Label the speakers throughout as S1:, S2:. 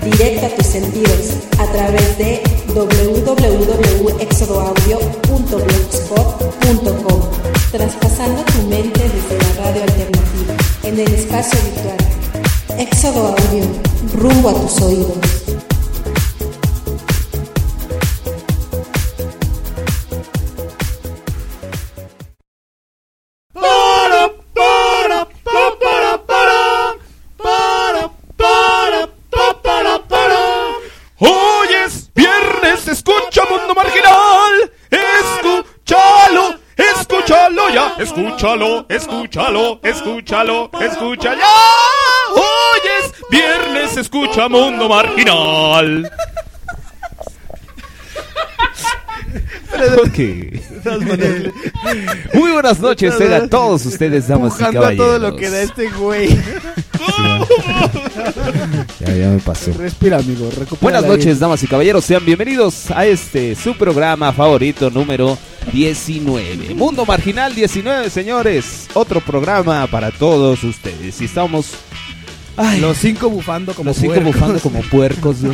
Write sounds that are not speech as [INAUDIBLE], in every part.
S1: Conecta tus sentidos a través de www.exodoaudio.blogspot.com, traspasando tu mente desde la radio alternativa en el espacio virtual. Éxodo Audio, rumbo a tus oídos.
S2: Hoy es viernes, escucha Mundo Marginal. Escúchalo, escúchalo ya. Escúchalo, escúchalo, escúchalo, escucha ya. Hoy es viernes, escucha Mundo Marginal.
S3: Muy buenas noches, a todos ustedes, damas y
S4: Empujando a
S3: caballeros.
S4: todo lo que da este güey. [LAUGHS]
S3: Ya, ya me pasó.
S4: Respira, amigo. recupera
S3: Buenas
S4: el
S3: noches, damas y caballeros, sean bienvenidos a este su programa favorito número 19. Mundo Marginal 19, señores. Otro programa para todos ustedes. Y estamos
S4: aire.
S3: ay,
S4: Los cinco bufando como
S3: los cinco
S4: puercos.
S3: bufando
S5: [LAUGHS]
S3: como puercos.
S4: [LAUGHS]
S3: ¿no?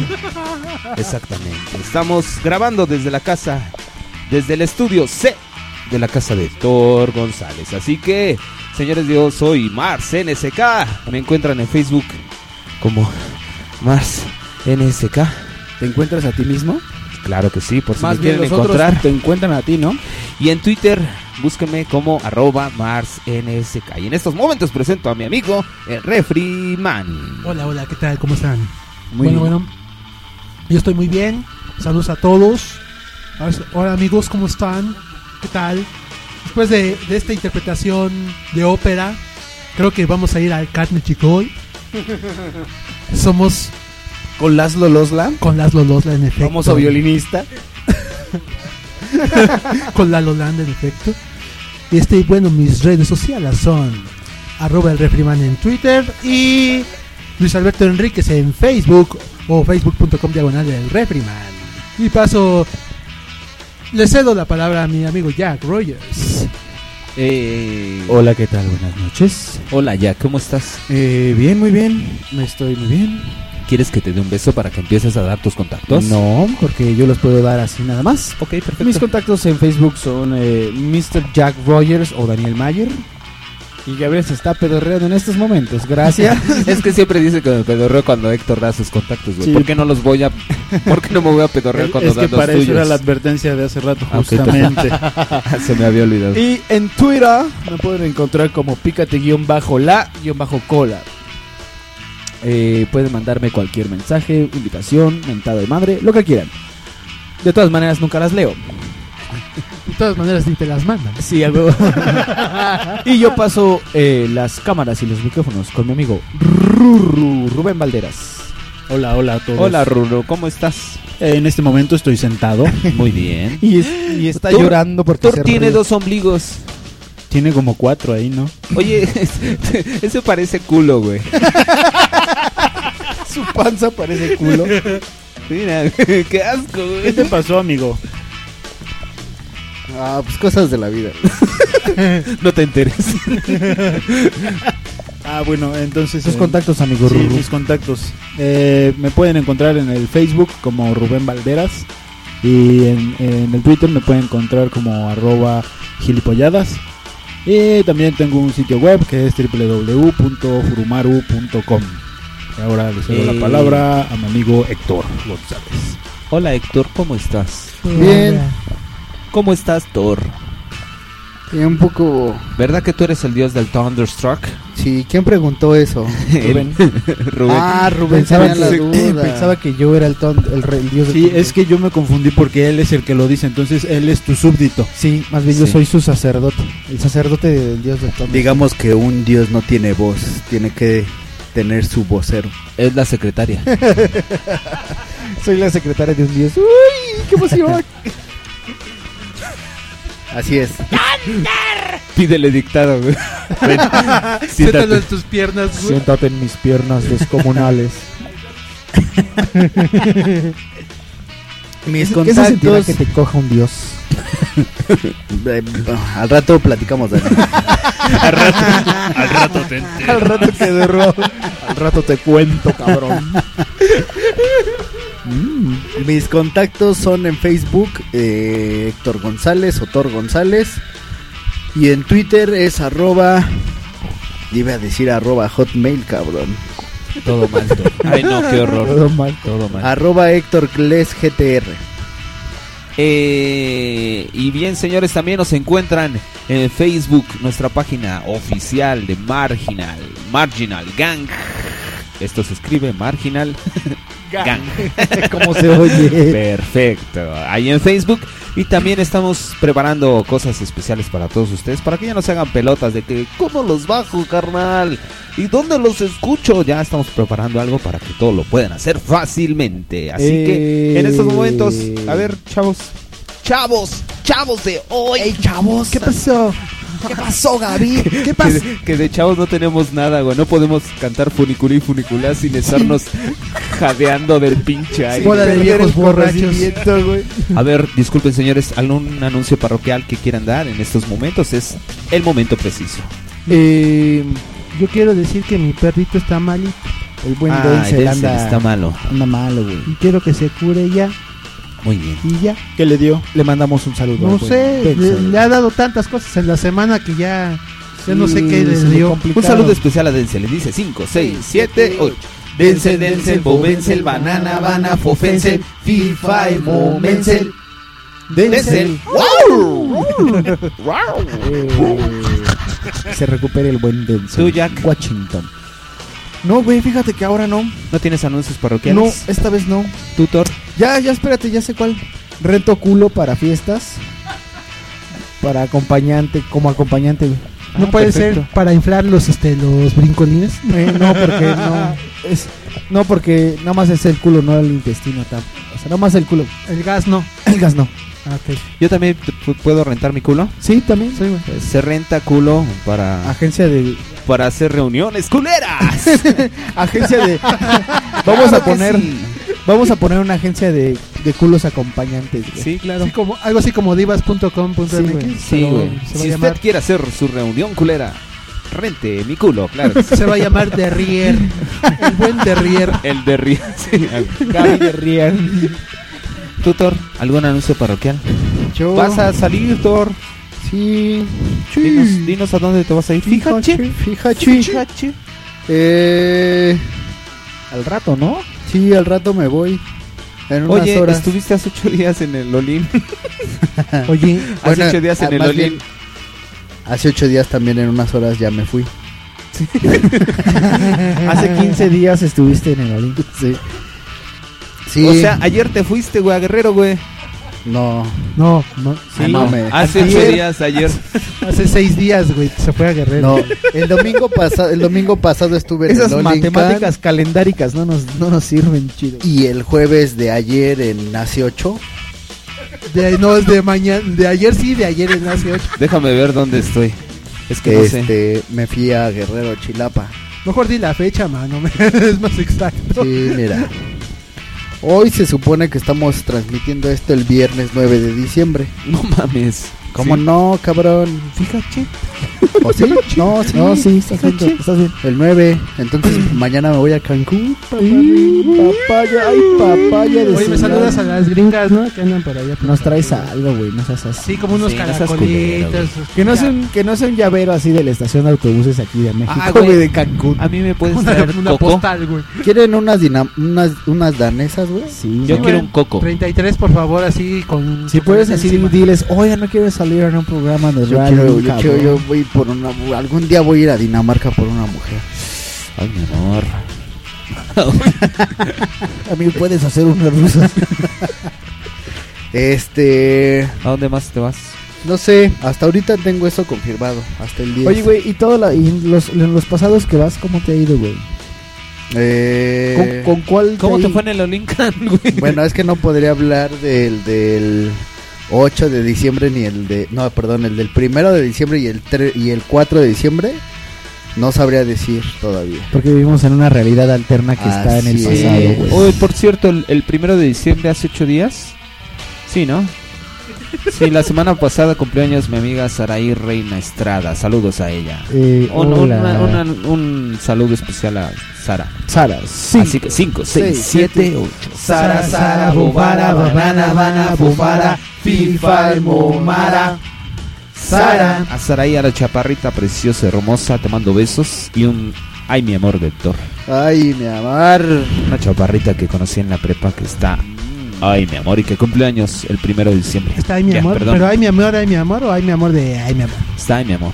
S3: Exactamente. Estamos grabando desde la casa, desde el estudio C de la casa de Thor González. Así que, señores, yo soy Mars NSK. Me encuentran en Facebook como [LAUGHS] Mars NSK.
S4: ¿Te encuentras a ti mismo?
S3: Claro que sí, por si
S4: Más
S3: me
S4: bien
S3: quieren
S4: los
S3: encontrar.
S4: otros te encuentran a ti, ¿no?
S3: Y en Twitter, búsquenme como arroba MarsNSK. Y en estos momentos presento a mi amigo, el Refri Man.
S6: Hola, hola, ¿qué tal? ¿Cómo están?
S4: Muy
S6: bueno,
S4: bien.
S6: bueno, yo estoy muy bien. Saludos a todos. A ver, Hola amigos, ¿cómo están? ¿Qué tal? Después de, de esta interpretación de ópera, creo que vamos a ir al
S4: [LAUGHS]
S6: Carne Chicoy. Somos
S4: Con Laszlo Losla.
S6: con las Lolosla en efecto.
S4: Famoso violinista.
S6: Con la Lolanda en efecto. Y este, bueno, mis redes sociales son arroba el refriman en Twitter y Luis Alberto Enríquez en Facebook o facebook.com diagonal del refriman. Y paso, le cedo la palabra a mi amigo Jack Rogers.
S3: Eh, hola.
S5: Hola, ¿qué tal? Buenas noches.
S3: hola, Jack, ¿cómo estás?
S5: Eh, bien, muy bien. Me estoy muy bien.
S3: ¿Quieres que te dé un beso para que empieces a dar tus contactos?
S5: No, porque yo los puedo dar así nada más.
S3: Ok, perfecto.
S5: Mis contactos en Facebook son eh, Mr. Jack Rogers o Daniel Mayer. Y Gabriel se está pedorreando en estos momentos. [LAUGHS] Gracias.
S3: [LAUGHS] es que siempre dice que me pedorreo cuando Héctor da sus contactos, güey.
S5: Sí.
S3: ¿Por qué no los voy a... ¿Por qué no me voy a pedorrear cuando
S7: Es
S3: dan
S7: que
S3: los
S7: para eso era
S3: tuyos?
S7: la advertencia de hace rato,
S3: Ah, ok,
S7: justamente.
S3: Se me había olvidado.
S5: y en Twitter me pueden encontrar como pícate-la-cola. Eh, pueden mandarme cualquier mensaje, invitación, mentada de madre, lo que quieran. De todas maneras, nunca las leo.
S6: De todas maneras, ni te las mandan.
S5: Sí, algo. [LAUGHS] y yo paso eh, las cámaras y los micrófonos con mi amigo Ruru, Rubén Valderas.
S7: Hola, hola a todos.
S3: Hola, Rulo, ¿cómo estás?
S7: Eh, en este momento estoy
S5: [LAUGHS]
S7: sentado.
S3: Muy bien.
S5: Y, es- y está
S3: Thor-
S5: llorando porque
S3: Héctor
S5: se
S3: tiene
S5: ríe.
S3: dos ombligos.
S7: Tiene como cuatro ahí, ¿no?
S3: Oye, [LAUGHS] ese parece culo, güey.
S5: [LAUGHS] Su panza parece culo.
S3: [LAUGHS] Mira, [LAUGHS] qué asco,
S7: ¿Qué
S3: güey.
S7: te pasó, amigo?
S5: Ah, pues cosas de la vida.
S3: [LAUGHS] No te enteres.
S7: Ah, bueno, entonces.
S5: Sus
S7: eh,
S5: contactos, amigo
S7: Sí,
S5: Ruru.
S7: mis contactos. Eh, me pueden encontrar en el Facebook como Rubén Valderas. Y en, en el Twitter me pueden encontrar como arroba gilipolladas. Y también tengo un sitio web que es www.furumaru.com. Y ahora le cedo
S3: Eh.
S7: la palabra a mi amigo Héctor González.
S3: Hola, Héctor, ¿cómo estás?
S4: Bien.
S3: ¿Cómo estás, Thor?
S8: Y un poco.
S3: ¿Verdad que tú eres el dios del Thunderstruck?
S8: Sí, ¿quién preguntó eso?
S3: [LAUGHS] Rubén. Rubén.
S8: Ah, Rubén
S5: Pensaba
S8: tenía
S5: que,
S8: la duda.
S5: [LAUGHS] pensaba que yo era el, ton- el, re- el dios del
S7: Sí,
S5: tonto.
S7: es que yo me confundí porque él es el que lo dice, entonces él es tu súbdito.
S5: Sí, más bien yo
S3: Sí.
S5: soy su sacerdote. El sacerdote del dios del tonto.
S9: Digamos que un dios no tiene voz, tiene que tener su vocero.
S3: Es la secretaria.
S5: Soy la secretaria de un dios. ¡Uy!
S3: [LAUGHS]
S5: ¡Qué emoción!
S9: Así es.
S3: Pídele
S7: [LAUGHS]
S3: dictado, güey. Ven,
S6: Siéntalo
S3: siéntate.
S6: en tus piernas, güey.
S5: Siéntate en mis piernas descomunales.
S9: Mis
S5: ¿Qué se sentirá
S9: contactos.
S5: que te coja un dios?
S9: Eh, Al rato platicamos. Dani. [LAUGHS]
S5: Al rato te derro. Al rato te cuento, cabrón.
S10: Mis contactos son en Facebook, eh, Héctor González, Otor González. Y en Twitter es arroba. Iba a decir arroba hotmail, cabrón.
S3: Todo mal.
S11: [LAUGHS]
S3: Ay, no, qué horror. Todo mal. Todo mal.
S10: Arroba Héctor Gles GTR.
S3: Eh, y bien, señores, también nos encuentran en Facebook, nuestra página oficial de Marginal, Marginal Gang. Esto se escribe Marginal [LAUGHS] Gang.
S11: ¿Cómo se oye?
S3: Perfecto. Ahí en Facebook. Y también estamos preparando cosas especiales para todos ustedes, para que ya no se hagan pelotas de que, ¿cómo los bajo, carnal? ¿Y dónde los escucho? Ya estamos preparando algo para que todo lo puedan hacer fácilmente. Así que
S6: Eh.
S3: en estos momentos, a ver, chavos. Chavos, chavos de hoy. chavos. ¿Qué pasó? ¿Qué pasó, Gaby? ¿Qué pasó? [LAUGHS] Que, de chavos no tenemos nada, güey. No podemos cantar funiculí funiculá sin [LAUGHS] estarnos jadeando del pinche aire.
S6: Bola de viejos borrachos.
S10: Corregimiento, güey.
S3: A ver, disculpen señores, algún anuncio parroquial que quieran dar en estos momentos es el momento preciso.
S6: [LAUGHS] Eh, yo quiero decir que mi perrito está malito
S7: El buen
S3: Ay,
S7: Denzel
S3: Ah, Denzel
S7: anda,
S3: está malo.
S7: anda malo, güey.
S6: y quiero que se cure ya
S3: Muy bien.
S6: y ya.
S7: ¿Qué le dio?
S11: Le mandamos un saludo.
S6: No
S11: al buen
S6: sé, le,
S11: Denzel.
S6: le ha dado tantas cosas en la semana que ya, ya no sé
S11: Sí,
S6: qué le
S11: se le
S6: dio.
S11: complicó.
S3: Un saludo especial a Denzel, le dice 5, 6, 7, 8. Denzel, Denzel, Bovencel, Banana, Bana, Fofencel, FIFA, Momencel, Denzel. ¡Wow!
S11: Eh, se recupere el buen Denzel.
S3: Tú, Jack.
S11: Washington.
S7: No, güey, fíjate que ahora no.
S3: ¿No tienes anuncios
S7: No,
S3: parroquiales?
S7: esta vez no.
S3: Tutor.
S7: Ya, ya, espérate, ya sé cuál.
S11: Rento culo para fiestas. Para acompañante, como acompañante. güey.
S6: No puede ser Ah, para inflar los, este, los brincolines.
S11: Eh, no, porque no. Es, no, porque nada más es el culo, no el intestino. tam- O sea, nada más el culo.
S6: El gas no.
S11: El gas no.
S6: Ah, ok.
S3: Yo también te- pu- puedo rentar mi culo.
S11: Sí, también.
S3: Eh, Se renta culo para,
S11: Agencia de.
S3: para hacer reuniones culeras. [LAUGHS]
S11: Agencia
S6: [LAUGHS]
S11: de. vamos
S3: Claro
S11: a
S3: que
S11: poner.
S3: sí.
S11: Vamos a poner una agencia de, de culos acompañantes. güey.
S3: Sí, claro.
S6: Así como, algo así como divas.com.mx.
S11: Sí, güey.
S3: Sí,
S6: pero
S3: güey.
S6: Se va a
S3: Si usted
S6: llamar.
S3: quiere hacer su reunión culera, rente mi culo, claro. que sí.
S6: Se va a llamar [LAUGHS] Derrier. El buen Derrier.
S3: [LAUGHS] El de Río. Sí.
S11: Gaby de Rian.
S3: Tutor, ¿algún anuncio parroquial?
S9: Yo,
S3: ¿Vas a salir, Tutor?
S9: Oh. sí,
S3: Dinos, dinos a dónde te vas a ir. Fíjate.
S9: fíjate. Eh,
S11: Al rato, ¿no?
S9: sí, al rato me voy. En unas
S3: Oye,
S9: horas.
S3: estuviste hace ocho días en el Olim.
S6: [LAUGHS] Oye,
S3: Hace
S9: Bueno,
S3: ocho días
S9: ah,
S3: en el
S9: más
S3: Olim.
S9: bien, Hace ocho días también, en unas horas ya me fui. [LAUGHS]
S11: Hace 15 días estuviste en el Olimpo.
S9: Sí. Sí.
S3: O sea, ayer te fuiste, güey, a Guerrero, güey.
S9: no.
S6: no, no.
S9: Ah, no, me-
S3: Hace
S6: Antier.
S3: ocho días, ayer.
S6: Hace seis días, güey, se fue a Guerrero.
S9: No, el domingo pasado, el domingo pasado estuve en
S11: Esas
S9: el Olincan
S11: matemáticas calendáricas no nos, no nos sirven chido.
S9: y el jueves de ayer en hace 8
S6: De, no, es de mañana, de ayer sí, de ayer en hace ocho.
S3: Déjame ver dónde estoy. Es que no sé.
S9: este me fui a Guerrero Chilapa.
S6: Mejor di la fecha, mano, [LAUGHS] es más exacto.
S9: Sí, mira. Hoy se supone que estamos transmitiendo esto el viernes 9 de diciembre.
S3: No mames.
S9: ¿Cómo no, cabrón?
S11: Fíjate.
S9: ¿O sí? No, sí.
S11: No, sí, estás bien. Estás bien.
S9: El 9. Entonces mañana me voy a Cancún.
S11: Papaya, ay, papaya de
S6: Oye, me
S11: celular.
S6: saludas a las gringas, ¿no? Que andan por allá. por
S11: Nos
S6: acá.
S11: traes algo, güey, no seas así.
S6: Sí, como unos
S3: Sí, no seas culero,
S6: caracolitos.
S11: Que no, sea un, que no sea un llavero así de la estación de autobuses aquí de México,
S9: [LAUGHS]
S3: Ah, güey.
S11: güey, de Cancún.
S3: A mí me puedes
S6: una,
S3: traer
S6: una
S3: coco.
S6: postal, güey.
S9: ¿Quieren unas, dinam- unas, unas danesas, güey?
S11: Sí,
S3: Yo
S11: no.
S3: quiero un coco.
S6: 33, por favor, así con.
S11: Si puedes así
S6: encima.
S11: diles, oye, no quiero salir en un programa de
S9: Yo
S11: radio.
S9: quiero, yo
S11: cabrón".
S9: quiero, yo voy por una, algún día voy a ir a Dinamarca por una mujer.
S3: Ay, mi amor.
S11: A mí puedes hacer unos rusos.
S9: Este,
S3: ¿A dónde más te vas?
S9: no sé, hasta ahorita tengo eso confirmado, hasta el 10.
S11: Oye, güey, y todo la, y los, en los pasados que vas, ¿cómo te ha ido, güey?
S9: Eh,
S11: ¿Con, con cuál
S3: ¿Cómo te
S11: ha
S3: fue
S11: ido?
S3: en el Olincan, güey?
S9: Bueno, es que no podría hablar del, del 8 de diciembre ni el de... No, perdón, el del 1 de diciembre y el, tre- y el 4 de diciembre. No sabría decir todavía.
S11: Porque vivimos en una realidad alterna que está en el
S9: Así
S11: pasado,
S9: es.
S11: güey.
S3: Oye, por cierto, el, el primero de diciembre, hace ocho días. Sí, ¿no? Sí, la semana pasada cumpleaños mi amiga Saraí Reina Estrada. Saludos a ella.
S11: Eh,
S3: Un, un-
S11: hola.
S3: una- una- un saludo especial a Sara.
S11: Sara, sí.
S3: Así que 5, 6, 7, 8.
S11: Sara, Sara, Bobara, Banana, Bana, Bobara, Fifa, Momara. Sara.
S3: A Saraí, a la chaparrita preciosa, hermosa, te mando besos y un... Ay, mi amor, Vector.
S9: Ay, mi amar.
S3: Una chaparrita que conocí en la prepa que está... Ay, mi amor, y que cumpleaños el primero de diciembre.
S6: Está ahí mi
S3: Ya,
S6: amor,
S3: perdón.
S6: pero hay mi amor, hay mi amor o hay mi amor de ay mi amor.
S3: Está en mi amor.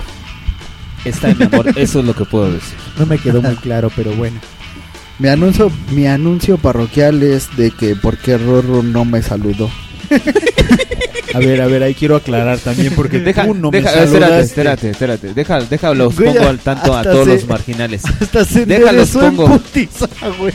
S3: Está en mi [LAUGHS] amor. Eso es lo que puedo decir.
S11: No me quedó muy claro, pero
S6: [LAUGHS]
S11: bueno.
S9: Mi anuncio, mi anuncio parroquial es de que por qué Rorro no me saludó.
S7: A ver, a ver, ahí quiero aclarar también
S11: [LAUGHS]
S7: porque
S3: Deja,
S7: tú no me
S11: eh,
S3: deja- espérate,
S7: saludaste.
S3: espérate, espérate. Deja, déjalos,
S9: Güey,
S3: pongo al tanto a
S9: hasta
S3: todos
S9: se-
S3: los [LAUGHS] marginales.
S9: Hasta se
S3: Déjalos,
S9: enderezó en
S3: pongo.
S9: putiza, güey.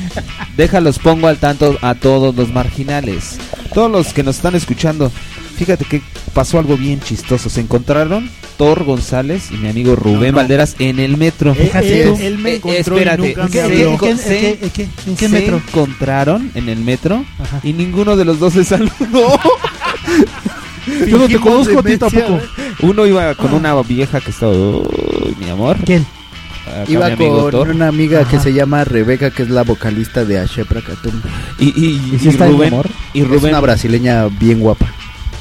S3: Déjalos, pongo al tanto a todos los marginales. Todos los que nos están escuchando. Fíjate que pasó algo bien chistoso. Se encontraron Thor González y mi amigo Rubén Valderas en el metro.
S6: Fíjate tú.
S7: él me
S3: Eh,
S7: encontró y
S3: espérate,
S7: nunca me
S6: ¿Qué-
S3: se
S7: habló.
S6: qué-
S3: dijo-
S6: qué- en
S3: se-
S6: qué- en qué- ¿En qué
S3: se
S6: metro?
S3: encontraron en el metro
S6: Ajá.
S3: y ninguno de los dos se saludó.
S6: Yo no te conozco a ti
S9: demencia,
S6: tampoco.
S3: Uno iba con una vieja que estaba, "Uy, mi amor.
S6: ¿Quién?
S3: Acá mi
S9: Iba
S3: amigo
S9: con
S3: Thor.
S9: una amiga que
S6: Ajá.
S9: se llama Rebeca, que es la vocalista de Ashepra Katum.
S3: Y, y-
S11: ¿Y si
S3: y
S11: está en
S3: Rubén,
S11: amor?
S3: y
S9: Es
S3: Rubén
S9: una brasileña bien guapa.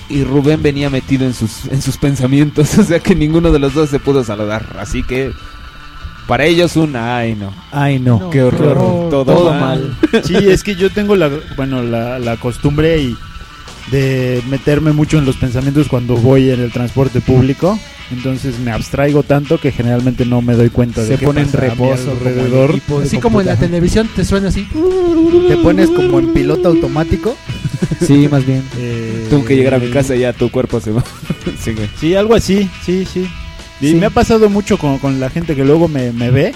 S3: y Rubén venía metido en sus en sus pensamientos, [LAUGHS] o sea que ninguno de los dos se pudo saludar, así que para ellos un ay no,
S11: Ay, no.
S6: qué horror.
S3: todo,
S11: Todo
S3: mal.
S11: mal.
S7: Sí, es que yo tengo la, bueno, la, la costumbre y de meterme mucho en los pensamientos cuando voy en el transporte público. Entonces me abstraigo tanto que generalmente no me doy cuenta de
S11: Se
S7: qué
S11: pone en
S7: pasa a mi
S11: reposo como el
S7: alrededor.
S11: equipo de
S6: Así como en la
S11: computadora.
S6: televisión te suena así.
S9: Te pones como en piloto automático.
S11: Sí, más bien.
S7: Eh,
S3: Tengo que llegar a mi casa y ya tu cuerpo se va. [LAUGHS] Sí, güey.
S7: Sí, algo así, sí, sí. Y
S11: Sí.
S7: me ha pasado mucho con, con la gente que luego me, me ve,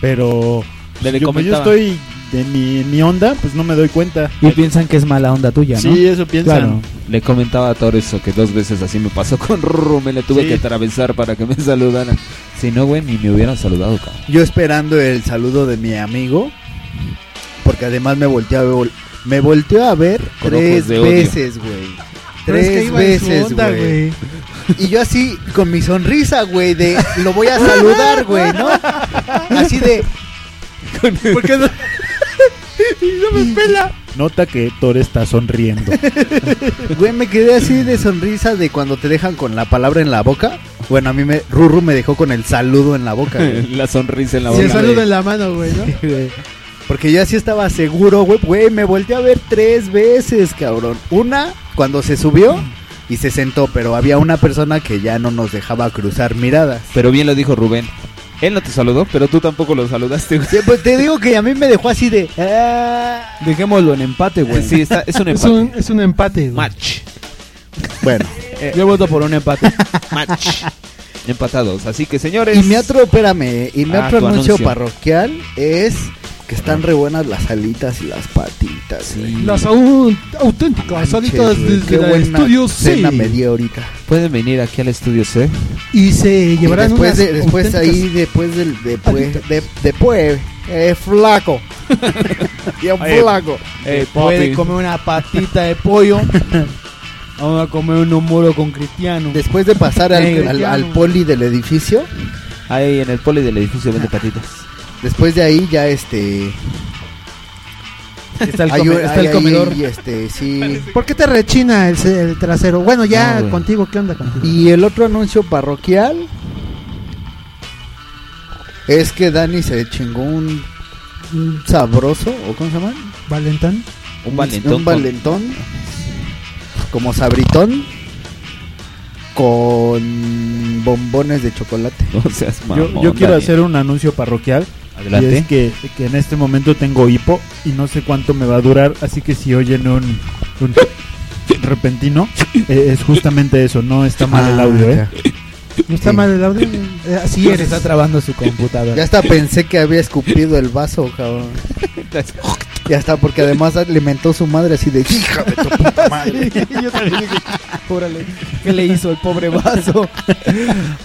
S7: pero
S3: Le- le
S7: yo, como yo
S3: comentaba.
S7: estoy de mi, en mi onda, pues no me doy cuenta.
S11: Y piensan que es mala onda tuya, ¿no?
S7: Sí, eso piensan.
S11: Claro.
S3: Le comentaba a Thor eso que dos veces así me pasó con Ruru, me le tuve
S7: Sí.
S3: que atravesar para que me [LAUGHS] saludaran. Si no, güey, ni me hubieran saludado, cabrón.
S9: Yo esperando el saludo de mi amigo, porque además me volteó a ver, me volteó a ver
S3: Con
S9: tres
S3: ojos de odio.
S9: veces, güey.
S6: Pero es
S9: Tres
S6: que iba en su
S9: veces,
S6: onda,
S9: güey. Y yo así con mi sonrisa, güey, de lo voy a saludar, güey,
S6: [LAUGHS]
S9: ¿no? Así de ¿Por qué no?
S7: Nota que Thor está sonriendo.
S11: [LAUGHS]
S9: Güey, me quedé así de sonrisa de cuando te dejan con la palabra en la boca. Bueno, a mí me Ruru me dejó con el saludo en la
S3: [LAUGHS]
S9: boca, güey.
S3: La sonrisa en la
S6: Y
S3: boca.
S6: el saludo en la mano, güey, [LAUGHS] ¿no?
S9: Porque yo así estaba seguro, güey. Güey, me volteé a ver tres veces, cabrón. Una, cuando se subió y se sentó, pero había una persona que ya no nos dejaba cruzar miradas.
S3: Pero bien lo dijo Rubén. Él no te saludó, pero tú tampoco lo saludaste, güey.
S9: Sí, pues te digo que a mí me dejó así de... "Ah".
S11: Dejémoslo en empate, güey.
S3: Sí, está, es un
S6: Es
S3: empate.
S6: un, es un empate, güey.
S3: match.
S9: Bueno,
S11: Yo voto por un empate.
S3: Eh, [LAUGHS] Match. Empatados. Así que, señores.
S9: y mi otro, espérame, y mi
S3: Pues, Ah,
S9: otro
S3: tu
S9: anuncio,
S3: anuncio.
S9: parroquial es que están re buenas las alitas y las patitas. güey.
S3: Sí.
S6: Los au- auténticos
S9: Manches,
S6: solitos
S9: güey,
S6: desde
S9: qué
S6: el
S9: buena
S6: estudio
S9: cena
S6: sí.
S9: me di ahorita.
S3: Pueden venir aquí al estudio C.
S6: Y se
S9: Y
S6: llevarán
S9: después
S6: unas
S9: de, después
S6: auténticas-
S9: ahí, después del después,
S6: Alitas.
S9: de, después, eh, flaco. Bien
S7: Oye,
S9: flaco.
S11: Puede
S3: Eh, papi.
S11: comer una patita de
S6: [LAUGHS]
S11: pollo. Vamos a comer un muro con Cristiano.
S9: Después de pasar al,
S11: Negro.
S9: al, al poli del edificio,
S3: Ahí en el poli del edificio vende patitas.
S9: después de ahí ya este
S11: Está el,
S9: hay
S11: come-
S9: un-
S11: está
S9: hay
S11: el
S9: ahí,
S11: comedor.
S9: y este sí.
S6: ¿Por qué te rechina el, se- el trasero? Bueno,
S3: No,
S6: ya
S3: güey.
S6: contigo, ¿qué onda contigo?
S9: Y el otro anuncio parroquial es que Dani se chingó un, un sabroso o cómo se llama?
S6: ¿Valentán?
S3: Un valentón. con-
S9: Un valentón. Como sabritón. Con bombones de chocolate.
S3: [LAUGHS] No seas
S7: Yo,
S3: mamón,
S7: yo quiero
S3: Daniel.
S7: hacer un anuncio parroquial. Y es
S3: Adelante.
S7: que, que en este momento tengo hipo y no sé cuánto me va a durar, así que si oyen un, un
S6: [LAUGHS]
S7: repentino, eh, es justamente eso, no está mal
S9: Ah,
S7: el audio, ¿eh?
S6: ¿No está
S9: Sí.
S6: mal el audio? Eh, así
S11: Se
S6: eres.
S11: está trabando su computadora.
S9: Ya hasta pensé que había escupido el vaso, cabrón. Ya está, porque además alimentó su madre así de hija de tu puta madre.
S11: Yo también dije, órale, ¿qué le hizo el pobre vaso?
S3: [LAUGHS]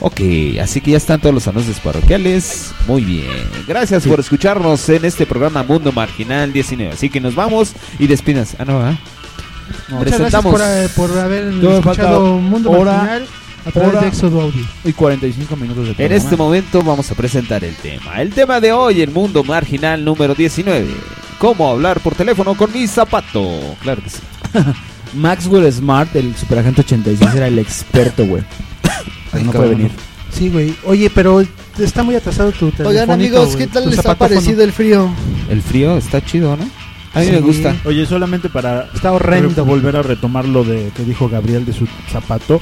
S3: Ok, así que ya están todos los anuncios parroquiales. Muy bien. Gracias por escucharnos en este programa Mundo Marginal 19. Así que nos vamos y despidas. Ah, no, ¿ah?
S6: Muchas gracias
S11: presentamos.
S6: por, eh, por haber
S7: Todavía falta
S6: escuchado Mundo
S7: hora,
S6: Marginal a través
S7: hora.
S6: de Éxodo Audio.
S7: Y 45 minutos
S11: Pues
S7: de
S3: En este momento vamos a presentar el tema. El tema de hoy, el mundo marginal número 19. ¿Cómo hablar por teléfono con mi zapato? Claro que sí.
S11: [LAUGHS] Maxwell Smart, el superagente 86, era el experto, güey. Pero no puede venir.
S6: Sí, güey. Oye, pero está muy atrasado tu teléfono.
S9: Oigan amigos, ¿qué tal les ha parecido el frío?
S3: El frío está chido, ¿no? A mí
S6: Sí.
S3: me gusta.
S7: Oye, solamente para
S6: Está horrendo.
S7: Quiero volver a retomar lo de que dijo Gabriel de su zapato.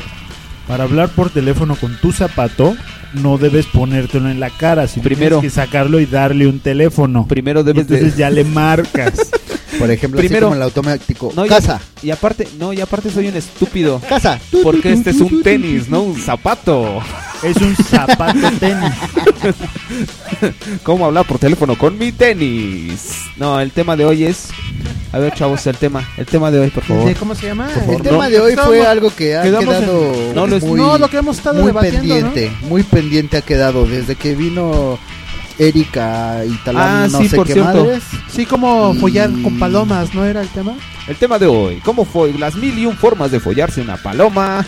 S7: Para hablar por teléfono con tu zapato, no debes ponértelo en la cara, sino
S3: Primero.
S7: tienes que sacarlo y darle un teléfono.
S3: Primero
S7: Y
S3: debes de...
S7: entonces ya le
S3: [LAUGHS]
S7: marcas.
S9: Por ejemplo, así
S3: Primero-
S9: como el automático.
S3: No, y-
S9: casa,
S3: Y aparte, no, y aparte soy un estúpido.
S9: casa.
S3: Porque este es un tenis, no un zapato. [LAUGHS]
S7: es un zapato tenis.
S3: ¿Cómo hablar por teléfono con mi tenis? No, el tema de hoy es... A ver, chavos, el tema. El tema de hoy, por favor.
S6: ¿Cómo se llama?
S9: El tema de hoy fue
S6: Estamos-
S9: algo que ha
S3: quedamos en-
S9: quedado
S3: no, lo es-
S9: muy,
S6: No, lo que hemos estado
S9: muy
S6: debatiendo, ¿no?
S9: pendiente, muy pendiente ha quedado desde que vino Erika y
S3: Ah,
S9: Talán, no
S3: sí,
S9: sé
S3: por
S9: qué
S3: cierto.
S9: madres.
S6: Sí, como
S9: Y-
S6: follar con palomas, ¿no era el tema?
S3: El tema de hoy. ¿Cómo fue? Las mil y un formas de follarse una paloma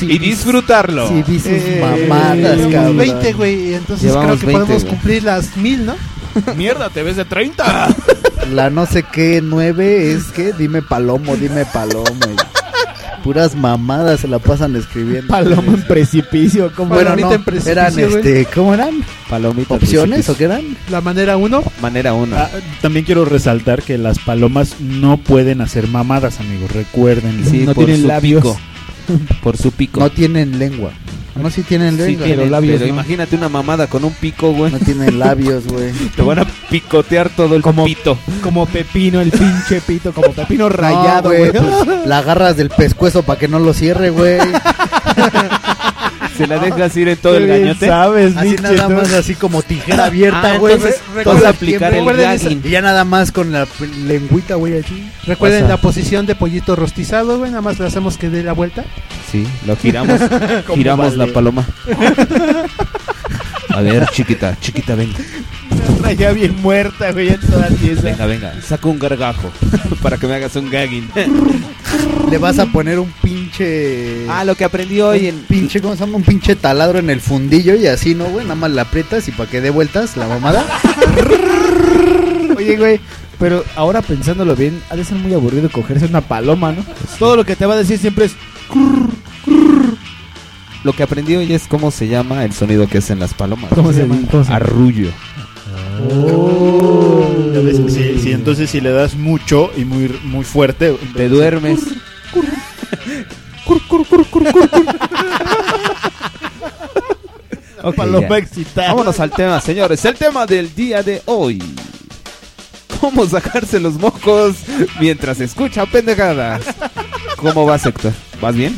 S3: y disfrutarlo.
S9: Sí, vi sus
S3: Eh,
S9: mamadas,
S6: Llevamos
S9: cabrón.
S6: 20, güey. Entonces
S3: Llevamos
S6: creo que
S3: 20,
S6: podemos
S3: güey.
S6: cumplir las mil, ¿no?
S2: Mierda, te ves de 30.
S9: La no sé qué nueve es que dime palomo, dime palomo. y Puras mamadas se la pasan escribiendo.
S11: Paloma en precipicio, ¿cómo?
S9: Bueno,
S6: Palomita
S9: no,
S6: en precipicio,
S9: eran
S6: güey.
S9: este, ¿cómo eran?
S3: Palomita.
S9: ¿Opciones o
S3: principis.
S9: qué eran?
S6: La manera uno.
S3: Manera una.
S7: Ah, también quiero resaltar que las palomas no pueden hacer mamadas, amigos. Recuerden.
S3: Sí,
S11: no
S3: por
S11: tienen
S3: su
S11: labios.
S3: pico. Por su pico.
S9: No tienen lengua. No, sí tienen
S3: Sí
S9: lengua.
S3: tienen,
S11: labios
S3: pero
S11: no.
S3: imagínate una mamada con un pico, güey.
S9: No tienen labios, güey.
S3: Te van a picotear todo el
S11: Como-
S3: pito.
S11: Como pepino, el pinche pito, como pepino rayado,
S9: No,
S11: güey.
S9: pues, la agarras del pescuezo para que no lo cierre, güey.
S3: [LAUGHS] Se la dejas ir en todo el
S7: Tú bien
S3: gañote.
S7: Sabes,
S9: Así
S7: Nietzsche,
S9: nada
S7: ¿no?
S9: más, así como tijera abierta,
S3: Ah,
S9: güey.
S3: entonces
S9: Todo
S3: vas a
S9: el
S3: aplicar el
S9: tiempo.
S6: Recuerden esa-
S3: gagging.
S9: Y ya nada más con la p- lengüita, güey, así.
S6: Recuerden
S3: Pasa.
S6: la posición de pollito rostizado, güey. Nada más le hacemos que dé la vuelta.
S3: Sí, lo giramos. giramos la paloma. A ver, chiquita, chiquita, venga.
S7: Otra ya bien muerta, güey, en toda tiesa.
S3: Venga, venga. Saca un gargajo [LAUGHS] para que me hagas un gagging.
S9: Le vas a poner un pinche.
S3: Ah, lo que aprendí hoy en...
S9: Pinche, ¿cómo se llama? Un pinche taladro en el fundillo y así, ¿no, güey? Nada más la aprietas y para que dé vueltas la
S6: [LAUGHS]
S9: mamada.
S11: [LAUGHS] Oye, güey, pero ahora pensándolo bien, ha de ser muy aburrido cogerse una paloma, ¿no? Todo lo que te va a decir siempre es
S3: Lo que aprendí hoy es cómo se llama el sonido que hacen las palomas.
S11: ¿Cómo se llama? ¿Cómo se llama?
S3: Arrullo.
S7: Ya ves, sí, sí, entonces si le das mucho y muy, muy fuerte,
S3: Te duermes. Ok,
S7: paloma
S3: ya.
S7: excitada.
S3: Vámonos al tema, señores. El tema del día de hoy. ¿Cómo sacarse los mocos mientras escucha pendejadas? ¿Cómo vas, Héctor? ¿Vas bien?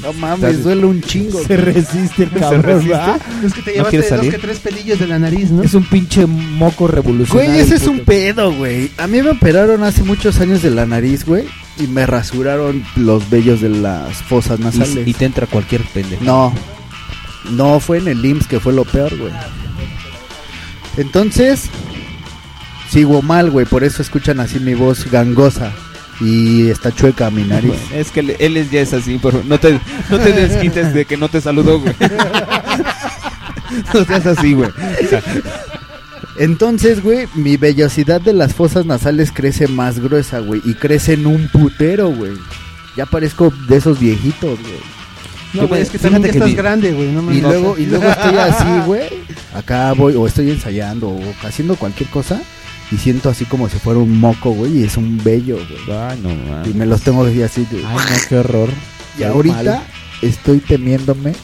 S9: No mames, duele un chingo.
S11: se resiste el cabrón, ¿verdad?
S6: Es que te
S3: ¿No
S6: llevaste
S3: quieres
S6: dos
S3: salir?
S6: que tres pelillos de la nariz, ¿no?
S11: Es un pinche moco revolucionario.
S9: Güey, ese es
S11: puto.
S9: un pedo, güey. A mí me operaron hace muchos años de la nariz, güey. Y me rasuraron los vellos de las fosas nasales.
S3: Y, y te entra cualquier pendejo.
S9: No. No, fue en el IMSS que fue lo peor, güey. Entonces, sigo mal, güey. Por eso escuchan así mi voz gangosa. Y está chueca mi nariz.
S3: Es que le- él es- ya es así, pero no te, no te desquites de que no te saludó, güey. No seas así, güey. O sea,
S9: Entonces, güey, mi vellosidad de las fosas nasales crece más gruesa, güey. Y crece en un putero, güey. Ya parezco de esos viejitos, güey.
S6: No, güey, es que también
S3: fíjate
S6: ya
S3: que
S6: estás
S3: vi-
S6: grande, güey. No
S9: Y
S6: mames.
S9: luego, y luego estoy así, güey. Acá voy, o estoy ensayando, o haciendo cualquier cosa. Y siento así como si fuera un moco, güey. Y es un vello, güey.
S3: Ay, no, man.
S9: Y me los tengo así, así de-
S11: Ah. Ay, no, qué horror.
S9: Y ahorita estoy temiéndome.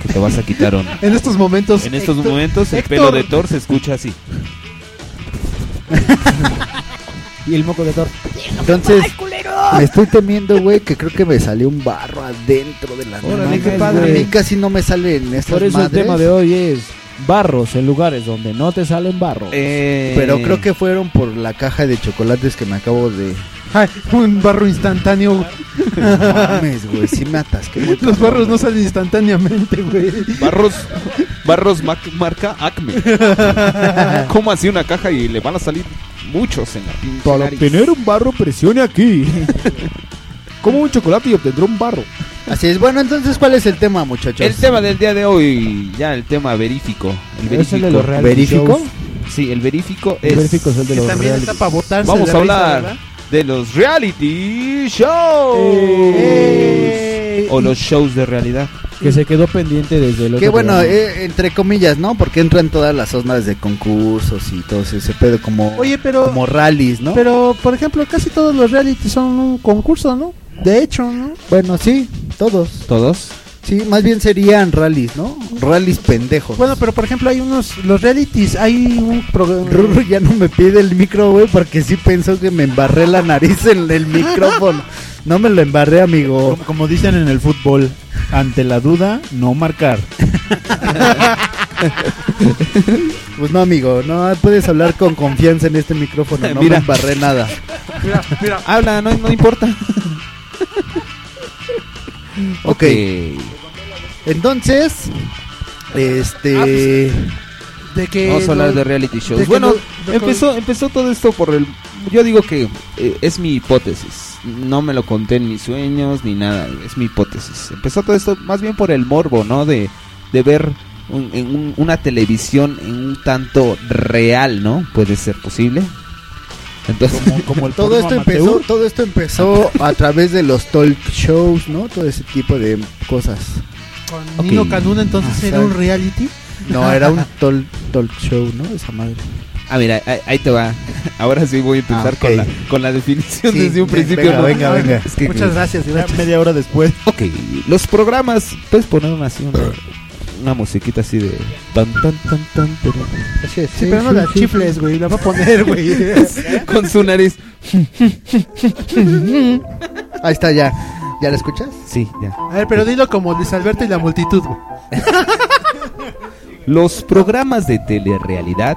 S3: Que te vas a quitar o no.
S6: En estos momentos.
S3: En estos
S6: Héctor-
S3: momentos el
S6: Héctor.
S3: pelo de Thor se escucha así.
S11: Y el moco de Thor.
S9: Entonces, me estoy temiendo, güey, que creo que me salió un barro adentro de la
S11: Órale,
S9: nariz,
S11: qué
S9: güey.
S11: padre.
S9: A mí casi no me sale en estas
S11: Por eso
S9: madres.
S11: el tema de hoy es barros en lugares donde no te salen barros.
S3: Eh,
S9: Pero creo que fueron por la caja de chocolates que me
S11: [LAUGHS]
S9: acabo de.
S6: Ay, un barro instantáneo.
S9: Mames, güey, sí me atasqué.
S6: [LAUGHS]
S9: muy
S6: Los
S9: cabrón,
S6: barros no
S9: güey.
S6: salen instantáneamente, güey.
S3: Barros, Barros mac- marca Acme. ¿Cómo así una caja y le van a salir Muchos en la pinche
S7: Para
S3: nariz.
S7: obtener un barro, presione aquí. Como un chocolate y obtendrá un barro.
S9: Así es. Bueno, entonces, ¿cuál es el tema, muchachos?
S3: El tema del día de hoy, ya el tema verífico. El
S11: Es el de
S3: verífico.
S11: los reality
S9: ¿Verifico?
S11: shows.
S3: Sí, el verífico es.
S11: El verífico es el de
S2: Que
S11: los
S2: también
S11: reality.
S2: está para votarse.
S3: Vamos
S2: de risa,
S3: a hablar
S2: ¿verdad?
S3: de los reality shows.
S7: Eh.
S6: Eh,
S3: O los shows de realidad.
S11: Que se quedó pendiente desde el otro
S9: Que bueno,
S11: programa.
S9: eh, entre comillas, ¿no? Porque entran todas las zonas de concursos y todo ese pedo como,
S6: Oye, pero.
S9: como rallies, ¿no?
S6: Pero, por ejemplo, casi todos los reality son un concurso, ¿no? De hecho, ¿no?
S9: bueno, sí, todos.
S3: ¿Todos?
S9: Sí, más bien serían rallies, ¿no? Rallies pendejos.
S6: Bueno, pero por ejemplo, hay unos. Los realities, hay un
S9: Ruru [LAUGHS]
S6: programa.
S9: ya no me pide el micro, güey, porque sí pensó que me embarré la nariz en el micrófono. No me lo embarré, amigo.
S7: Como, como dicen en el fútbol, ante la duda, no marcar.
S9: Pues no, amigo, no puedes hablar con confianza en este micrófono. No
S3: Mira.
S9: me embarré nada.
S3: Habla, no, no importa.
S9: Ok. Entonces, este.
S6: De que.
S3: Vamos a hablar
S6: los-
S3: de reality shows.
S6: Eh, de que
S3: bueno,
S6: no- de-
S3: empezó, empezó todo esto por el... Yo digo que eh, es mi hipótesis. No me lo conté en mis sueños ni nada. Es mi hipótesis. Empezó todo esto más bien por el morbo, ¿no? De, de ver un- en un- una televisión en un tanto real, ¿no? Puede ser posible. Entonces...
S7: Como, como el
S9: Todo
S7: porno
S9: esto,
S7: amateur.
S9: empezó, todo esto
S6: pues,
S9: empezó a través de los talk shows, ¿no? Todo ese tipo de cosas.
S6: Con
S3: Ok.
S6: Nino Canuna, entonces
S9: Ah,
S6: era
S9: sabe.
S6: un reality.
S9: No, era un tol- talk show, ¿no? Esa madre.
S3: [LAUGHS] Ah, mira, ahí, ahí te va. [LAUGHS] Ahora sí voy a empezar
S9: Ah, ok.
S3: con, la, con la definición
S9: Sí,
S3: desde un
S9: ve-
S3: principio.
S9: venga,
S3: ¿no?
S9: venga, venga.
S3: Es que-
S6: Muchas gracias,
S7: Ya
S6: gracias.
S7: media hora después.
S3: Ok, los programas, puedes poner una, así una, una musiquita así de tan tan tan tan
S7: [LAUGHS]
S3: tarara,
S9: Así es.
S6: Sí, pero no la chifles, güey. La va a poner, güey.
S3: con su nariz.
S9: Ahí está ya. ¿Ya la escuchas?
S3: Sí, ya.
S6: A ver, pero dilo como Luis Alberto y la multitud, güey.
S3: Los programas de telerealidad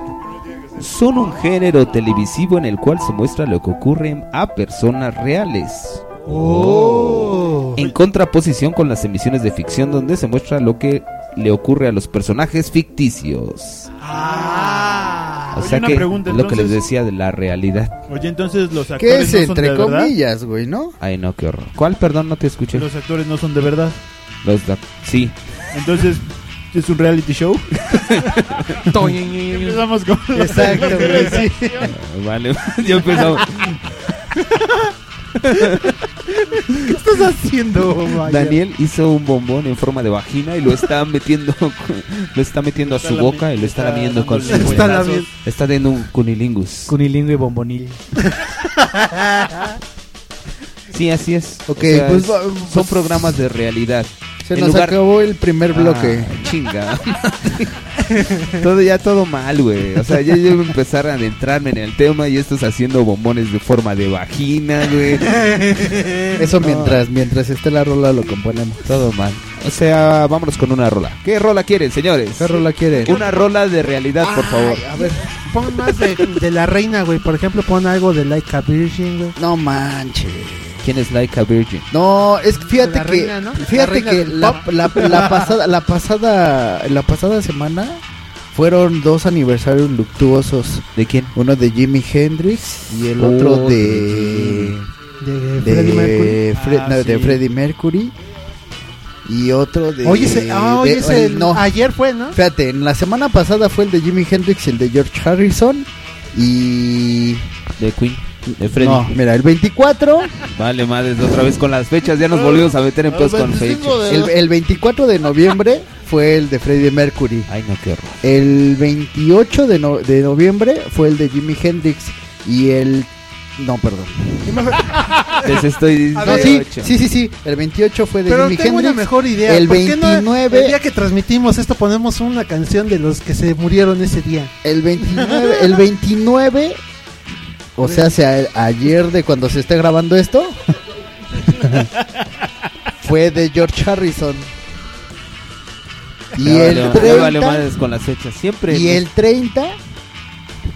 S3: son un género televisivo en el cual se muestra lo que ocurre a personas reales.
S6: Oh.
S3: En contraposición con las emisiones de ficción donde se muestra lo que le ocurre a los personajes ficticios. O
S7: Ah. Oye,
S3: sea
S7: una
S3: que
S7: pregunta,
S3: lo que les
S7: entonces.
S3: decía de la realidad.
S7: Oye, entonces los
S9: ¿Qué
S7: actores
S9: es
S7: no son de
S9: entre
S7: verdad.
S9: comillas, güey, no?
S3: Ay, no, qué horror. ¿Cuál? Perdón, no te escuché.
S7: Los actores no son de verdad.
S3: Los da- sí,
S7: Entonces, ¿es un reality show? Empezamos con los-
S9: Exacto, güey, [LAUGHS] sí.
S3: Vale, ya empezamos.
S6: ¿Qué estás haciendo,
S3: [LAUGHS]
S6: Mayer?
S3: Daniel hizo un bombón en forma de vagina y lo está metiendo [LAUGHS] lo está metiendo a
S7: Está
S3: su
S7: lami-
S3: boca y lo está lamiendo con su
S7: dándole
S6: Está
S3: está,
S7: Buenazos.
S6: lami-
S3: está teniendo un cunilingus.
S11: Cunilingüe bombonil.
S3: [LAUGHS] Sí, así es.
S9: Ok,
S3: O sea,
S9: pues
S3: es-
S9: va-
S3: son
S9: pues-
S3: programas de realidad.
S9: Se
S3: En
S9: nos
S3: lugar-
S9: acabó el primer bloque.
S3: Ah, chinga. [LAUGHS] todo ya todo mal, güey. O sea, ya yo iba a empezar a adentrarme en el tema y estos haciendo bombones de forma de vagina,
S9: [LAUGHS]
S3: güey.
S9: Eso mientras, mientras esté la rola lo componemos.
S3: Todo mal. O sea, vámonos con una rola. ¿Qué rola quieren, señores?
S9: ¿Qué rola quieren?
S3: Una rola de realidad, por favor.
S9: A ver.
S6: Pon más de, de la reina, güey. Por ejemplo, pon algo de Like a Virgin, güey.
S9: No manches.
S3: ¿Quién es Like a Virgin?
S9: No, es que fíjate
S6: La
S9: que
S6: reina, ¿no? La
S9: fíjate
S6: reina
S9: que
S6: del
S9: la, la- la pasada la pasada la pasada semana fueron dos aniversarios luctuosos,
S3: ¿De quién?
S9: uno de Jimi Hendrix y el otro
S3: Oh,
S9: de
S6: De
S9: de
S6: Freddie Mercury.
S9: Fre-
S7: Ah,
S9: no, de
S7: sí.
S9: Freddie Mercury y otro de
S6: Oye, ese, ah, oye,
S9: de-
S6: ese-
S9: el- no,
S6: ayer fue, ¿no?
S9: Fíjate, en la semana pasada fue el de Jimi Hendrix y el de George Harrison. Y.
S3: De Queen. De Freddy.
S9: No, mira,
S6: [LAUGHS]
S9: el 24.
S3: Vale, madres, otra vez con las fechas. Ya nos volvimos a meter en pedos con fechas.
S9: Ah. El, el 24 de noviembre fue el de Freddie Mercury.
S3: Ay, no, qué horror.
S9: El 28 de, no- de noviembre fue el de Jimi Hendrix. Y el. No, perdón.
S3: Les estoy
S9: [LAUGHS]
S3: diciendo.
S9: No, sí, sí, sí, sí. El 28 fue de
S6: Pero
S9: Jimi
S6: tengo una
S9: Hendrix.
S6: mejor idea.
S9: el
S6: ¿Por qué no
S9: 29?
S6: el día que transmitimos esto ponemos una canción de los que se murieron ese día.
S9: El 29, el 29, o sea, sea el- ayer de cuando se esté grabando esto, [LAUGHS] fue de George Harrison. Y
S3: Ya
S9: el
S3: vale- ya
S9: 30,
S3: vale madres con las fechas. Siempre.
S9: y el 30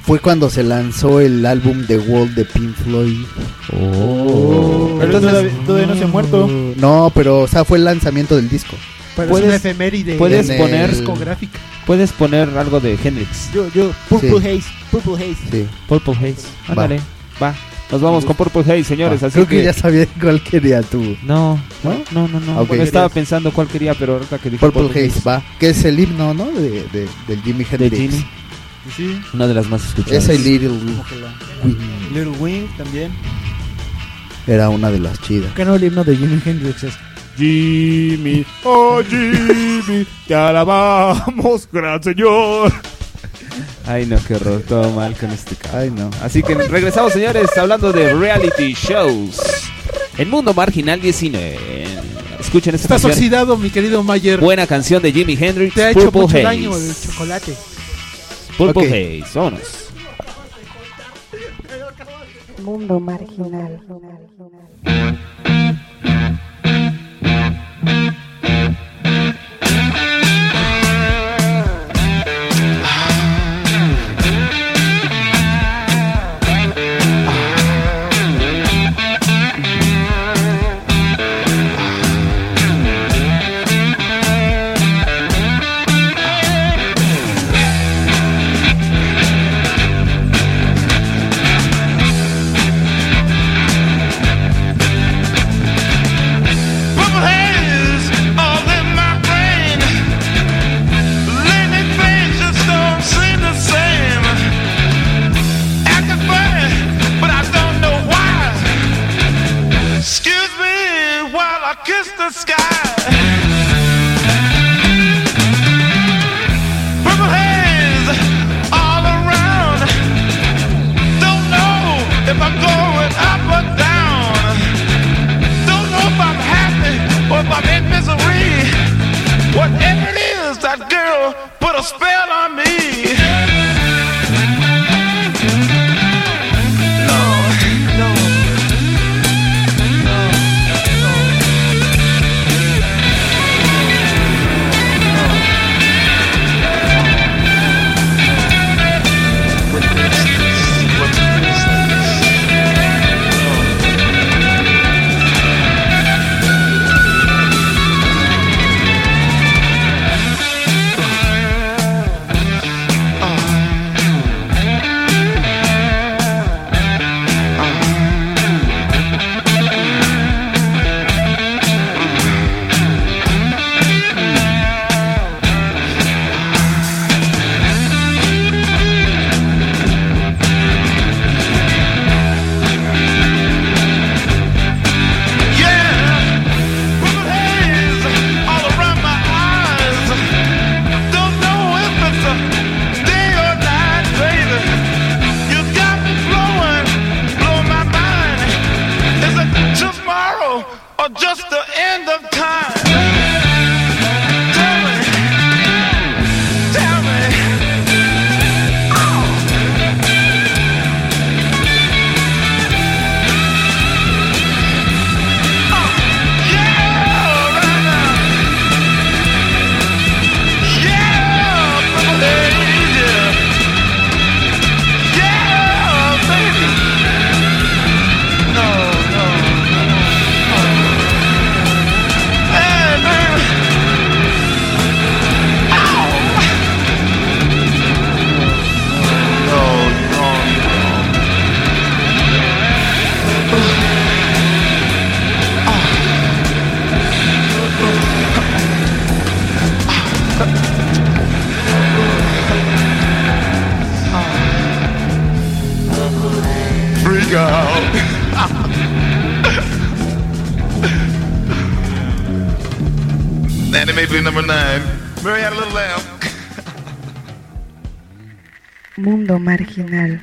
S9: fue cuando se lanzó el álbum The Wall de Pink Floyd.
S3: Oh.
S7: Pero todavía, todavía no se ha muerto.
S9: Mm. No, pero o sea, fue el lanzamiento del disco.
S6: Pero
S3: Puedes-
S6: es una efeméride
S3: puedes
S9: en el-
S3: poner
S6: discográfica.
S3: Puedes poner algo de Hendrix.
S7: Yo, yo, Purple Haze, Purple Haze.
S9: Sí.
S3: Purple Haze. Ándale, va. Nos vamos con Purple Haze, señores. Así
S9: Ah, Creo que ya sabía cuál quería tú.
S3: No, no, no, no. no.
S9: Ah, ok.
S3: Bueno, estaba pensando cuál quería, pero ahorita que dije
S9: Purple Haze, va. Que es el himno, ¿no? De, de- del Jimi
S3: de
S9: Hendrix.
S3: Genie,
S7: Sí,
S3: una de las más escuchadas.
S9: Esa y Little
S7: Little Wing también.
S9: era una de las chidas.
S11: que no el himno de Jimi Hendrix es
S2: Jimmy, oh Jimmy, te alabamos, gran señor.
S3: Ay, no, qué horror. Todo mal con este cabrón.
S9: Ay, no.
S3: Así que regresamos, señores, hablando de reality shows. El mundo marginal 19. Escuchen esta
S6: Estás
S3: canción.
S6: oxidado, mi querido Mayer.
S3: Buena canción de Jimi Hendrix.
S6: Te ha hecho
S3: Purple
S6: mucho
S3: Haze.
S6: daño el chocolate.
S3: Purple
S9: Ok.
S3: Haze. Vámonos.
S12: Mundo marginal.
S2: Purple haze all in my brain. Lately things just don't seem the same. Acting funny, but I don't know why. Excuse me while I kiss the sky. Purple haze all around. Don't know if I'm going up or down. Don't know if I'm happy or if I'm in misery. Whatever it is, that girl put a spell on me. No, no, no, no. Yeah, purple haze all around my eyes. Don't know if it's a day or night, baby. You got me blowing, blowing my mind. Is it tomorrow or just the end of time? Tell me, tell me. Oh. Freak out. Nanny Mapley number nine. Mary had a little lamb.
S12: Mundo marginal.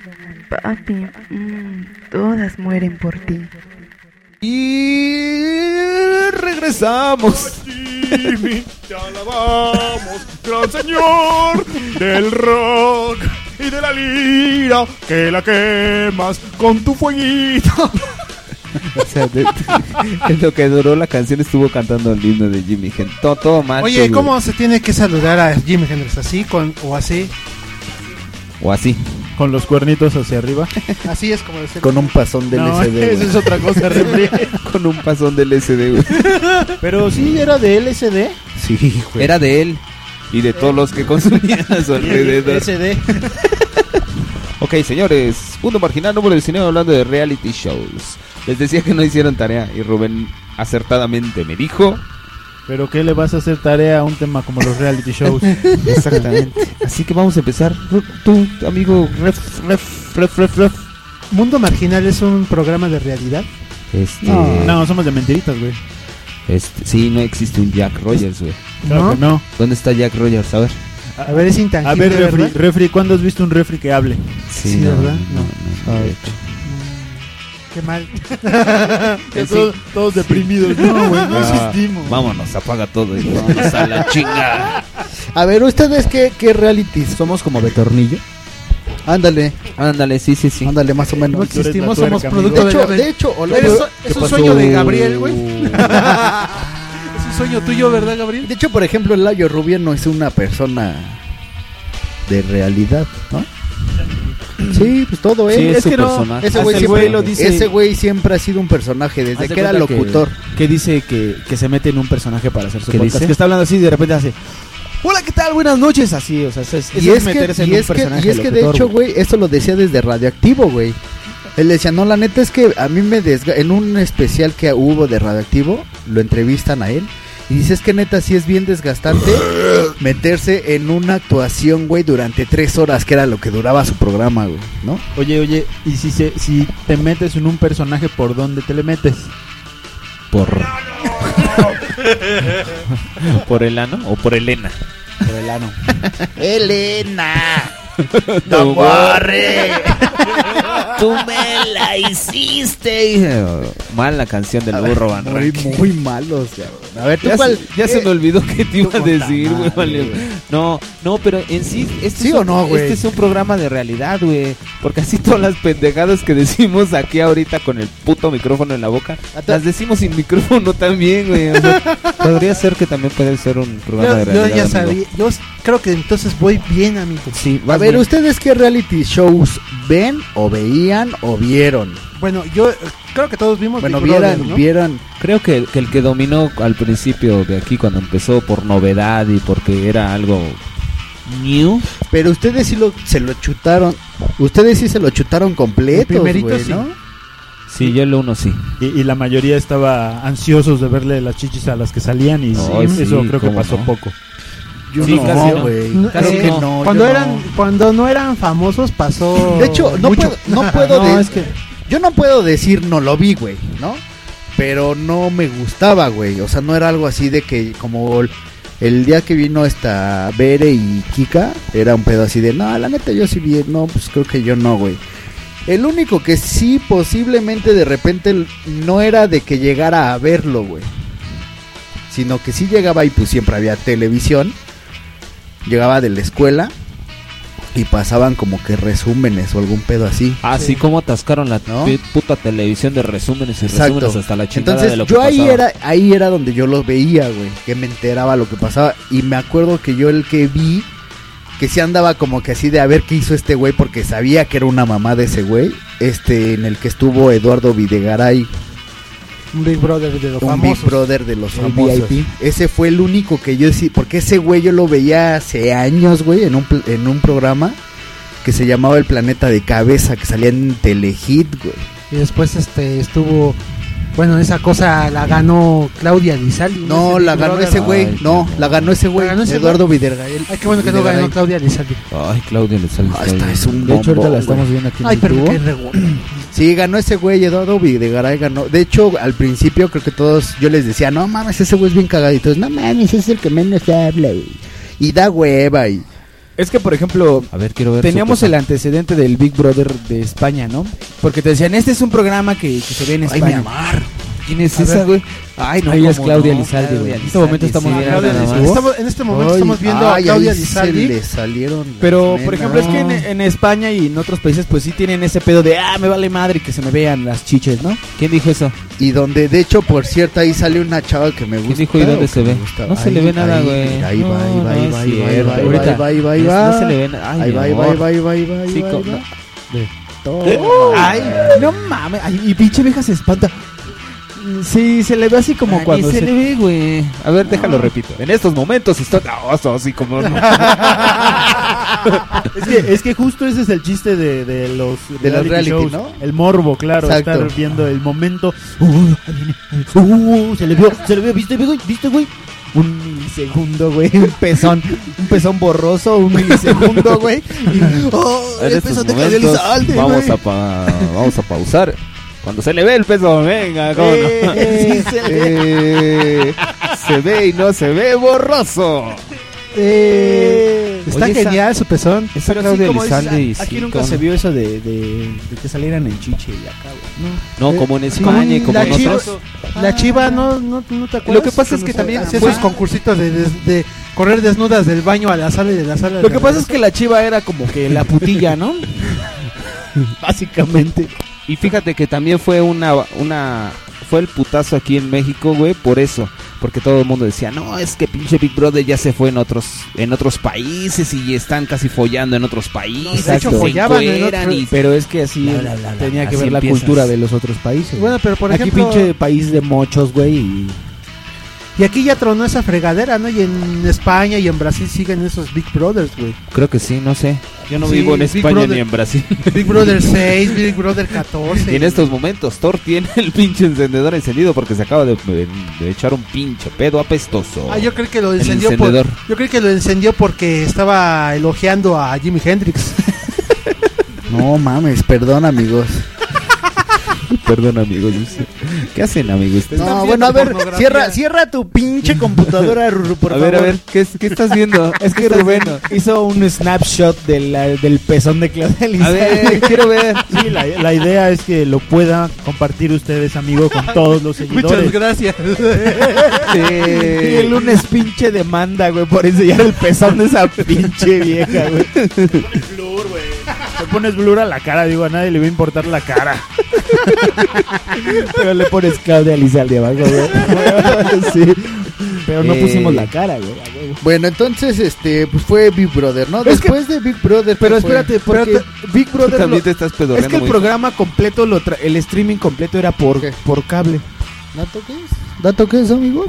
S12: Papi, mm, todas mueren por ti.
S3: Y regresamos.
S2: Jimmy, te alabamos, gran señor del rock y de la lira, que la quemas con tu fueguito.
S3: [LAUGHS] O sea, de- [LAUGHS] en lo que duró la canción estuvo cantando el himno de Jimi Hendrix. Todo, todo mal.
S6: Oye,
S3: todo-
S6: ¿cómo se tiene que saludar a Jimi Hendrix? ¿Así con, o así?
S3: O así.
S7: Con los cuernitos hacia arriba.
S6: Así es como decir.
S9: Con un pasón del
S7: No,
S6: [LAUGHS]
S9: SD,
S7: eso
S9: güey.
S7: es otra
S5: [LAUGHS]
S7: cosa, refri.
S3: [LAUGHS] Con un pasón del SD, güey.
S7: Pero sí, era de LSD.
S9: Sí, güey.
S3: Era de él. y de todos los que consumían a su alrededor.
S13: SD.
S3: [LAUGHS] Ok, señores, punto marginal número 19 hablando de reality shows. Les decía que no hicieron tarea y Rubén acertadamente me dijo.
S14: Pero ¿qué le vas a hacer tarea a un tema como los reality shows?
S3: Exactamente. Así que vamos a empezar. Ru- Tú, amigo, ref, ref, ref, ref, ref.
S6: Mundo Marginal es un programa de realidad.
S3: Este,
S14: No, no, somos de mentiritas, güey.
S3: este, sí, no existe un Jack Rogers, güey.
S14: Claro
S6: ¿No?
S14: que no.
S3: ¿Dónde está Jack Rogers? A ver.
S6: A ver, es
S14: A
S6: intangible,
S14: ver, refri,
S6: ¿verdad?
S14: refri, ¿cuándo has visto un refri que hable?
S6: Sí, ¿verdad?
S3: No, no,
S6: Ah,
S3: no, de hecho.
S6: Qué mal.
S14: Todos, todos deprimidos. No, güey, no
S3: Ah,
S14: existimos.
S3: Vámonos, apaga todo y vámonos a la chinga.
S9: A ver, ¿ustedes qué, qué realities?
S5: Somos como de tornillo.
S9: Ándale,
S3: Ándale, sí, sí, sí.
S9: ándale, más o
S6: No
S9: menos.
S6: existimos,
S14: Tú eres la
S6: somos
S14: tuerca,
S9: De
S6: producto
S9: hecho,
S6: de...
S9: de hecho, hola,
S6: Eres-
S9: yo-
S6: es un sueño de Gabriel,
S9: [LAUGHS]
S6: güey. es un sueño tuyo, ¿verdad, Gabriel?
S9: de hecho, por ejemplo, Layo Rubia no es una persona de realidad, ¿no? Sí, pues todo
S5: Sí,
S9: él.
S5: es su
S9: no,
S5: personaje.
S9: Ese
S5: Hasta
S9: güey
S5: el
S9: siempre,
S5: güey lo dice.
S9: ese güey siempre ha sido un personaje desde
S5: Haz de
S9: que era
S5: cuenta
S9: locutor.
S5: Que dice que, que se mete en un personaje para hacer su
S3: ¿Qué
S5: podcast.
S3: dice?
S5: Que está hablando así y de repente hace... Hola, ¿qué tal? Buenas noches. Así, o sea, eso es,
S9: Y
S5: eso
S9: es, que,
S5: meterse en
S9: y,
S5: un
S9: es que,
S5: personaje
S9: y es que de
S5: locutor,
S9: hecho, güey, esto lo decía desde Radioactivo, güey. Él decía, no, la neta es que a mí me desga... En un especial que hubo de Radioactivo, lo entrevistan a él. Y dice, es que neta sí es bien desgastante meterse en una actuación, güey, durante tres horas, que era lo que duraba su programa, güey, ¿no?
S14: Oye, oye, ¿y si, se, si te metes en un personaje, por dónde te le metes?
S3: Por. [LAUGHS] ¿Por el ano o por Elena?
S5: Por el ano.
S9: [LAUGHS] ¡Elena!
S3: ¡No
S9: borre! [LAUGHS]
S3: Tú me la hiciste. Mal la canción del burro Van
S9: Muy,
S3: Ranking.
S9: muy malos, cabrón. A ver, ¿tú
S3: Ya,
S9: cuál?
S3: se, ya se
S9: eh,
S3: me olvidó que te iba a
S9: puta
S3: decir, güey.
S9: madre,
S3: vale.
S9: güey.
S3: No, no, pero en sí, este,
S9: ¿Sí
S3: es,
S9: o
S3: un-
S9: no, güey?
S3: este es un programa de realidad, güey. Porque así todas las pendejadas que decimos aquí ahorita con el puto micrófono en la boca, las decimos sin micrófono también, güey. o
S9: [LAUGHS]
S3: sea, podría ser que también puede ser un programa
S6: Yo,
S3: de
S6: yo
S3: realidad.
S6: ya
S3: amigo.
S6: sabía. Yo s- creo que entonces voy bien, amigo.
S3: Sí,
S9: A
S3: vas
S9: ver,
S3: bien.
S9: ¿ustedes qué reality shows ven o veían o vieron?
S6: Bueno, yo eh, creo que todos vimos
S9: Bueno,
S6: Big Brother,
S9: vieran,
S6: ¿no?
S9: vieran.
S3: Creo que, que el que dominó al principio de aquí cuando empezó por novedad y porque era algo new.
S9: Pero ustedes sí lo, se lo chutaron. Ustedes sí se lo chutaron
S6: El
S9: completo,
S6: primerito
S9: güey,
S6: sí.
S9: ¿no?
S3: Sí, yo el uno sí.
S14: Y, y la mayoría estaba ansiosos de verle las chichis a las que salían y
S3: Ay,
S14: sí, eso
S3: sí,
S14: creo que
S3: cómo
S14: pasó
S3: no.
S14: poco.
S9: Yo
S3: Sí, casi no.
S9: güey.
S6: No,
S9: Creo
S6: eh,
S9: que no,
S6: cuando
S9: yo
S6: eran,
S9: no.
S6: cuando no eran famosos pasó.
S9: De hecho, no
S6: mucho.
S9: puedo, [LAUGHS] no puedo
S6: No,
S9: de-
S6: es que-
S9: yo no puedo decir no lo vi, güey, ¿no? Pero no me gustaba, güey. O sea, no era algo así de que como el, el día que vino esta Bere y Kika, era un pedo así de, no, la neta yo sí vi, no, pues creo que yo no, güey. El único que sí posiblemente de repente l- no era de que llegara a verlo, güey. Sino que sí llegaba y pues siempre había televisión. Llegaba de la escuela y pasaban como que resúmenes o algún pedo así.
S3: Así como atascaron la
S9: ¿No?
S3: pi- puta televisión de resúmenes y resúmenes hasta la chingada
S9: Entonces,
S3: de lo que
S9: yo ahí
S3: pasaba.
S9: era, ahí era donde yo los veía, güey. Que me enteraba lo que pasaba. Y me acuerdo que yo el que vi, que sí andaba como que así de a ver qué hizo este güey, porque sabía que era una mamá de ese güey. Este, en el que estuvo Eduardo Videgaray,
S6: Un Big Brother de los
S9: un
S6: famosos.
S9: Big Brother de los
S5: El
S9: famosos.
S5: VIP.
S9: Ese fue el único que yo sí, porque ese güey yo lo veía hace años, güey, en un, pl- en un programa que se llamaba El Planeta de Cabeza, que salía en Telehit, güey.
S6: Y después este estuvo. Bueno, esa cosa la ganó Claudia Lizaldi.
S9: No,
S6: Ese
S9: la
S6: Big
S9: ganó
S6: Brother.
S9: ese güey. No, la ganó ese güey.
S6: La ganó ese
S9: Eduardo Videgaray.
S6: Ay, qué bueno que no
S9: Videgaray.
S6: ganó Claudia Lizaldi.
S3: Ay, Claudio le sale.
S9: Ah, esta es un
S5: De hecho, ahorita
S9: bombón,
S5: la
S9: güey.
S5: estamos viendo aquí en
S6: Ay, pero
S5: YouTube.
S6: qué regón.
S9: Sí, ganó ese güey. Eduardo Videgaray ganó. De hecho, al principio creo que todos yo les decía, no mames, ese güey es bien cagadito. No mames, ese es el que menos habla, güey. Y da hueva. Y...
S5: Es que, por ejemplo,
S3: A ver, quiero ver.
S5: teníamos
S3: su
S5: el
S3: cosa.
S5: antecedente del Big Brother de España, ¿no? Porque te decían, este es un programa que, que se ve en España.
S9: amar.
S3: ¿Quién es esa, güey? Ay, no.
S5: Ahí es
S3: cómo
S5: Claudia
S3: no,
S5: Elizalde, güey.
S3: Claudia
S5: En este momento
S3: Elizalde, sí,
S5: estamos en
S3: era
S5: Claudia
S3: nada más.
S5: Elizalde.
S6: Estamos- en este momento estamos viendo a Claudia
S9: Se
S6: Lizaldi.
S9: le salieron. las
S5: Pero, por
S9: nenas.
S5: ejemplo, es que en, en España y en otros países, pues sí tienen ese pedo de, ah, me vale madre que se me vean las chiches, ¿no?
S3: ¿Quién dijo eso?
S9: Y donde, de hecho, por cierto, ahí sale una chava que me gusta.
S3: dijo y dónde
S9: o
S3: se
S9: que me
S3: ve?
S9: gustaba.
S3: No se
S9: Ahí,
S3: le ve nada,
S9: ahí,
S3: güey.
S9: Ahí va, ahí
S3: No,
S9: va,
S3: no
S9: ahí
S3: es
S9: va, ahí va, ahí
S3: cierto.
S9: va, ahí
S3: Ahorita.
S9: va, ahí va, ahí
S3: No,
S9: va.
S3: No se le ven. Ay,
S9: Ahí va, ahí
S3: mi
S9: va, ahí
S3: amor.
S9: va, ahí va, ahí va, ahí
S3: Sí,
S9: va,
S3: con-
S9: ahí va.
S3: Ve.
S9: Toma.
S5: Ay, no mames. Ay, y pinche vieja se espanta.
S6: Mm,
S15: Sí, se le ve así como
S3: Ay,
S15: cuando
S3: Ah, se
S15: se-
S3: le ve, güey. A ver, déjalo, repito. En estos momentos estoy... No, eso así como... no.
S15: Es que, es que justo ese es el chiste de, de los
S9: De los reality,
S15: shows.
S9: ¿no?
S15: El morbo, claro,
S9: Exacto.
S15: estar viendo el momento. Uh, ahí viene. Uh, se le vio, se le vio, viste, güey, viste, güey. Un milisegundo, güey, un pezón, un pezón borroso, un milisegundo, güey. Y, oh,
S3: En
S15: el
S3: estos
S15: pezón de
S3: momentos,
S15: Gabriel Elizalde,
S3: vamos,
S15: güey.
S3: a pa- vamos a pausar. Cuando se le ve el peso, venga, cómo no. [LAUGHS]
S15: Eh,
S6: [LAUGHS]
S15: sí, se le-
S3: Eh, se ve y no se ve borroso.
S6: Está
S3: Oye, esa-
S6: genial su pezón.
S3: Esa
S5: Pero
S3: Claudia
S5: sí, como dices,
S3: Elizalde y
S5: a- aquí
S3: sí,
S5: nunca
S3: cómo
S5: se
S3: no.
S5: vio eso de, de- de que salieran el chiche y acá, güey.
S3: No, como en España y como
S6: Eh, la
S3: nosotros.
S6: chiva, la chiva no, no, no te acuerdas.
S3: Lo que pasa es que
S6: Cuando
S3: también
S6: hacía
S3: fue-
S6: esos concursitos de, des- de correr desnudas del baño a la sala y de la sala.
S5: Lo que pasa es que la chiva era como que la putilla, ¿no? Básicamente.
S3: [LAUGHS] Y fíjate que también fue una, una fue el putazo aquí en México, güey, por eso, porque todo el mundo decía, "No, es que pinche Big Brother ya se fue en otros en otros países y están casi follando en otros países."
S6: de hecho,
S3: se
S6: follaban en
S3: encueran
S6: otro-
S3: y-
S5: Pero es que así
S3: Bla, bla, bla, bla,
S5: tenía que
S3: así
S5: ver la
S3: empiezas.
S5: cultura de los otros países.
S6: Bueno, pero por
S5: Aquí
S6: ejemplo.
S5: pinche país de mochos, güey. y-
S6: Y aquí ya tronó esa fregadera, ¿no? Y en España y en Brasil siguen esos Big Brothers, güey.
S3: Creo que sí, no sé. Yo no
S6: Sí,
S3: vivo en
S6: Big
S3: España
S6: Brother.
S3: ni en Brasil.
S6: Big
S3: [LAUGHS]
S6: Brother 6, Big Brother 14.
S3: Y en estos momentos Thor tiene el pinche encendedor encendido porque se acaba de, de echar un pinche pedo apestoso.
S6: Ah, yo creo que lo
S3: El
S6: encendió por,
S3: encendedor.
S6: Yo creo que lo encendió porque estaba elogiando a Jimi
S3: [LAUGHS]
S6: Hendrix.
S9: No mames, perdón amigos.
S3: Perdón, amigos. ¿Qué hacen, amigos? Ustedes-
S9: No, bueno, a ver,
S6: pornografía.
S9: cierra, cierra tu pinche computadora, Ruru, por
S3: a ver, a
S9: favor.
S3: ver, ¿qué, qué estás viendo?
S5: Es que Rubén hizo un snapshot de la- del pezón de Claudia
S3: A
S5: Elizalde.
S3: ver, quiero ver.
S15: Sí, la, la idea es que lo puedan compartir ustedes, amigo, con todos los seguidores.
S6: gracias.
S3: [LAUGHS]
S5: Y el lunes pinche demanda, güey, por enseñar el pezón de esa pinche vieja, güey.
S15: Le pones blur a la cara, digo, a nadie le va a importar la cara.
S5: Pero le pones Claudia Elizalde abajo, güey. Sí. Pero no
S3: Eh.
S5: pusimos la cara, güey. a huevo.
S9: Bueno, entonces, este, pues fue Big Brother, ¿no?
S5: Es que-
S9: Después de Big Brother.
S5: Pero
S9: ¿qué fue?
S5: espérate, porque Big
S3: Tú
S5: Brother... lo-
S3: también te estás pedorreando.
S5: es que el
S3: muy-
S5: programa completo, lo tra- el streaming completo era por,
S9: ¿Qué?
S5: por cable.
S9: ¿Dato qué es? ¿Dato qué es, amigo?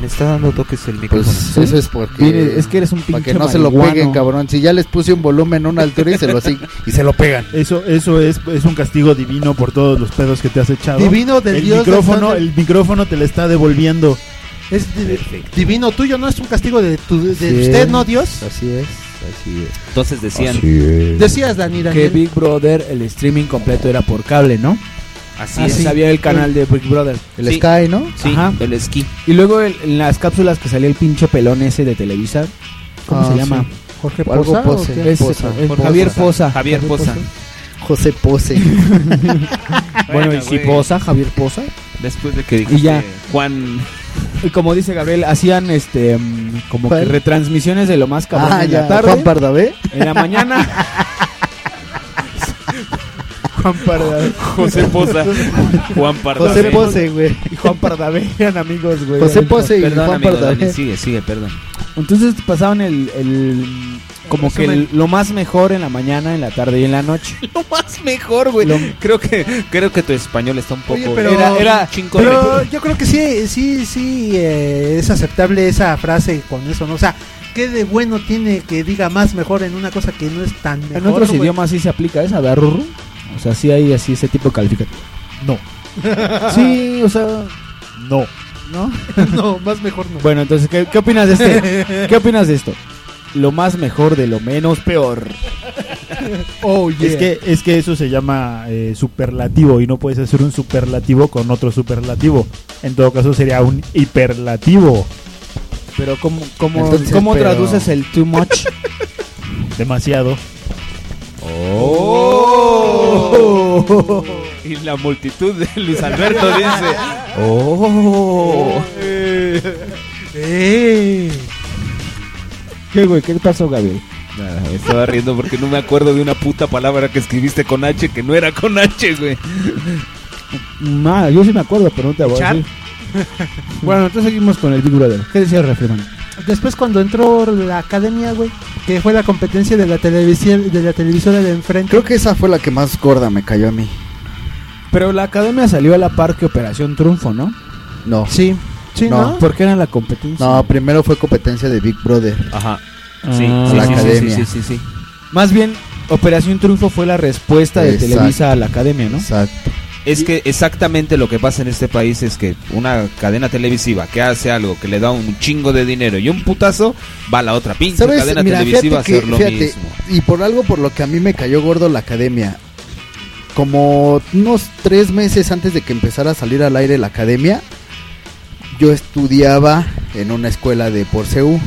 S3: Me está dando toques el micrófono.
S9: Pues eso es porque.
S5: Mire, es que eres un pinche
S9: Para que no se lo
S5: marihuano.
S9: peguen, cabrón. Si ya les puse un volumen a una altura y se lo así,
S3: [LAUGHS]
S9: y se lo pegan.
S15: Eso, eso es, es un castigo divino por todos los pedos que te has echado.
S6: Divino del
S15: el
S6: dios del
S15: micrófono,
S6: sol.
S15: el micrófono te le está devolviendo.
S6: Es di- divino tuyo, ¿no? Es un castigo de, tu- de usted, ¿no, Dios?
S9: Así es.
S3: Entonces decían,
S6: Decías, Dani,
S5: Que
S6: Daniel.
S5: Big Brother, el streaming completo era por cable, ¿no? Ah,
S3: así
S5: Sí,
S3: es.
S5: sabía el canal de Big Brother.
S9: El
S3: Sí.
S9: Sky, ¿no?
S3: Sí,
S5: Ajá.
S3: el esquí.
S5: Y luego el- en las cápsulas que salía el pinche pelón ese de Televisa. ¿Cómo
S9: Ah,
S5: se llama?
S6: Jorge
S9: o algo
S6: Posada, ¿o
S9: pose.
S6: qué?
S5: Ese,
S9: Poza,
S5: eh,
S9: Poza.
S5: Javier Poza.
S3: Ah, Javier Poza.
S9: José
S5: [LAUGHS]
S9: Pose.
S5: Bueno, y si
S3: güey.
S5: Poza, Javier Poza.
S3: Después de que dijiste
S5: Y ya.
S3: Juan [LAUGHS]
S5: Y como dice Gabriel, hacían este mm, como que
S9: ¿Cuál?
S5: retransmisiones de lo más cabrón
S9: ah,
S5: en
S9: ya.
S5: la tarde.
S9: Juan Pardavé.
S5: en la mañana. Juan Pardavé.
S3: José Poza, Juan Pardavé.
S9: José Pose, güey.
S5: Y Juan Pardavé eran amigos, güey.
S9: José Pose y
S3: Perdón,
S9: Juan
S3: amigo Dani,
S9: Pardavé.
S3: sigue, sigue, perdón.
S5: eh, pues, Entonces pasaban el, el como que el- lo más mejor en la mañana, en la tarde y en la noche.
S3: Lo más mejor, güey. Creo que creo que tu español está un poco
S6: Oye, pero-
S3: era era chingo
S6: Pero yo creo que sí, sí, sí eh, es aceptable esa frase con eso, ¿no? O sea, ¿qué de bueno tiene que diga más mejor en una cosa que no es tan mejor?
S5: en otros
S6: güey?
S5: idiomas sí se aplica esa, ¿verdad, Ruru? O sea, sí hay así ese tipo de calificativo.
S15: No,
S5: [LAUGHS] Sí, o sea,
S15: no.
S5: ¿no?
S6: [LAUGHS] No, más mejor no.
S5: Bueno, entonces, ¿qué, qué opinas de [LAUGHS] este? ¿Qué opinas de esto? Lo más mejor de lo menos peor.
S6: Oh,
S15: Es, que, es que eso se llama eh, superlativo y no puedes hacer un superlativo con otro superlativo. En todo caso sería un hiperlativo.
S5: Pero ¿cómo, cómo,
S9: Entonces,
S5: ¿cómo
S9: pero-
S5: traduces el too much?
S15: Demasiado.
S16: Oh.
S3: Y la multitud de
S16: [LAUGHS]
S3: Luis Alberto dice,
S16: ¡Oh!
S3: "Eh".
S16: Eh.
S5: ¿Qué, güey? ¿Qué pasó, Gabriel?
S3: Nada, me estaba riendo porque no me acuerdo de una puta palabra que escribiste con H que no era con H, güey.
S5: Ma, yo sí me acuerdo, pero no te voy a
S6: Chat.
S5: decir. bueno, entonces seguimos con el Big Brother. ¿Qué decía Refriman?
S6: Después cuando entró la academia, güey, que fue la competencia de la televisión de la televisora de enfrente.
S9: Creo que esa fue la que más gorda me cayó a mí.
S16: Pero la academia salió a la par que Operación Triunfo, ¿no?
S9: No.
S6: Sí, sí, ¿no?
S16: Porque era la competencia.
S9: No, primero fue competencia de Big Brother.
S3: Ajá. Sí,
S9: Ah,
S3: sí,
S9: la
S3: sí, sí,
S9: academia.
S3: sí, sí, sí, sí.
S16: Más bien, Operación Triunfo fue la respuesta de
S9: Exacto.
S16: Televisa a la academia, ¿no?
S9: Exacto.
S3: Es que exactamente lo que pasa en este país es que una cadena televisiva que hace algo que le da un chingo de dinero y un putazo, va a la otra pinche
S9: ¿Sabes?
S3: cadena
S9: Mira,
S3: televisiva a
S9: fíjate que-
S3: hacer lo
S9: fíjate,
S3: mismo.
S9: Y por algo por lo que a mí me cayó gordo la academia. Como unos tres meses antes de que empezara a salir al aire la academia, yo estudiaba en una escuela de por CU,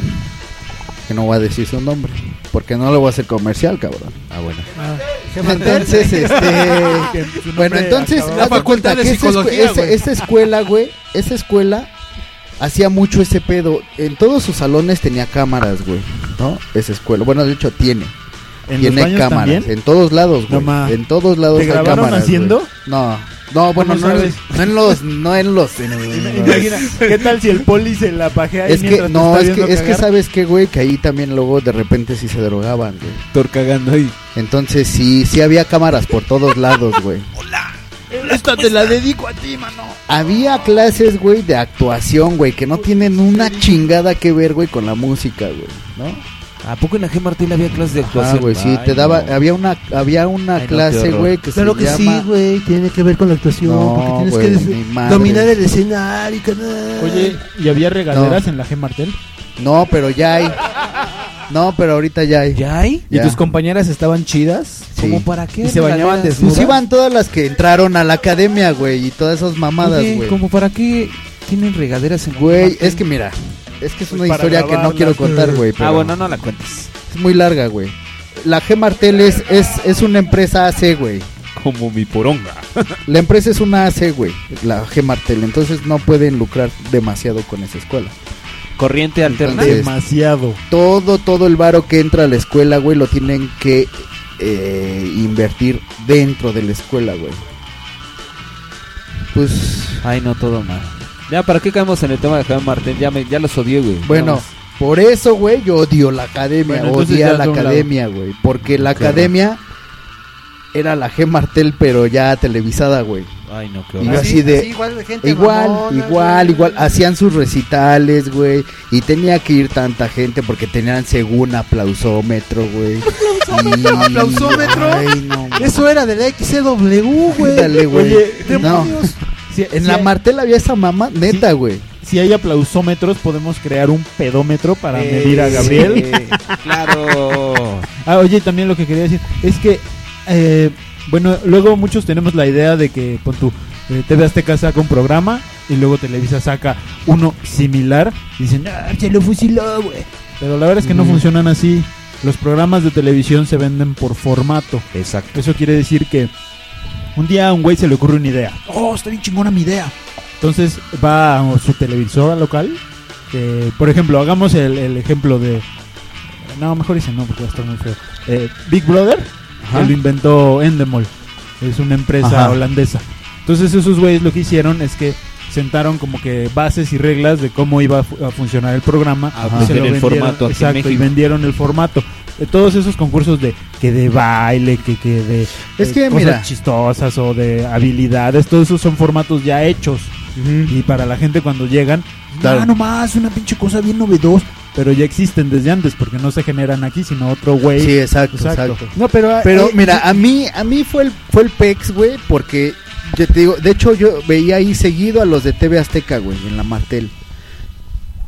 S9: que no voy a decir su nombre, porque no lo voy a hacer comercial, cabrón.
S3: Ah, bueno.
S9: [LAUGHS] Entonces, este. bueno, entonces,
S6: acababa.
S9: haz de cuenta
S6: Facultad de
S9: que esa escu-
S6: Psicología,
S9: esa-
S6: güey.
S9: esa escuela, güey, esa escuela hacía mucho ese pedo. En todos sus salones tenía cámaras, güey, ¿no? Esa escuela. Bueno, de hecho, tiene.
S5: ¿En los
S9: tiene
S5: baños
S9: cámaras.
S5: también?
S9: En todos lados,
S5: No
S9: güey.
S5: ma.
S9: en todos lados
S5: ¿Te
S9: hay
S5: grabaron
S9: cámaras.
S5: haciendo?
S9: güey. No. No, bueno,
S5: ¿Cómo
S9: no en,
S5: sabes?
S9: no en los. No en
S5: [LAUGHS]
S9: los. en-
S5: [LAUGHS] Imagina, ¿qué tal si el poli se la pajea ahí
S9: es que,
S5: mientras te
S9: no,
S5: está
S9: es que,
S5: viendo
S9: es que
S5: cagar?
S9: sabes qué, güey, que ahí también luego de repente sí se drogaban, güey.
S16: Thor cagando ahí.
S9: Entonces sí, sí había cámaras por todos lados, güey.
S5: Esta te la dedico a ti, mano.
S9: Había clases, güey, de actuación, güey, que no tienen una chingada que ver, güey, con la música, güey, ¿no?
S3: ¿A poco en la G Martín había clases de
S9: Ah,
S3: actuación?
S9: güey, sí,
S3: Ay,
S9: te daba,
S3: no.
S9: había una, había una
S3: Ay, no, qué
S9: clase,
S3: horror.
S9: güey, que
S6: Claro
S9: se
S6: que sí,
S9: llama...
S6: güey, tiene que ver con la actuación,
S9: No,
S6: porque tienes
S9: güey,
S6: que "Ah, des-
S9: ni madres.
S6: dominar el escenario, carnal.
S5: Oye, ¿y había regaderas en la G Martel?
S9: No, pero ya hay. No, pero ahorita ya hay.
S3: ¿Ya hay?
S16: ¿Y
S9: Ya.
S16: tus compañeras estaban chidas?
S9: Sí.
S16: ¿Cómo para qué? ¿Y se bañaban
S9: Pues
S16: desnudas?
S9: iban todas las que entraron a la academia, güey, y todas esas mamadas,
S3: Oye,
S9: güey.
S3: ¿Cómo para qué tienen regaderas en la
S9: Güey,
S3: Martín?
S9: es que mira, es que es una
S5: Pues para
S9: historia que no
S5: grabarlas,
S9: quiero contar,
S6: güey.
S9: güey.
S3: Ah,
S9: pero-
S3: bueno, no la cuentes.
S9: Es muy larga, güey. La G Martel es, es, es una empresa AC, güey.
S3: Como mi poronga.
S9: La empresa es una AC, güey. La G Martel. Entonces no pueden lucrar demasiado con esa escuela.
S3: Corriente alterna.
S9: Entonces,
S5: Demasiado.
S9: Todo, todo el varo que entra a la escuela, güey, lo tienen que eh, invertir dentro de la escuela, güey. Pues,
S3: Ay, no, todo mal. Ya, ¿para qué caemos en el tema de Javier Martín? Ya, me, ya los odié, güey.
S9: bueno. Por eso, güey, yo odio la academia,
S5: Bueno, entonces
S9: odia
S5: ya
S9: la
S5: de un lado.
S9: academia, güey. Porque la
S3: Qué
S9: academia era la G Martel, pero ya televisada, güey.
S3: Ay, no, qué
S9: Y
S3: horror.
S9: yo así de...
S6: igual, gente
S9: Igual,
S6: mamona,
S9: igual,
S6: güey.
S9: igual. Hacían sus recitales, güey. Y tenía que ir tanta gente porque tenían según aplausómetro, güey. Y-
S6: ¿Aplausómetro?
S9: Ay, no.
S6: Eso era de la
S16: Uh,
S6: XCW, güey.
S9: Dale, güey. No.
S6: demonios.
S5: Si,
S9: En
S5: si
S9: la
S5: hay,
S9: Martel había esa mamá, neta, güey.
S5: si hay aplausómetros, podemos crear un pedómetro para
S3: Eh,
S5: medir a Gabriel.
S3: sí, [LAUGHS] claro.
S5: Ah, oye, también lo que quería decir es que, eh, bueno, luego muchos tenemos la idea de que pon tu TV Azteca saca un programa y luego Televisa saca uno similar y dicen, ah, se lo fusiló, güey. Pero la verdad es que no
S9: Ujú.
S5: funcionan así. Los programas de televisión se venden por formato.
S3: Exacto.
S5: Eso quiere decir que un día a un güey se le ocurre una idea. ¡Oh, está bien chingona mi idea! Entonces va a su televisora local. eh, por ejemplo, hagamos el, el ejemplo de. No, mejor ese no, porque va a estar muy feo. Eh, Big Brother,
S9: Ajá.
S5: que lo inventó Endemol. Es una empresa
S9: Ajá.
S5: holandesa. Entonces, esos güeyes lo que hicieron es que sentaron como que bases y reglas de cómo iba a, fu- a funcionar el programa.
S3: A
S5: y se
S3: vender
S5: lo
S3: el
S5: vendieron-
S3: formato aquí en
S5: exacto, y
S3: México.
S5: vendieron el formato. Eh, todos esos concursos de que de baile, que, que de
S9: Es
S5: eh,
S9: que,
S5: cosas
S9: mira.
S5: chistosas o de habilidades, todos esos son formatos ya hechos y para la gente cuando llegan,
S9: Claro.
S5: ah, no más, una pinche cosa bien novedosa, pero ya existen desde antes porque no se generan aquí, sino otro güey.
S9: Sí, exacto,
S5: Exacto.
S9: exacto.
S5: No, pero ah,
S9: Pero
S5: eh,
S9: mira, a mí, a mí fue el, fue el Pex, güey, porque yo te digo, de hecho yo veía ahí seguido a los de TV Azteca, güey, en la Martel.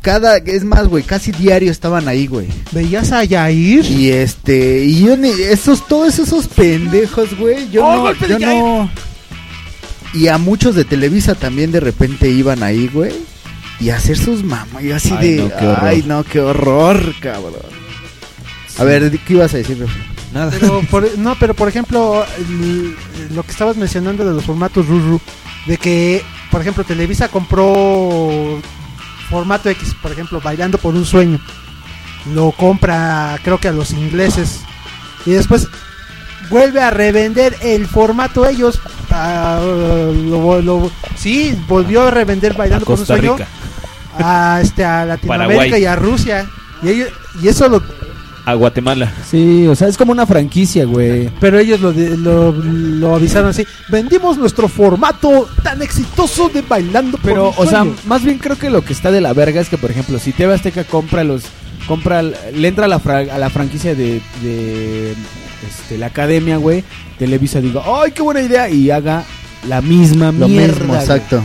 S9: Cada, es más, güey, casi diario estaban ahí, güey.
S6: ¿Veías a Yair?
S9: Y este, y yo ni, esos, todos esos pendejos, güey,
S5: Oh,
S9: yo no, yo no. Y a muchos de Televisa también de repente iban ahí, güey, y a hacer sus mamas, y así
S3: Ay,
S9: de,
S3: no, qué horror.
S9: ay, no, qué horror, cabrón. A ver, ¿qué ibas a decir, güey?
S3: Nada.
S6: Pero por- no, pero por ejemplo, el- lo que estabas mencionando de los formatos Ruru, de que, por ejemplo, Televisa compró formato X, por ejemplo, Bailando por un Sueño. Lo compra, creo que a los ingleses. Y después vuelve a revender el formato ellos. Ah, lo- lo- sí, volvió a revender
S3: A
S6: Bailando por un
S3: Costa
S6: Sueño
S3: Rica. [LAUGHS]
S6: a, este, a Latinoamérica
S3: Paraguay.
S6: y a Rusia. Y, ellos- y eso lo
S17: a Guatemala.
S5: Sí, o sea, es como una franquicia, güey.
S6: Pero ellos lo, de- lo, lo avisaron así. Vendimos nuestro formato tan exitoso de bailando. por
S5: Pero,
S6: mis
S5: o sea,
S6: sueños".
S5: más bien creo que lo que está de la verga es que, por ejemplo, si TV Azteca compra los. compra Le entra a la, fra- a la franquicia de. de, este, la academia, güey. Televisa diga, ¡ay, qué buena idea! Y haga la misma
S9: Lo
S5: mierda.
S9: mismo,
S5: güey.
S9: exacto.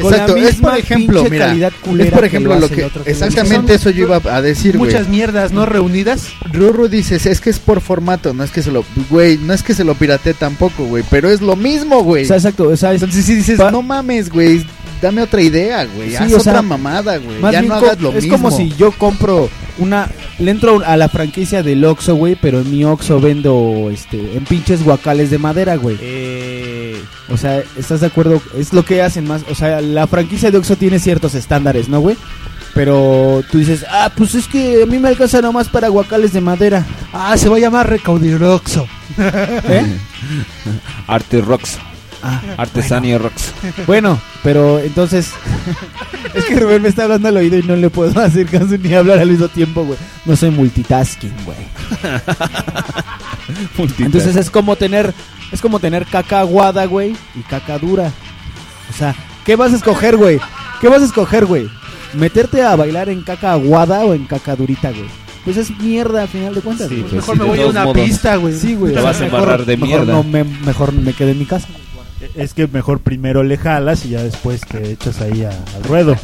S5: Con la
S9: Exacto, es
S5: misma
S9: por ejemplo,
S5: pinche
S9: mira,
S5: calidad
S9: es
S5: culera
S9: por
S5: que
S9: ejemplo
S5: lo
S9: lo
S5: hace
S9: que
S5: la otra
S9: exactamente eso yo iba a decir, güey.
S6: Muchas mierdas no reunidas.
S9: Ruru dices, es que es por formato, no es que se lo, güey, no es que se lo pirate tampoco, güey, pero es lo mismo, güey.
S5: O sea, exacto, o sea, es-
S9: Entonces sí dices,
S5: pa-
S9: no mames, güey, dame otra idea, güey,
S5: Sí,
S9: haz
S5: o
S9: otra
S5: sea,
S9: mamada, güey,
S5: Más
S9: ya
S5: bien
S9: no
S5: co-
S9: hagas lo
S5: es
S9: mismo.
S5: como si yo compro una. Le entro a la franquicia del Oxxo, güey, pero en mi Oxxo vendo este, en pinches guacales de madera, güey.
S3: Eh,
S5: O sea, ¿estás de acuerdo? Es lo que hacen más. O sea, la franquicia de Oxxo tiene ciertos estándares, ¿no, güey? Pero tú dices, ah, pues es que a mí me alcanza nomás para guacales de madera.
S6: Ah, se va a llamar Recaudiroxo.
S5: ¿Eh?
S3: Arte Rocks.
S5: Ah,
S3: Artesanía Rocks.
S5: bueno, pero entonces. [LAUGHS] es que Rubén me está hablando al oído y no le puedo hacer caso ni hablar al mismo tiempo, güey. No soy multitasking,
S17: [LAUGHS]
S5: güey. Entonces es como tener es como tener caca aguada, güey, y caca dura. O sea, ¿qué vas a escoger, güey? ¿Qué vas a escoger, güey? ¿Meterte a bailar en caca aguada o en caca durita, güey? Pues es mierda, al final de cuentas.
S17: Sí,
S5: güey.
S17: pues
S6: Mejor
S17: sí,
S6: me
S17: de
S6: voy a
S17: todos
S6: una
S17: modos.
S6: pista, güey.
S5: Sí, güey.
S17: Te
S5: O sea,
S17: vas a
S5: mejor-
S17: embarrar de
S5: mejor
S17: mierda.
S5: no me, mejor me quedo en mi casa.
S2: Es que mejor primero le jalas y ya después te echas ahí a- al ruedo.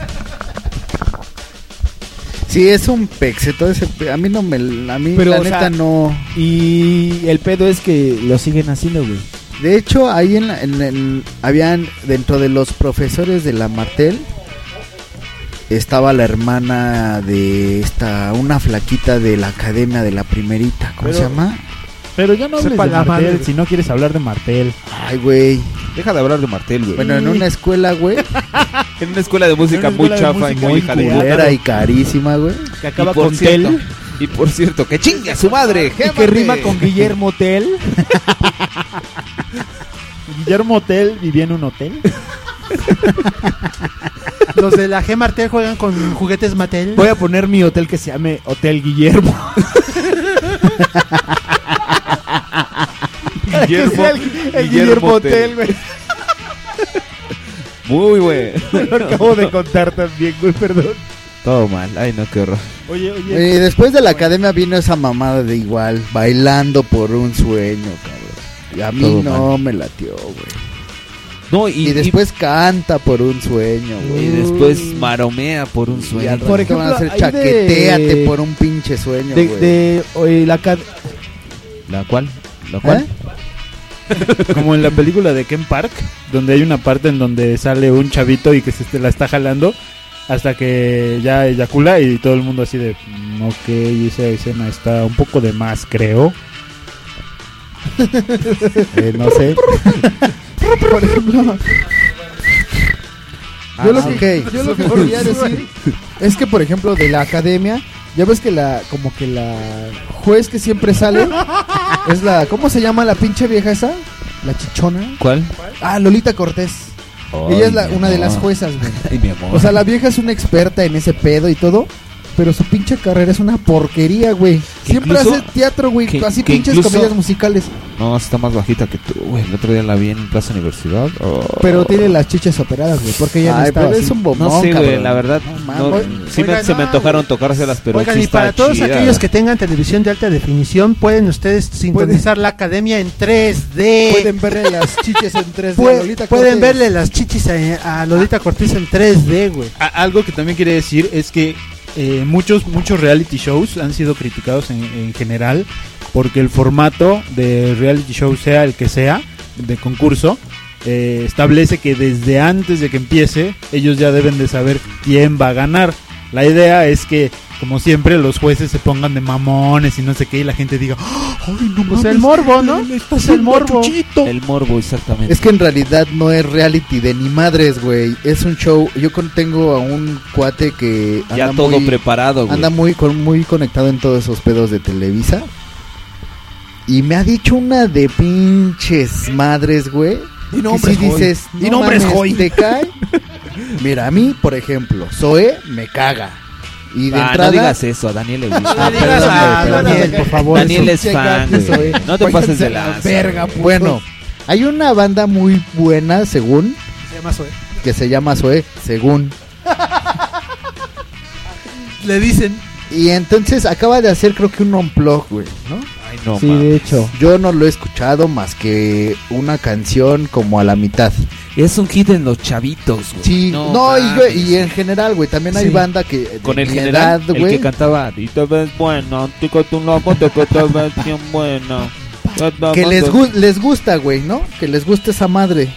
S9: Sí, es un pexe, todo ese pe- a mí no me a mí
S5: Pero,
S9: la
S5: o
S9: neta
S5: sea-
S9: no.
S5: Y el pedo es que lo siguen haciendo, güey.
S9: De hecho, ahí en, la- en- en- habían dentro de los profesores de la Martel estaba la hermana de esta una flaquita de la academia de la primerita, ¿cómo
S2: Pero-
S9: se llama?
S2: Pero ya no hables
S6: Sepa
S2: de
S6: la
S2: Martel
S6: madre, güey.
S2: si no quieres hablar de Martel.
S9: Ay, güey.
S3: Deja de hablar de Martel, güey.
S9: Bueno, en una
S5: [LAUGHS]
S9: escuela, güey,
S3: en una escuela de música
S2: En una
S3: muy
S2: escuela de
S3: chafa y
S2: música
S3: muy
S2: muy
S3: hija de
S2: culera.
S9: culera y carísima, güey.
S3: y
S5: Que acaba
S3: por,
S5: con
S3: cierto,
S5: tel
S3: y por cierto, que chingue a su madre.
S5: y que
S3: gémate.
S5: rima con Guillermo Tel.
S2: [LAUGHS] Guillermo Hotel vivía en un hotel.
S6: Los de la G Martel juegan con juguetes Mattel.
S5: Voy a poner mi hotel que se llame Hotel Guillermo.
S2: [LAUGHS]
S5: Para que
S3: Guillermo-
S5: sea el, el Guillermo,
S3: Guillermo
S5: Hotel,
S3: Hotel.
S5: güey.
S3: [LAUGHS] Muy güey.
S5: Lo acabo de contar también, güey, perdón.
S3: [LAUGHS] Todo mal. Ay, no, qué horror.
S2: Oye, oye.
S9: Eh, después de la academia vino esa mamada de igual, bailando por un sueño, cabrón. Y a mí
S3: Todo
S9: no me latió, güey.
S3: No,
S9: Y,
S3: y,
S9: después canta por un sueño,
S3: y,
S9: güey.
S3: después maromea por un
S9: Y al
S3: sueño.
S9: por ejemplo, van a
S5: ejemplo,
S9: hacer
S5: ahí
S9: chaqueteate
S5: de-
S9: por un pinche sueño,
S5: De,
S9: güey.
S5: de- oye, la ca-
S3: ¿La cual? ¿La cual?
S9: ¿Eh?
S2: Como en la película de Ken Park, donde hay una parte en donde sale un chavito y que se este- la está jalando hasta que ya eyacula y todo el mundo así de, "Mm, ok, esa escena está un poco de más, creo. Eh,
S18: [LAUGHS]
S2: no sé.
S5: por ejemplo,
S18: Yo lo
S9: Ah,
S18: que,
S9: ok.
S18: yo lo
S3: [LAUGHS]
S18: que quería decir es que, por ejemplo, de la academia, ya ves que la, como que la juez que siempre sale es la, ¿cómo se llama la pinche vieja esa? La chichona.
S3: ¿Cuál?
S18: Ah, Lolita Cortés.
S3: Ay,
S18: Ella es la-
S3: mi
S18: una de
S3: amor.
S18: las juezas, güey.
S3: Ay, mi amor.
S18: O sea, la vieja es una experta en ese pedo y todo. Pero su pinche carrera es una porquería, güey.
S3: Que
S18: Siempre
S3: incluso-
S18: hace teatro, güey.
S3: que-
S18: Así
S3: que
S18: pinches
S3: incluso-
S18: comedias musicales.
S3: No, está más bajita que tú, güey. El otro día la vi en Plaza Universidad. Oh.
S18: Pero tiene las chichas operadas, güey. Porque ya no
S9: Ay,
S18: estaba
S9: pero es
S18: así.
S9: un bombón,
S3: No sé, güey,
S9: cabrón.
S3: la verdad.
S9: No,
S3: no,
S9: mames.
S3: sí me-
S6: Oigan,
S3: se me
S6: no,
S3: antojaron tocárselas, pero
S6: Oigan,
S3: sí
S6: y
S3: está
S6: para todos
S3: chida.
S6: aquellos que tengan televisión de alta definición, pueden ustedes sintonizar la academia en 3D.
S18: Pueden verle las chiches en 3D.
S6: Pue-
S18: Lolita
S6: pueden
S18: Cortés.
S6: verle las chichis a, a Lolita Cortés en 3D, güey.
S17: A- algo que también quería decir es que eh, muchos muchos reality shows han sido criticados en, en general porque el formato de reality show sea el que sea de concurso eh, establece que desde antes de que empiece ellos ya deben de saber quién va a ganar la idea es que como siempre los jueces se pongan de mamones y no sé qué y la gente diga ay no
S6: Pues
S17: mames,
S6: el morbo, ¿no?
S17: le- le está
S6: Es el
S17: haciendo a
S6: morbo.
S17: Chuchito".
S3: El morbo, exactamente.
S9: Es que en realidad no es reality de ni madres, güey. Es un show. Yo con- tengo a un cuate que anda
S3: ya todo
S9: muy,
S3: preparado, güey.
S9: anda muy con muy conectado en todos esos pedos de Televisa. Y me ha dicho una de pinches madres, güey.
S18: Y
S9: que si dices, no mames, te cae. Mira, a mí, por ejemplo, Zoe me caga. Y de
S3: Ah,
S9: entrada. Ah,
S3: no digas eso, a Daniel le gusta.
S9: No le digas
S3: Perdón,
S9: a
S3: güey, perdón.
S9: Daniel, por favor,
S3: Daniel
S9: es
S3: es
S9: un
S3: fan,
S9: checazo,
S3: güey.
S9: eh.
S3: No te
S9: Váyanse
S3: pases de
S9: a la
S3: la
S9: verga, pues. putos. Bueno, hay una banda muy buena, según,
S6: Se llama Zoe.
S9: que se llama Zoe, según.
S6: Le dicen.
S9: Y entonces acaba de hacer creo que un unplug, güey, ¿no?
S3: Ay,
S9: no
S11: Sí, de mames. hecho.
S9: Yo no lo he escuchado más que una canción como a la mitad.
S3: Es un hit en los chavitos, güey.
S9: Sí,
S3: No
S9: no, y,
S3: mames.
S9: güey, y en general, güey, también hay
S3: Sí.
S9: banda que... de
S3: Con el
S9: mi
S3: general,
S9: edad,
S3: el que cantaba "Y te ves bueno, tú con tu lobo, tú que te ves bien bueno".
S9: que les, gu- les gusta, güey, ¿no? Que les gusta esa madre.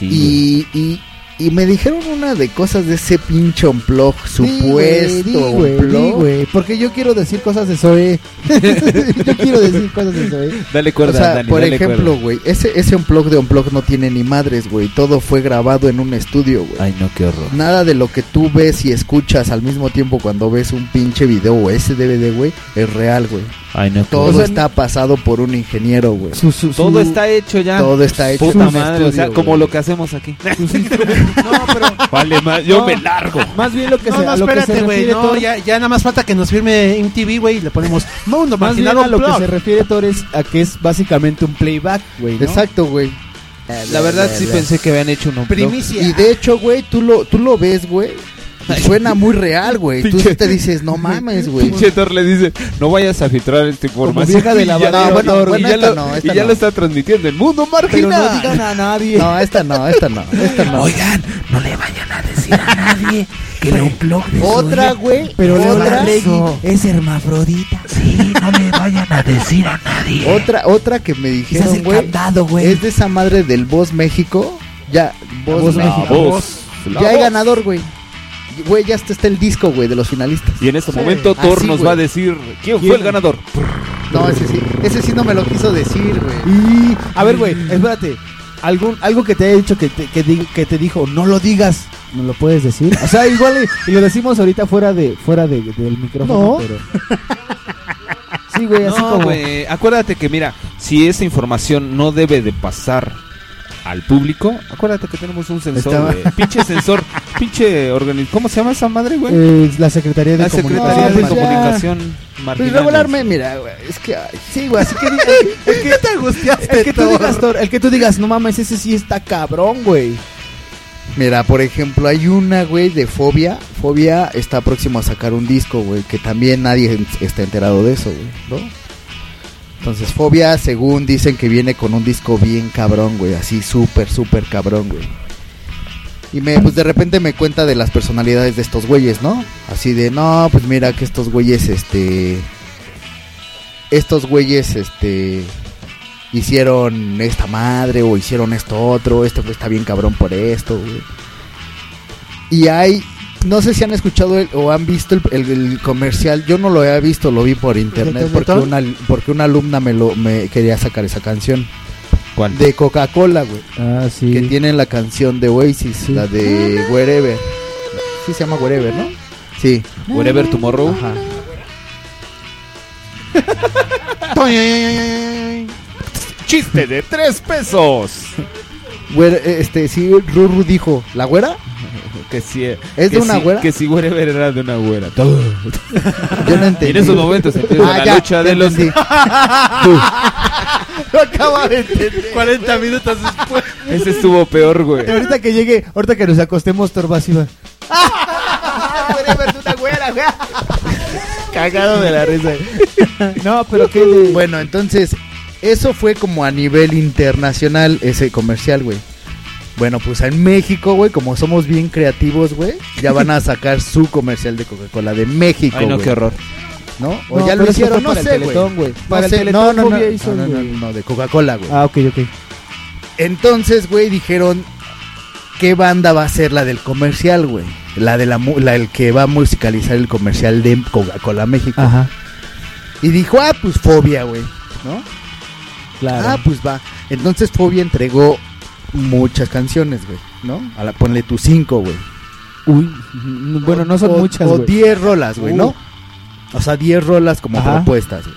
S9: Y, y, y me dijeron una de cosas de ese pinche blog,
S10: Di,
S9: supuesto
S10: güey, di,
S9: unplug.
S10: güey, Porque yo quiero decir cosas de Zoe. yo quiero decir cosas de Zoe.
S3: Dale
S9: O
S3: cuerda,
S9: sea,
S3: Dani,
S9: por
S3: dale
S9: ejemplo,
S3: cuerda.
S9: güey, ese, ese unplug de unplug no tiene ni madres, güey. Todo fue grabado en un estudio, güey.
S3: Ay, no, qué horror.
S9: Nada de lo que tú ves y escuchas al mismo tiempo cuando ves un pinche video o ese DVD, güey, es real, güey.
S3: Ay, no, qué
S9: Todo
S3: horror.
S9: está pasado por un ingeniero, güey.
S3: Todo está hecho ya.
S9: Todo está hecho
S3: Puta
S9: en un
S3: madre, o sea,
S9: estudio,
S3: como
S9: güey.
S3: lo que hacemos aquí. Vale, más, yo
S6: No.
S3: me largo.
S10: Más bien lo que
S6: No,
S10: se
S6: no,
S10: a lo que se
S6: espérate, güey.
S10: refiere
S6: No,
S10: todo-
S6: ya, ya nada más falta que nos firme MTV, güey, y le ponemos Mundo
S11: Más bien
S6: Marginal
S11: a lo que
S6: Unplugged".
S11: se refiere Thor es a que es básicamente un playback, güey. ¿no?
S9: Exacto, güey.
S3: La verdad sí pensé que habían hecho un unplug.
S6: Primicia.
S9: Y de hecho, güey, tú lo, tú lo ves, güey. y Suena muy real, güey. Tú
S3: Pinche-
S9: te dices, no mames, güey.
S3: Pinche Thor le dice, no vayas a filtrar esta información.
S10: vieja de
S3: [LAUGHS] Y ya-
S10: lavadero,
S3: y
S10: bueno,
S3: ya
S10: bueno,
S3: lo-
S10: esta no,
S3: y
S10: esta
S3: ya
S10: no.
S3: lo está transmitiendo el mundo
S10: Pero no
S3: marginal.
S10: digan a nadie.
S9: No, esta no, esta no, esta no.
S3: Oigan, no le vayan a decir a nadie que era un blog de
S9: Otra, güey.
S10: Pero Leona
S9: otra,
S10: Legui es hermafrodita. Sí, no le vayan a decir a nadie.
S9: otra, otra que me dijeron, güey. Es de esa madre del Voz México. Ya, Voz,
S10: Voz
S9: México.
S10: México.
S9: Ya hay ganador, güey. Güey, ya está, está el disco, güey, de los finalistas.
S3: Y en este momento
S9: Así,
S3: Thor nos
S9: güey.
S3: va a decir quién
S9: ¿Quién?
S3: fue el ganador.
S9: No, ese sí. Ese sí no me lo quiso decir, güey.
S11: Y, a ver, güey, espérate. Algún, algo que te haya dicho que te, que, di- que te dijo, no lo digas, ¿no lo puedes decir? O sea, igual y, y lo decimos ahorita fuera de fuera de- del micrófono,
S10: No.
S11: pero... Sí, güey, así
S3: No,
S11: como...
S3: güey, acuérdate que mira, si esa información no debe de pasar al público, acuérdate que tenemos un sensor,
S10: Estaba-
S3: güey. pinche sensor, pinche organismo, ¿cómo se llama esa madre, güey?
S11: eh, la Secretaría de
S3: La Secretaría
S11: Comunicación.
S3: de
S9: pues ya.
S3: Comunicación
S9: Pues
S3: Marginal.
S9: regularmente, mira, güey. Es que, ay, sí, güey. Así que. [LAUGHS]
S10: ¿Qué te angustiaste?
S11: El que tú digas, Thor, el que tú digas, no mames, ese sí está cabrón, güey.
S9: Mira, por ejemplo, hay una, güey, de Fobia. Fobia está próximo a sacar un disco, güey, que también nadie en- está enterado de eso, güey, ¿no? Entonces, Fobia, según dicen que viene con un disco bien cabrón, güey, así súper, súper cabrón, güey. Y me, pues de repente me cuenta de las personalidades de estos güeyes, ¿no? Así de, no, pues mira que estos güeyes, este... Estos güeyes, este... Hicieron esta madre o hicieron esto otro, este güey está bien cabrón por esto, güey. Y hay, no sé si han escuchado el- o han visto el, el- el comercial, yo no lo había visto, lo vi por internet
S10: Teletón?
S9: porque una, porque una alumna me, lo, me quería sacar esa canción.
S3: ¿Cuál?
S9: De Coca-Cola, güey
S11: Ah, sí.
S9: que tienen la canción de Oasis, la de Wherever. Sí se llama Wherever, ¿no? Sí.
S3: Wherever Tomorrow.
S9: Ajá.
S3: [LAUGHS] Chiste de tres pesos.
S9: Where- este, sí, Ruru dijo, ¿la güera?
S3: Que si ¿Es
S9: de una güera?
S3: Que si Wherever era de una güera.
S9: Yo no
S3: Y en
S9: entendí.
S3: esos momentos empieza
S9: Ah,
S3: la
S9: ya,
S3: lucha
S9: ya
S3: de los... [LAUGHS]
S9: entendí. [LAUGHS] Lo acaba de entender.
S5: 40 minutos después.
S3: Ese estuvo peor, güey.
S11: Y ahorita que llegue, ahorita que nos acostemos, Thor, vas, Iván.
S9: Ah,
S10: Cagado de la risa.
S11: No, pero que... de-
S9: Bueno, entonces, eso fue como a nivel internacional ese comercial, güey. Bueno, pues en México, güey, como somos bien creativos, güey, ya van a sacar su comercial de Coca-cola de México,
S3: Ay, no,
S9: güey,
S3: qué horror.
S9: ¿no? O
S11: No,
S9: ya
S11: pero
S9: lo
S11: eso
S9: hicieron,
S11: fue
S9: no
S11: para el
S9: sé, güey.
S11: Teletón, güey.
S9: No
S11: Para el
S9: sé, no,
S11: Teletón
S9: no, no,
S11: Fobia
S9: no,
S11: hizo,
S9: no, no,
S11: güey.
S9: no, de Coca-Cola, güey.
S11: Ah, ok, ok.
S9: Entonces, güey, dijeron, ¿qué banda va a ser la del comercial, güey? La de la, mu- la el que va a musicalizar el comercial de Coca-Cola México.
S11: Ajá,
S9: Y dijo, ah, pues Fobia, güey.
S11: claro.
S9: Ah, pues va. Entonces Fobia entregó muchas canciones, güey, ¿no? A la, ponle tus cinco, güey.
S11: Uy, mm, bueno, no son
S9: O-
S11: muchas,
S9: O
S11: güey.
S9: 10 rolas, güey, ¿no? O sea, 10 rolas como
S11: Ajá.
S9: propuestas, güey.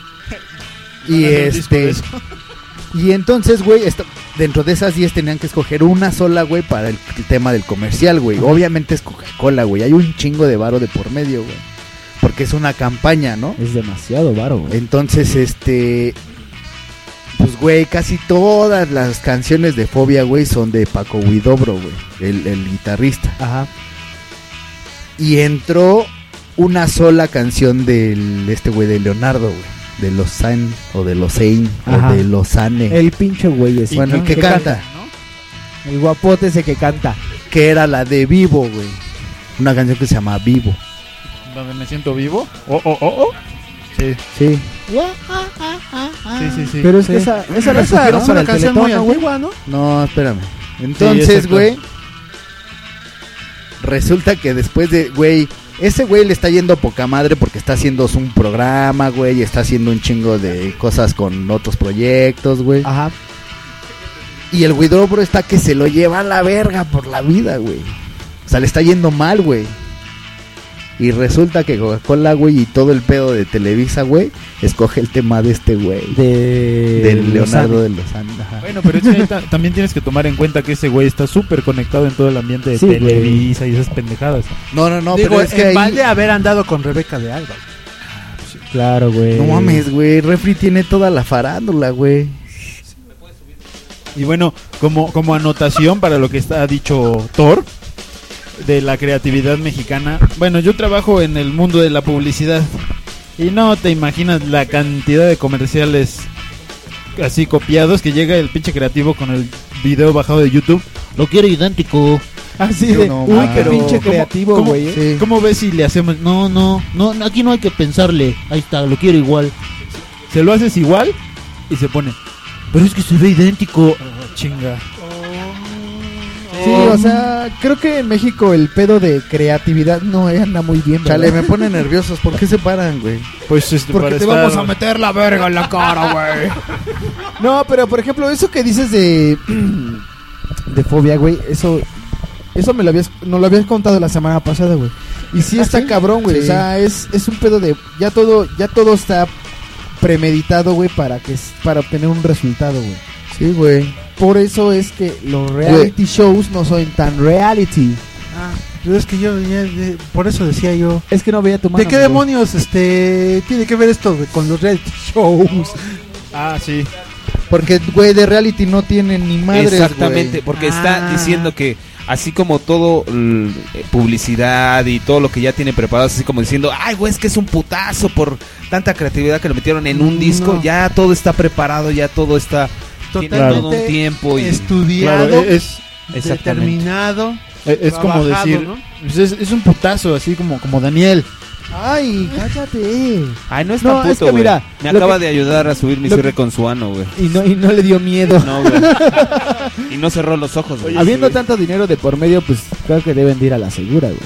S9: Y este. Y entonces, güey, esta- dentro de esas 10 tenían que escoger una sola, güey, para el, tema del comercial, güey. Obviamente es Coca-Cola, güey. Hay un chingo de varo de por medio, güey. porque es una campaña, ¿no?
S2: Es demasiado varo, güey.
S9: Entonces, este. Pues, güey, casi todas las canciones de Fobia, güey, son de Paco Huidobro, güey, el, el guitarrista.
S2: Ajá.
S9: Y entró una sola canción del este güey de Leonardo, güey. De los San, o de los Sein, o
S2: Ajá.
S9: de los Sane.
S2: El pinche güey ese.
S9: bueno,
S2: ¿no?
S9: el que canta,
S2: El guapote ese que canta.
S9: que era la de Vivo, güey. Una canción que se llama Vivo.
S5: Donde me siento vivo. Oh, oh, oh, oh. Sí.
S9: Sí.
S5: Sí, sí, sí.
S2: Pero es que
S5: Sí.
S2: esa, esa la
S5: Esa
S2: sugirieron
S5: es
S2: para
S5: una
S2: el
S5: canción
S2: teletón,
S5: muy
S2: ¿no, güey.
S5: antigua, ¿no?
S9: No, espérame.
S5: Sí,
S9: Entonces,
S5: exacto.
S9: güey, resulta que después de, güey, ese güey le está yendo poca madre porque está haciendo un programa, güey, está haciendo un chingo de cosas con otros proyectos, güey.
S2: Ajá.
S9: Y el Widobro está que se lo lleva a la verga por la vida, güey. O sea, le está yendo mal, güey. Y resulta que Coca-Cola, güey, y todo el pedo de Televisa, güey, escoge el tema de este güey.
S2: De...
S9: del Leonardo de los Andes. ajá.
S5: Bueno, pero es que ta- también tienes que tomar en cuenta que ese güey está súper conectado en todo el ambiente de
S2: Sí, güey.
S5: Televisa y esas pendejadas.
S9: No, no, no,
S6: Digo,
S9: pero es que
S6: en
S9: ahí-
S6: balde haber andado con Rebeca de Alba.
S2: Claro, güey.
S9: No mames, güey. Refri tiene toda la farándula, güey.
S5: Y bueno, como, como anotación para lo que está ha dicho Thor de la creatividad mexicana. Bueno, yo trabajo en el mundo de la publicidad y no te imaginas la cantidad de comerciales así copiados que llega el pinche creativo con el video bajado de YouTube. Lo quiero idéntico. Así
S2: Yo
S5: de,
S2: no
S5: uy,
S2: mames.
S5: qué pinche
S2: ¿Cómo-
S5: creativo,
S2: cómo-
S5: güey. ¿eh?
S9: sí.
S5: ¿Cómo ves si le hacemos? No, no, no, no, aquí no hay que pensarle. Ahí está, lo quiero igual. Se lo haces igual y se pone. Pero es que se ve idéntico. chinga.
S2: Sí,
S5: Oh.
S2: o sea, creo que en México el pedo de creatividad no anda muy bien, ¿verdad?
S9: Chale, me pone nerviosos. ¿Por qué se paran, güey?
S5: Pues este, para estar-
S2: meter la verga en la cara, güey. No, pero por ejemplo, eso que dices de [CLEARS THROAT] de fobia, güey, eso eso me lo habías no lo habías contado la semana pasada, güey. Y
S6: ¿Ah,
S2: sí está cabrón, güey. O sea, es, es un pedo de ya todo ya todo está premeditado, güey, para que s- para obtener un resultado, güey.
S9: Sí, güey.
S2: Por eso es que los reality shows no son tan reality.
S6: Pero es que Ah, yo, ya- de- por eso decía yo.
S2: Es que no veía tu mano.
S6: ¿De qué
S2: amigo.
S6: demonios este tiene que ver esto de- con los reality shows?
S5: Ah, sí.
S9: Porque, güey, de reality no tienen ni madres,
S3: Exactamente,
S9: güey.
S3: porque está
S6: Ah.
S3: diciendo que así como todo mm, eh, publicidad y todo lo que ya tiene preparado, así como diciendo, ay, güey, es que es un putazo por tanta creatividad que lo metieron en
S2: Mm,
S3: un disco,
S6: No.
S3: ya todo está preparado, ya todo está tiene todo un
S6: Totalmente
S3: tiempo y
S6: Estudiado,
S5: Claro, es,
S3: exactamente.
S6: determinado,
S5: es, es como
S6: trabajado,
S5: decir.
S6: ¿no?
S5: pues es, es un putazo, así como, como Daniel.
S2: Ay, cállate.
S3: Ay, no es
S2: No,
S3: tan puto,
S2: es que
S3: güey.
S2: mira,
S3: Me
S2: lo
S3: acaba
S2: que-
S3: de ayudar a subir mi
S2: lo
S3: cierre con su
S2: [LAUGHS]
S3: ano, güey.
S2: Y no y no le dio miedo.
S3: No, güey. y no cerró los ojos, güey.
S2: Habiendo tanto dinero de por medio, pues creo que deben de ir a la segura, güey.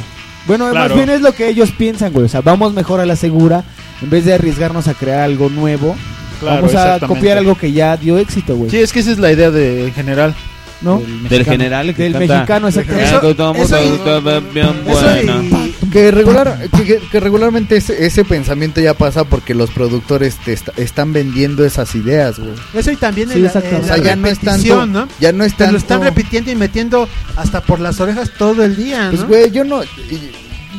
S2: Bueno,
S5: Claro.
S2: más bien es lo que ellos piensan, güey. O sea, vamos mejor a la segura en vez de arriesgarnos a crear algo nuevo. vamos a
S5: exactamente.
S2: copiar algo que ya dio éxito, güey.
S5: Sí, es que esa es la idea de en general.
S2: ¿No?
S3: Del general que
S2: Del
S3: canta-
S2: mexicano, exactamente.
S3: Eso- eso y- bien bueno.
S9: Que, regular, que- que, que regularmente ese, ese pensamiento ya pasa porque los productores te est- están vendiendo esas ideas, güey.
S6: Eso y también
S2: Sí,
S6: en la,
S2: exacto.
S6: en
S9: O
S6: la
S9: sea, ya no es tanto.
S6: repetición, ¿no?
S9: Ya no es
S6: Te
S9: tanto.
S6: lo están repitiendo y metiendo hasta por las orejas todo el día, ¿no?
S9: Pues, güey, yo no, y-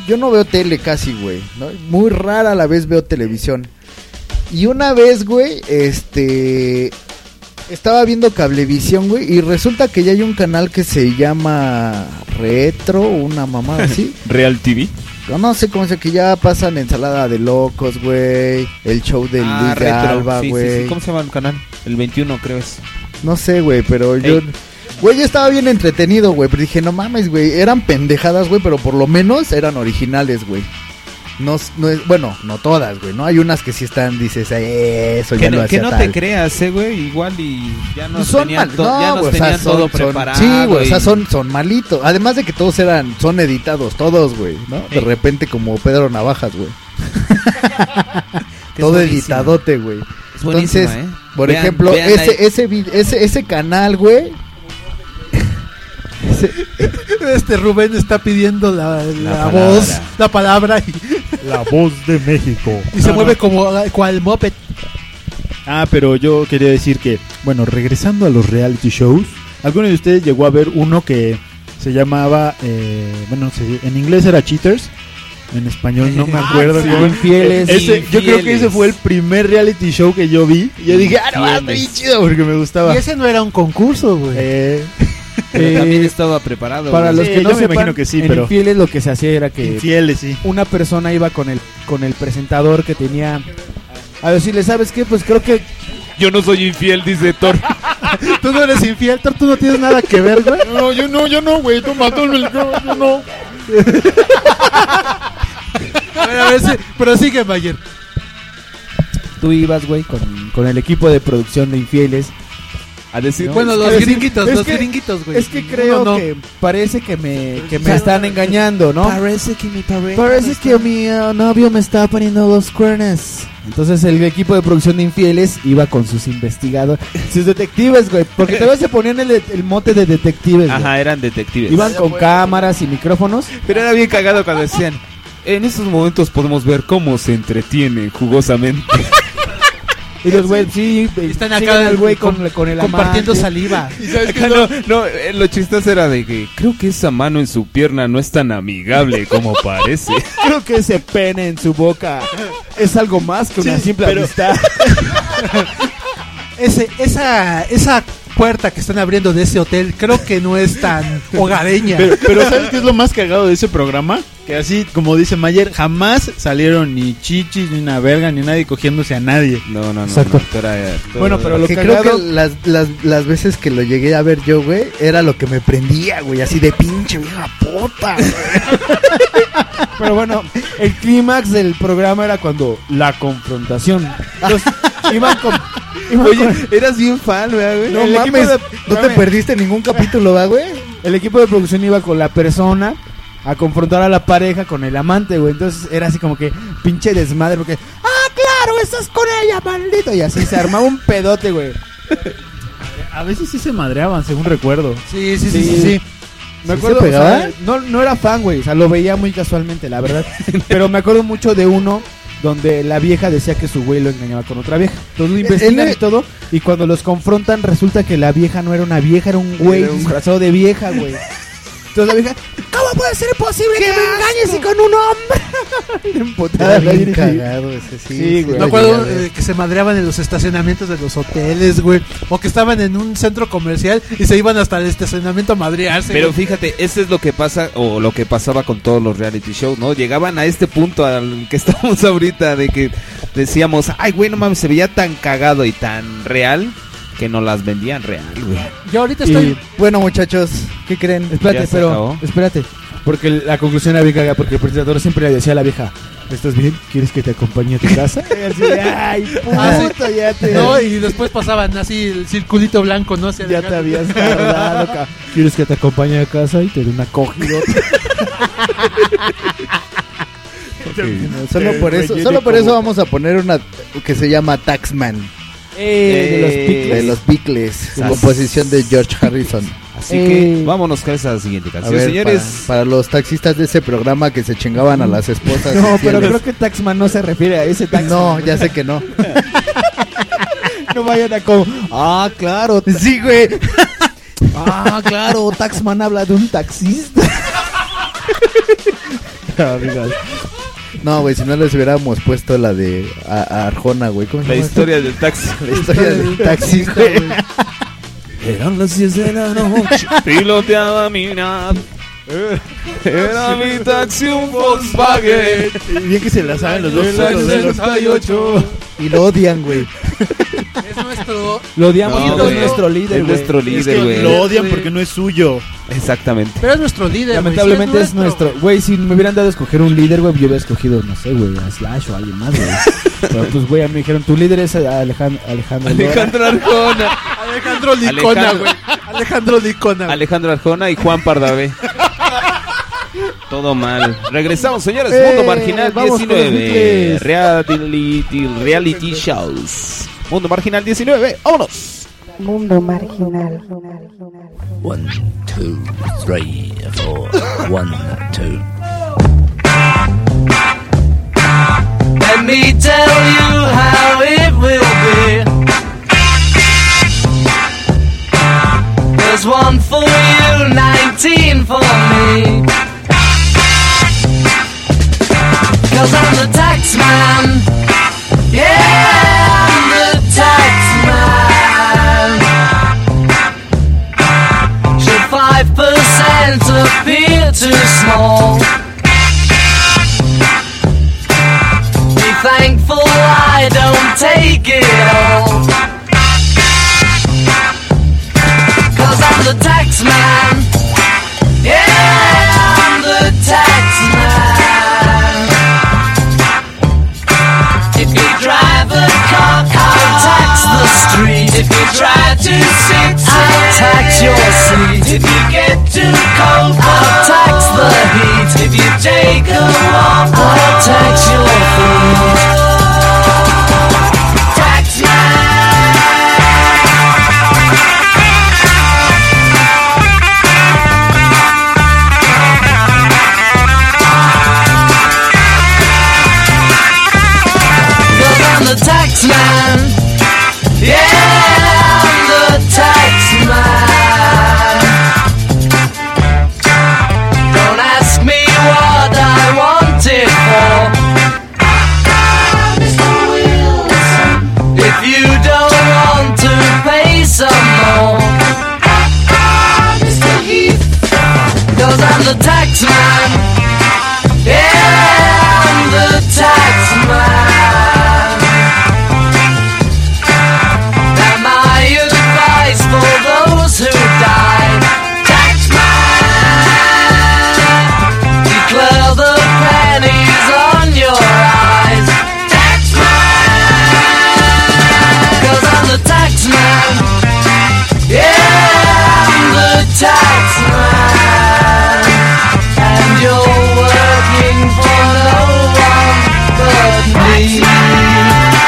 S9: yo no veo tele casi, güey. ¿no? Muy rara la vez veo televisión. Y una vez, güey, este. Estaba viendo Cablevisión, güey, y resulta que ya hay un canal que se llama Retro, una mamada así.
S3: [LAUGHS] Real TV.
S9: No, no sé cómo se que ya pasan ensalada de locos, güey. El show de
S3: Ah,
S9: Luis de
S3: retro.
S9: Alba,
S3: Sí, sí,
S9: güey.
S3: sí. ¿Cómo se llama el canal? El 21, creo es.
S9: No sé, güey, pero yo.
S3: Ey.
S9: Güey, yo estaba bien entretenido, güey, pero dije, no mames, güey, eran pendejadas, güey, pero por lo menos eran originales, güey. No, s- no es, bueno, no todas, güey, ¿no? Hay unas que sí están, dices, "Eh, eso ya
S3: Que
S9: lo
S3: no, que
S9: hacía
S3: no te
S9: tal". Pues
S3: creas, eh, güey. Igual y ya nos
S9: son
S3: tenían,
S9: mal,
S3: to- ya
S9: no,
S3: nos
S9: güey, o sea,
S3: tenían
S9: son-
S3: todo
S9: son-
S3: preparado.
S9: Sí, güey, o sea,
S3: y-
S9: son, son malitos. Además de que todos eran, son editados, todos, güey, ¿no? De
S3: Ey.
S9: repente como Pedro Navajas,
S3: [LAUGHS]
S9: güey.
S3: que es
S9: Todo
S3: buenísima.
S9: editadote, güey.
S3: Es buenísima,
S9: Entonces,
S3: ¿eh?
S9: Por
S3: Vean-
S9: ejemplo,
S3: vean
S9: ese,
S3: ahí.
S9: ese, vi- ese, ese canal, güey,
S6: Este Rubén está pidiendo la, la
S3: palabra.
S6: voz, la palabra y,
S5: La voz de México.
S6: y se mueve como cual moped.
S5: Ah, pero yo quería decir que, bueno, regresando a los reality shows, ¿alguno de ustedes llegó a ver uno que se llamaba, eh, bueno, se- en inglés era Cheaters, En español no me acuerdo.
S9: sí,
S5: cómo-
S9: Infieles.
S5: Ese- Yo creo que ese
S9: Infieles.
S5: fue el primer reality show que yo vi. Y Yo dije, ah, no,
S3: Infieles.
S5: está bien chido porque me gustaba.
S6: Y ese no era un concurso, güey.
S3: Pero
S9: Eh,
S3: también estaba preparado.
S9: Para
S3: güey.
S9: los
S5: Sí,
S9: que no
S5: yo me
S9: sepan,
S5: imagino que sí,
S9: en
S5: pero-
S9: Infieles lo que se hacía era que
S5: Infieles, sí.
S9: una persona iba con el con el presentador que tenía a decirle, ¿sabes qué? Pues creo que
S3: Yo no soy infiel, dice [LAUGHS] Thor.
S6: Tú no eres infiel, Thor, tú no tienes nada que ver, güey.
S5: No, yo no, yo no, güey. Tú mató yo
S9: [LAUGHS]
S5: no.
S6: A ver, a ver si. Pero sigue, Mayer.
S9: tú ibas, güey, con, con el equipo de producción de Infieles.
S3: A decir,
S6: Bueno, los
S9: es que-
S6: gringuitos,
S9: es
S6: los
S9: que-
S6: gringuitos, güey.
S9: Es que creo
S6: Uno no.
S9: que parece que me, que me
S6: Pero-
S9: están engañando, ¿no?
S6: Parece que mi pareja.
S9: Parece que mi eh, novio me estaba poniendo los cuernos. Entonces el equipo de producción de infieles iba con sus investigadores, sus detectives, güey. Porque todavía se ponían el, el mote de detectives, güey.
S3: Ajá, eran detectives.
S9: Iban con cámaras y micrófonos.
S3: Pero era bien cagado cuando decían. En estos momentos podemos ver cómo se entretiene jugosamente.
S9: Y los güey, sí, güey,
S6: Están
S9: siguen
S6: acá
S9: al güey con, con el
S6: compartiendo
S9: amante.
S6: saliva.
S3: Acá no, no, eh, lo chistoso era de que creo que esa mano en su pierna no es tan amigable como
S9: [LAUGHS]
S3: parece.
S9: Creo que ese pene en su boca es algo más que una simple amistad.
S6: [LAUGHS] Ese, esa, esa puerta que están abriendo de ese hotel, creo que no es tan hogareña.
S5: Pero, pero ¿sabes qué es lo más cagado de ese programa? Que así, como dice Mayer, jamás salieron ni chichis, ni una verga, ni nadie cogiéndose a nadie.
S3: No, no, no.
S9: Exacto.
S3: no, esto era- esto
S9: Bueno,
S3: era-
S9: pero lo
S2: Eh, que
S9: cagado-
S2: creo que las, las, las veces que lo llegué a ver yo, güey, era lo que me prendía, güey, así de pinche vieja puta. güey.
S9: [LAUGHS] Pero bueno, el clímax del programa era cuando la confrontación.
S2: [LAUGHS]
S9: Los, iban con, iban con-
S3: Oye, eras bien fan, ¿verdad, güey.
S9: No
S2: No
S9: El equipo
S2: mames,
S9: de-
S2: no te
S9: mames.
S2: perdiste ningún capítulo, va, güey.
S9: el equipo de producción iba con la persona a confrontar a la pareja con el amante, güey. Entonces era así como que pinche desmadre, porque, ah, claro, estás con ella, maldito. Y así [LAUGHS] se armaba un pedote, güey.
S5: A veces sí se madreaban, según recuerdo.
S6: sí, sí, sí,
S9: Sí.
S6: sí, sí.
S9: Me
S2: ¿Sí
S9: acuerdo,
S2: se
S9: o sea,
S2: pegaba?
S9: no, no era fan, güey. O sea, lo veía muy casualmente, la verdad. Pero me acuerdo mucho de uno donde la vieja decía que su güey lo engañaba con otra vieja. Entonces lo investigan
S2: él-
S9: y todo. Y cuando los confrontan, resulta que la vieja no era una vieja, era un güey disfrazado de vieja, güey. Entonces la vieja, ¿cómo puede ser posible que me engañes y con un hombre? [LAUGHS] Era emputada,
S2: Era bien
S9: güey.
S2: cagado ese, sí.
S9: Sí, güey.
S2: lo
S6: Me acuerdo
S2: llegué a ver.
S6: eh, que se madreaban en los estacionamientos de los hoteles, güey. O que estaban en un centro comercial y se iban hasta el estacionamiento a madrearse.
S3: Pero
S6: güey.
S3: fíjate, este es lo que pasa o lo que pasaba con todos los reality shows, ¿no? Llegaban a este punto al que [LAUGHS] estamos ahorita de que decíamos, ay, güey, no mames, se veía tan cagado y tan real que nos las vendían real, güey.
S6: yo ahorita
S9: Y-
S6: estoy.
S2: Bueno, muchachos, ¿qué creen?
S3: ¿Ya
S9: Espérate,
S3: se
S9: pero
S3: acabó?
S9: espérate. Porque la conclusión era bien cagada, porque el presentador siempre le decía a la vieja, ¿estás bien? ¿Quieres que te acompañe a tu casa? Eh, Y [LAUGHS] así, Ay, puto, ya te...
S6: No, y después pasaban así el circulito blanco, ¿no? Hacia
S9: Ya
S6: acá.
S9: te habías tardado, ca- ¿Quieres que te acompañe a casa y te dé una cogida?
S2: Solo por eso, solo por eso vamos a poner una que se llama Taxman
S3: Eh,
S2: de los Beatles,
S3: Sas.
S2: composición de George Harrison.
S3: Así
S9: Eh.
S3: que vámonos con esa siguiente
S2: A
S3: canción,
S2: ver,
S3: señores.
S2: para, para los taxistas de ese programa que se chingaban a las esposas.
S9: No,
S2: y
S9: pero
S2: fieles.
S9: creo que Taxman no se refiere a ese Taxman.
S2: No, ya sé que no.
S9: [LAUGHS] no vayan a como... Ah, claro. Sí, güey. Ah, claro, Taxman habla de
S2: [LAUGHS]
S9: un taxista.
S2: No, güey, si no les hubiéramos puesto la de a- a Arjona, güey. ¿Cómo se
S3: La
S2: llama?
S3: historia del taxi.
S2: La historia del taxista, güey.
S3: Eran las 10 de la noche, piloteaba mi nave. Eh, Era mi taxi un Volkswagen.
S5: Y bien que se la saben los dos.
S3: El año
S5: los dos.
S3: 68.
S2: Y lo odian, güey.
S6: Es nuestro.
S9: Lo odiamos
S3: No,
S9: porque
S3: güey.
S9: es nuestro líder,
S3: Es
S9: güey.
S3: nuestro
S5: Es
S3: líder,
S5: que
S3: güey.
S5: lo odian porque no es suyo.
S3: Exactamente.
S6: Pero es nuestro líder. güey,
S9: Lamentablemente
S6: sí
S9: es nuestro. Güey, si me hubieran dado a escoger un líder, güey, yo hubiera escogido, no sé, güey, a Slash o a alguien más, güey. Pero pues, güey, a mí me dijeron, tu líder es Alejandro. Alejandro. Lora".
S3: Alejandro Arjona.
S6: Alejandro Licona,
S3: Alejandro.
S6: güey. Alejandro Licona. güey.
S3: Alejandro Arjona y Juan Pardavé. Todo mal. Regresamos, señores. Mundo
S9: Eh,
S3: Marginal
S9: vamos con los
S3: 19.
S9: Beatles.
S3: Reality, reality shows. Mundo Marginal 19. Vámonos.
S12: Mundo marginal.
S19: One, two, three, four. One, two. Let me tell you how it will be. There's one for you, nineteen for me. man. Yeah, I'm the tax man. Should five percent appear too small? Be thankful I don't take it all. Cause I'm the tax man. Yeah, I'm the tax man. If you drive a car, I'll tax the street. If you try to sit, I'll tax your seat. If you get too cold, I'll tax the heat. If you take a walk, I'll tax your feet. Tax Cause I'm the tax man. Yeah, I'm the tax man. Don't ask me what I want it for. If you don't want to pay some more. Cause I'm the tax man. Yeah, I'm the tax man. Now my advice for those who die, tax man. Declare the pennies on your eyes, tax man. Cause I'm the tax man. Yeah, I'm the tax man. And you're working for no one but me.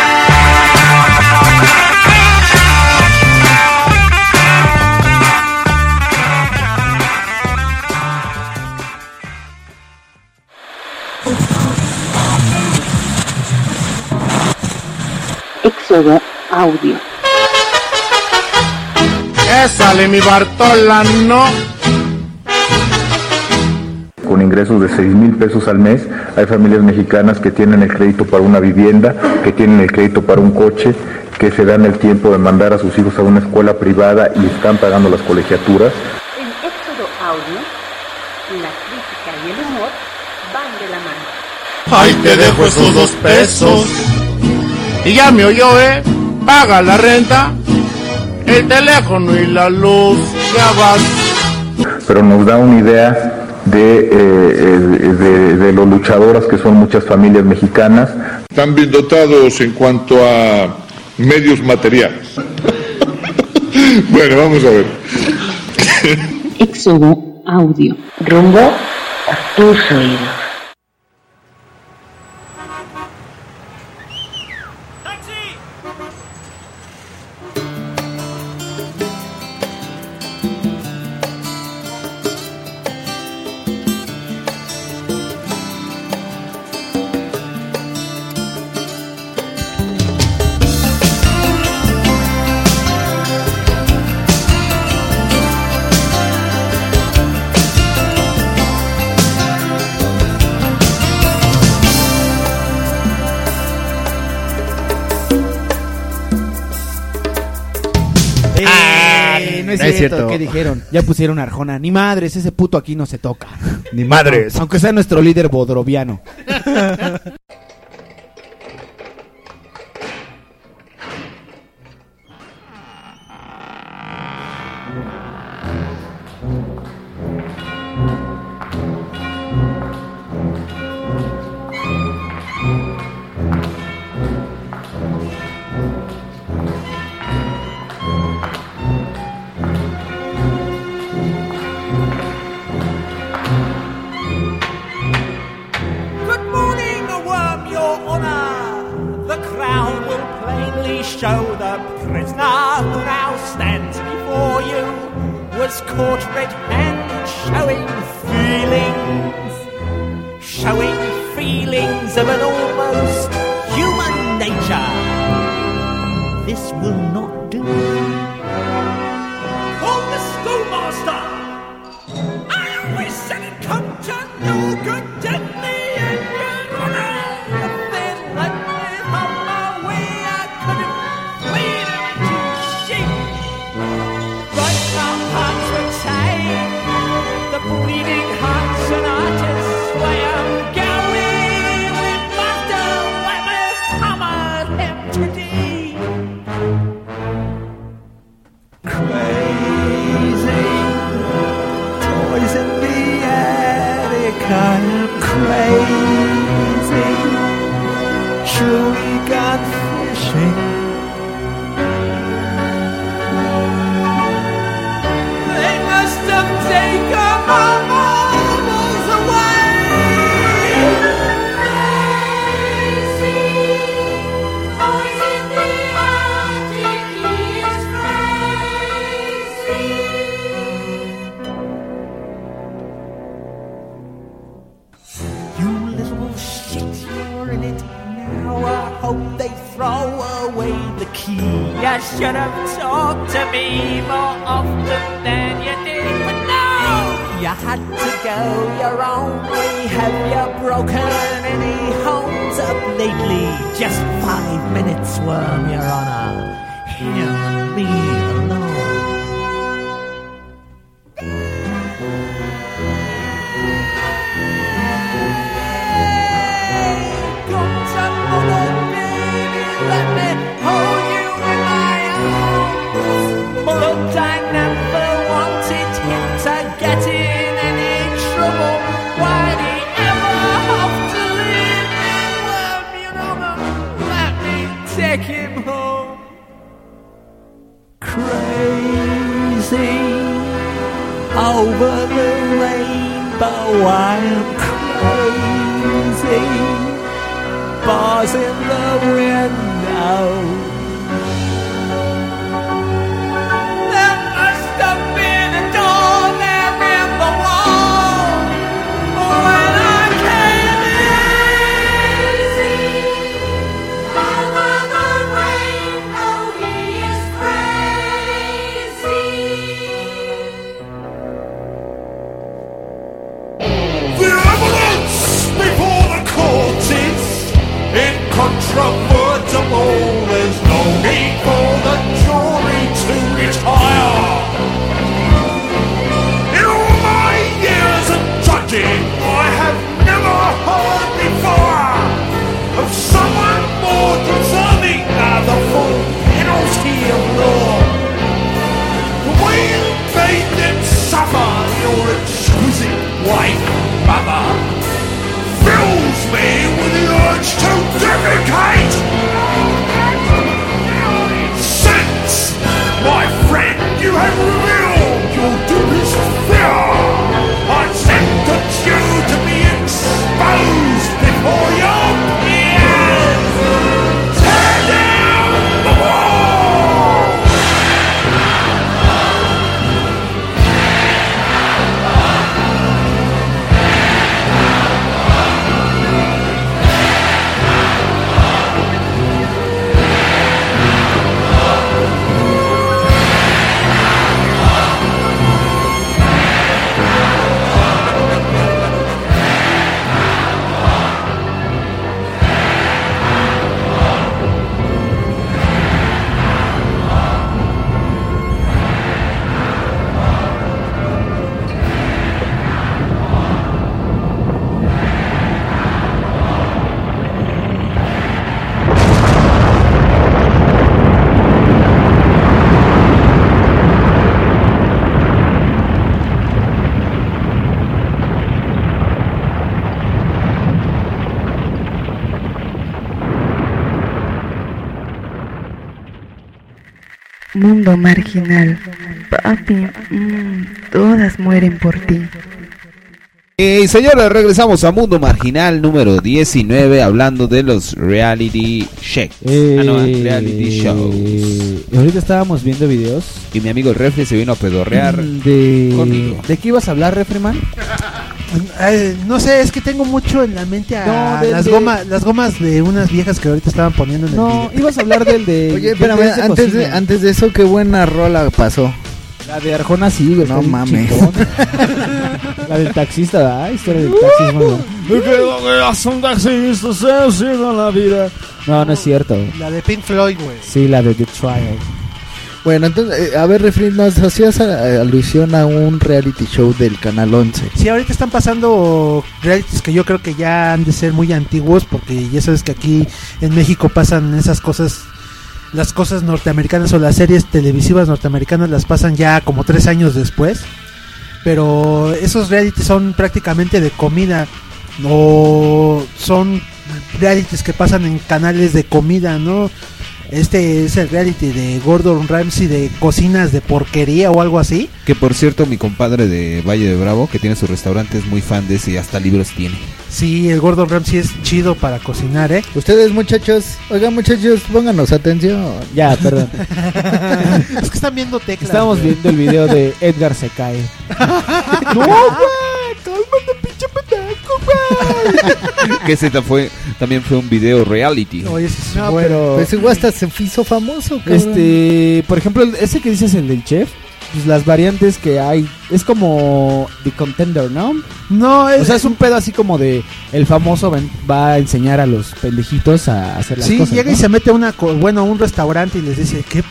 S12: Éxodo Audio.
S2: Ésale mi Bartola, no.
S20: Con ingresos de 6 mil pesos al mes, hay familias mexicanas que tienen el crédito para una vivienda, que tienen el crédito para un coche, que se dan el tiempo de mandar a sus hijos a una escuela privada y están pagando las colegiaturas.
S21: En Éxodo Audio, la crítica y el humor van de la mano.
S2: Ahí te dejo esos dos pesos. Y ya me oyó, ¿eh? Paga la renta, el teléfono y la luz. Ya vas.
S20: pero nos da una idea de, eh, eh, de, de lo luchadoras que son muchas familias mexicanas.
S22: Están bien dotados en cuanto a medios materiales. [LAUGHS] bueno, vamos a ver.
S12: Éxodo Audio. Rumbo a tus oídos.
S6: Eh, no es, cierto. ¿Qué dijeron? Ya pusieron Arjona. Ni madres, ese puto aquí no se toca.
S9: Ni madres.
S6: Aunque sea nuestro líder bodroviano.
S23: Good morning, worm, your honor. The crown will plainly show the prisoner who now stands before you was caught red-handed, showing feelings, showing feelings of an almost human nature. This will not do. Call the schoolmaster. I always said it come to no good, didn't me? And good honor. Then let
S24: wishing.
S25: They must have taken my marbles away.
S19: You little shit, you're in it now. I hope they throw away the key. You should have talked to me more often than you did, but no! You had to go your own way. Have you broken any homes up lately? Just five minutes, worm, your honor. Him and me alone. But I never wanted him to get in any trouble. Why do you ever have to leave me? Love you know, let me take him home. Crazy over the rainbow, I am crazy. Bars in the window. There must have been a door there in the wall when I came in. Over the rainbow, he is crazy.
S2: The evidence before the court is incontrovertible. There's no need for the jury to retire. In all my years of judging, I have never heard before of someone more deserving than the full penalty of law. The way you made them suffer, your exquisite wife, mother, fills me with the urge to duplicate. Since, my friend, you have revealed your deepest fear, I sentence you to be exposed before your peers. Tear down the wall!
S12: Mundo marginal. Papi, mm, todas mueren por ti.
S3: Y Eh, señores, regresamos a Mundo Marginal número 19 hablando de los reality checks.
S5: Eh.
S3: Ah, no,
S9: Eh,
S3: reality shows.
S5: Ahorita estábamos viendo videos
S3: Y mi amigo el refri se vino a pedorrear.
S5: Mm.
S9: Mm,
S5: de... ¿De qué ibas a hablar, Refriman?
S6: Eh, no sé, es que tengo mucho en la mente a
S5: No, de-
S6: las,
S5: de-
S6: gomas, las gomas de unas viejas que ahorita estaban poniendo en el
S5: No, ibas a hablar del
S10: Eh,
S5: de...
S9: Oye, espérame,
S5: videos
S9: antes de,
S5: cocina.
S9: antes de eso, qué buena rola pasó.
S5: La de Arjona sí, güey.
S9: No mames.
S11: [LAUGHS]
S5: La del taxista, ¿verdad? Historia del taxismo. güey.
S26: Son taxistas, sí, con la vida.
S5: No, no es cierto.
S6: La de Pink Floyd, güey.
S5: Sí, la de The Trial.
S9: [LAUGHS] Bueno, entonces, eh, a ver, Refri, nos hacías eh, alusión a un reality show del Canal 11.
S6: Sí, ahorita están pasando realities que yo creo que ya han de ser muy antiguos porque ya sabes que aquí en México pasan esas cosas, las cosas norteamericanas o las series televisivas norteamericanas las pasan ya como tres años después. Pero esos realities son prácticamente de comida o son realities que pasan en canales de comida, ¿no? Este es el reality de Gordon Ramsay de cocinas de porquería o algo así.
S3: Que por cierto, mi compadre de Valle de Bravo, que tiene su restaurante, es muy fan de ese y hasta libros tiene.
S6: Sí, el Gordon Ramsay es chido para cocinar, [LAUGHS] ¿eh?
S10: Ustedes, muchachos, oigan, muchachos, pónganos atención.
S9: [LAUGHS]
S11: Ya, perdón.
S6: es que están viendo teclas.
S11: Estábamos
S6: güey.
S11: viendo el video de Edgar se cae.
S6: no, güey, cálmate, pinche pendejo, güey.
S3: que ese ta- fue, también fue un video reality.
S6: Oye, ese es
S11: No,
S6: bueno.
S11: pero-
S10: Pues igual hasta se hizo famoso,
S9: pues,
S10: cabrón.
S11: Este, por ejemplo, el- ese que dices, el del chef, pues las variantes que hay, es como The Contender, ¿no?
S6: No,
S11: es... O sea, es un pedo así como de el famoso ven- va a enseñar a los pendejitos a hacer las
S6: Sí,
S11: cosas,
S6: llega y
S11: ¿no?
S6: se mete a una, co- bueno, a un restaurante y les dice, ¿qué,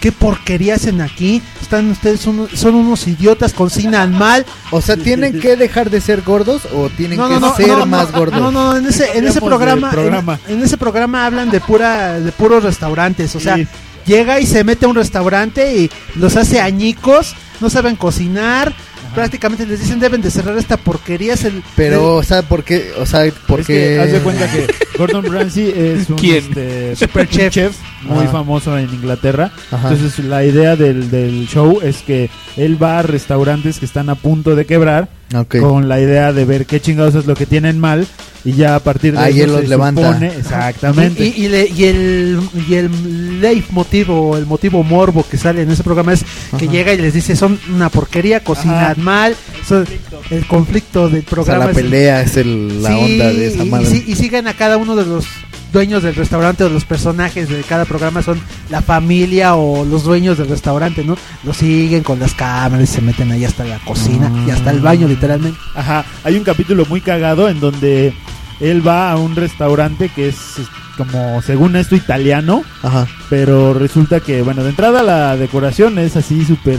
S6: qué porquería hacen aquí? Están ustedes, son, son unos idiotas, cocinan mal.
S10: O sea, ¿tienen que dejar de ser gordos o tienen
S6: No,
S10: que
S6: no, no,
S10: ser
S6: no, no,
S10: más
S6: no,
S10: gordos?
S6: No, no, en ese, en ese
S10: Hablamos
S6: programa,
S10: del programa.
S6: En, en ese programa hablan de pura, de puros restaurantes, o sea, llega y se mete a un restaurante y los hace añicos, no saben cocinar, prácticamente les dicen deben de cerrar esta porquería, es el
S10: Pero, o sea, porque, o sea, porque.
S5: haz
S10: [LAUGHS]
S5: de cuenta que Gordon Ramsay es un
S10: ¿Quién?
S5: este,
S10: Superchef.
S5: un chef muy
S10: Ajá.
S5: famoso en Inglaterra.
S10: Ajá.
S5: Entonces la idea del, del show es que él va a restaurantes que están a punto de quebrar
S10: Ok.
S5: con la idea de ver qué chingados es lo que tienen mal y ya a partir de
S10: Ahí
S5: eso
S10: él los
S5: se
S10: levanta. [LAUGHS]
S5: supone- exactamente.
S6: Y, y- y le- y el, y el leitmotiv o el motivo morbo que sale en ese programa es que
S5: Ajá.
S6: llega y les dice son una porquería, cocinan mal, son- el conflicto del
S10: o sea,
S6: programa
S10: la
S6: es-
S10: pelea es el- la
S6: Sí,
S10: onda de esa
S6: y-
S10: madre.
S6: Y, si- y siguen a cada uno de los dueños del restaurante o los personajes de cada programa son la familia o los dueños del restaurante, ¿no? Lo siguen con las cámaras y se meten ahí hasta la cocina y hasta el baño literalmente.
S5: Ajá, hay un capítulo muy cagado en donde él va a un restaurante que es es como, según esto, italiano. Pero resulta que, bueno, de entrada la decoración es así súper...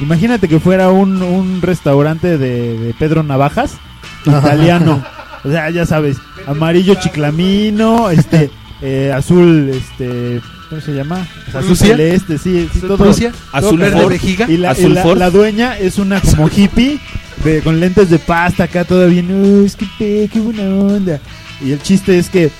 S5: Imagínate que fuera un, un restaurante de, de Pedro
S3: [LAUGHS]
S5: Navajas, italiano. O sea, ya sabes, amarillo chiclamino,
S3: [LAUGHS]
S5: este, eh, azul, este... ¿Cómo se llama? Azul
S3: ¿Prusia?
S5: celeste, sí, sí, todo.
S3: ¿Prusia?
S5: todo
S3: ¿Azul
S5: verde.
S3: Ford?
S5: Y la, y
S3: ¿Azul
S5: la-
S3: Ford?
S5: la dueña es una como hippie de- con lentes de pasta acá todo bien. "Uy, es que pe- qué buena onda. Y el chiste es que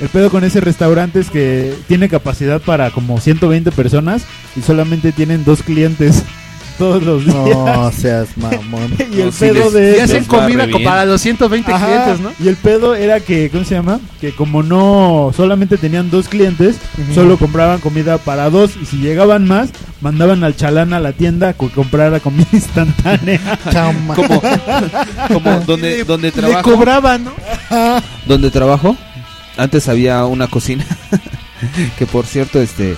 S5: el pedo con ese restaurante es que tiene capacidad para como 120 personas y solamente tienen dos clientes [LAUGHS] todos los días. [LAUGHS]
S10: No [LAUGHS] seas mamón.
S5: y el
S10: No, sí
S5: pedo
S10: les-
S5: de
S10: sí hacen comida co- para
S6: 220 clientes, ¿no?
S5: Y el pedo era que, ¿cómo se llama? Que como no solamente tenían dos clientes,
S6: Ujú.
S5: solo compraban comida para dos y si llegaban más, mandaban al chalán a la tienda a que comprara comida [LAUGHS] instantánea.
S10: [LAUGHS]
S3: Como, como donde, donde trabajo.
S6: cobraban, ¿no?
S3: donde trabajo, antes había una cocina [LAUGHS] que por cierto, este,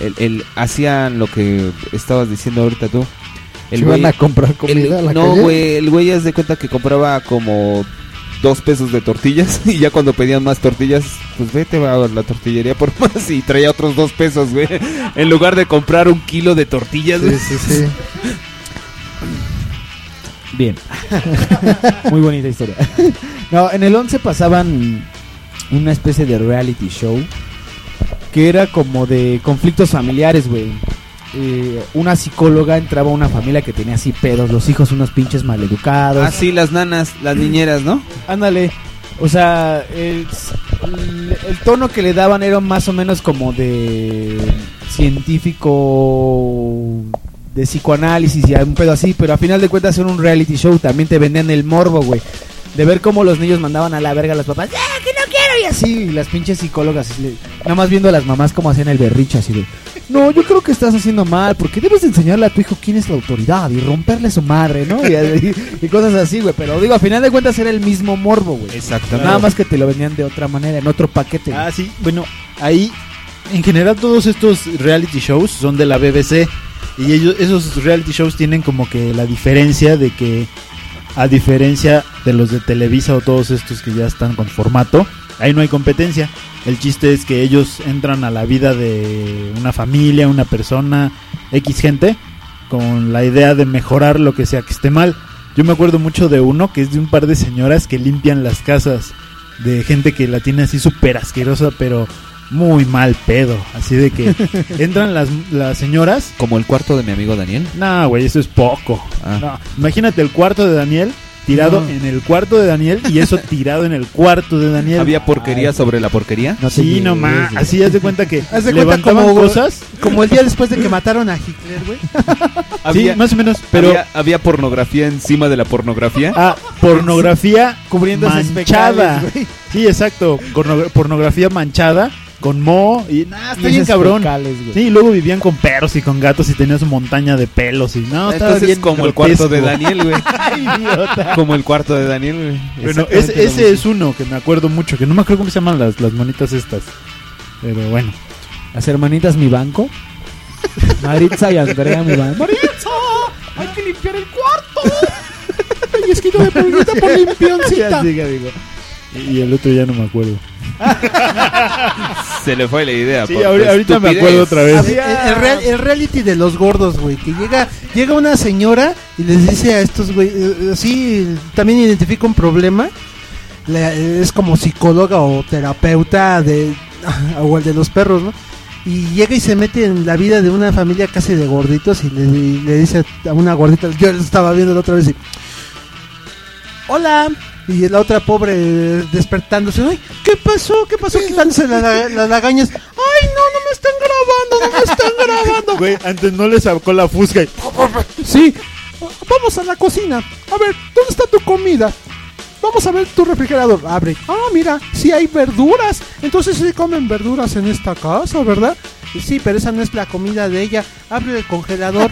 S3: el, el- hacían lo que estabas diciendo ahorita tú.
S10: ¿Se iban a comprar comida a la
S3: no,
S10: calle?
S3: güey, el güey es de cuenta que compraba como dos pesos de tortillas [LAUGHS] y ya cuando pedían más tortillas, pues vete a la tortillería por [LAUGHS] más y traía otros dos pesos, güey, en lugar de comprar un kilo de tortillas. güey.
S5: [LAUGHS]
S11: Bien. Muy bonita historia. No, en el 11 pasaban una especie de reality show que era como de conflictos familiares, güey. Eh, una psicóloga entraba a una familia que tenía así pedos, los hijos unos pinches maleducados.
S3: Ah, sí, las nanas, las niñeras, ¿no?
S11: Ándale. O sea, el, el- el tono que le daban era más o menos como de científico de psicoanálisis y un pedo así, pero a final de cuentas era un reality show, también te vendían el morbo, güey. De ver cómo los niños mandaban a la verga a los papás, ¡ah, que no quiero! Y así, y las pinches psicólogas, así le- nada más viendo a las mamás cómo hacían el berriche, así de, no, yo creo que estás haciendo mal, porque debes de enseñarle a tu hijo quién es la autoridad y romperle su madre, ¿no? Y, y- y cosas así, [LAUGHS] güey. Pero digo, a final de cuentas era el mismo morbo, güey.
S3: Exactamente.
S11: Nada más que te lo vendían de otra manera, en otro paquete.
S5: Ah, sí, bueno, ahí en general todos estos reality shows son de la BBC y ellos esos reality shows tienen como que la diferencia de que a diferencia de los de Televisa o todos estos que ya están con formato, ahí no hay competencia. El chiste es que ellos entran a la vida de una familia, una persona, X gente con la idea de mejorar lo que sea que esté mal. Yo me acuerdo mucho de uno que es de un par de señoras que limpian las casas de gente que la tiene así súper asquerosa, pero muy mal pedo. Así de que entran las, las señoras.
S3: Como el cuarto de mi amigo Daniel.
S5: Nah, güey, eso es poco. No, imagínate el cuarto de Daniel tirado
S7: No.
S5: en el cuarto de Daniel y eso tirado en el cuarto de Daniel.
S3: ¿Había porquería sobre la porquería?
S5: sí, no más. Así haz de cuenta que
S6: Haz de cuenta
S5: levantaban
S6: como,
S5: cosas.
S6: como el día después de que mataron a Hitler, güey.
S5: Sí, más o menos, pero-
S3: ¿había, había pornografía encima de la pornografía?
S5: Ah, pornografía
S3: Cubriendo esas
S5: manchada.
S3: fecales, güey.
S5: Sí, exacto. corno- Pornografía manchada con mo y nada, está
S11: Y
S5: bien
S11: esas
S5: cabrón.
S11: fecales, güey.
S5: sí, y luego vivían con perros y con gatos y tenías montaña de pelos y no, estaba
S3: Entonces,
S5: bien
S3: como el cuarto
S5: grotesco.
S3: de Daniel, güey.
S5: [LAUGHS] Ay,
S3: [LAUGHS]
S5: idiota.
S3: Como el cuarto de Daniel, güey.
S5: Bueno,
S3: Exactamente
S5: ese,
S3: lo
S5: ese
S3: mismo.
S5: es uno que me acuerdo mucho, que no me acuerdo cómo se llaman las, las monitas estas. Pero bueno.
S11: Las hermanitas mi
S5: [LAUGHS]
S11: banco. Maritza y Andrea mi banco.
S27: ¡Maritza! ¡Hay que limpiar el cuarto! Pellizquito de peludita por limpioncita.
S5: Y, y el otro ya no me acuerdo.
S3: Se le fue la idea.
S5: Sí,
S3: por tu
S5: ahorita- ahorita me
S3: estupidez.
S5: acuerdo otra vez.
S6: El, Pues, el real- el reality de los gordos, güey. Que llega, llega una señora y les dice a estos, güey, eh, eh, sí, también identifica un problema. La- eh, es como psicóloga o terapeuta de, [LAUGHS] o el de los perros, ¿no? Y llega y se mete en la vida de una familia casi de gorditos y le, y le dice a una gordita, yo lo estaba viendo la otra vez y... Hola. Y la otra pobre eh, despertándose. Ay, ¿qué pasó? ¿Qué pasó? Quitándose las la, las lagañas. Ay, no, no me están grabando, no me están grabando.
S5: Güey, antes no le sacó la fusca y...
S6: Sí. Vamos a la cocina. A ver, ¿dónde está tu comida? Vamos a ver tu refrigerador. Abre. Ah, mira, sí hay verduras. Entonces sí comen verduras en esta casa, ¿verdad? Sí, pero esa no es la comida de ella. Abre el
S11: [LAUGHS]
S6: congelador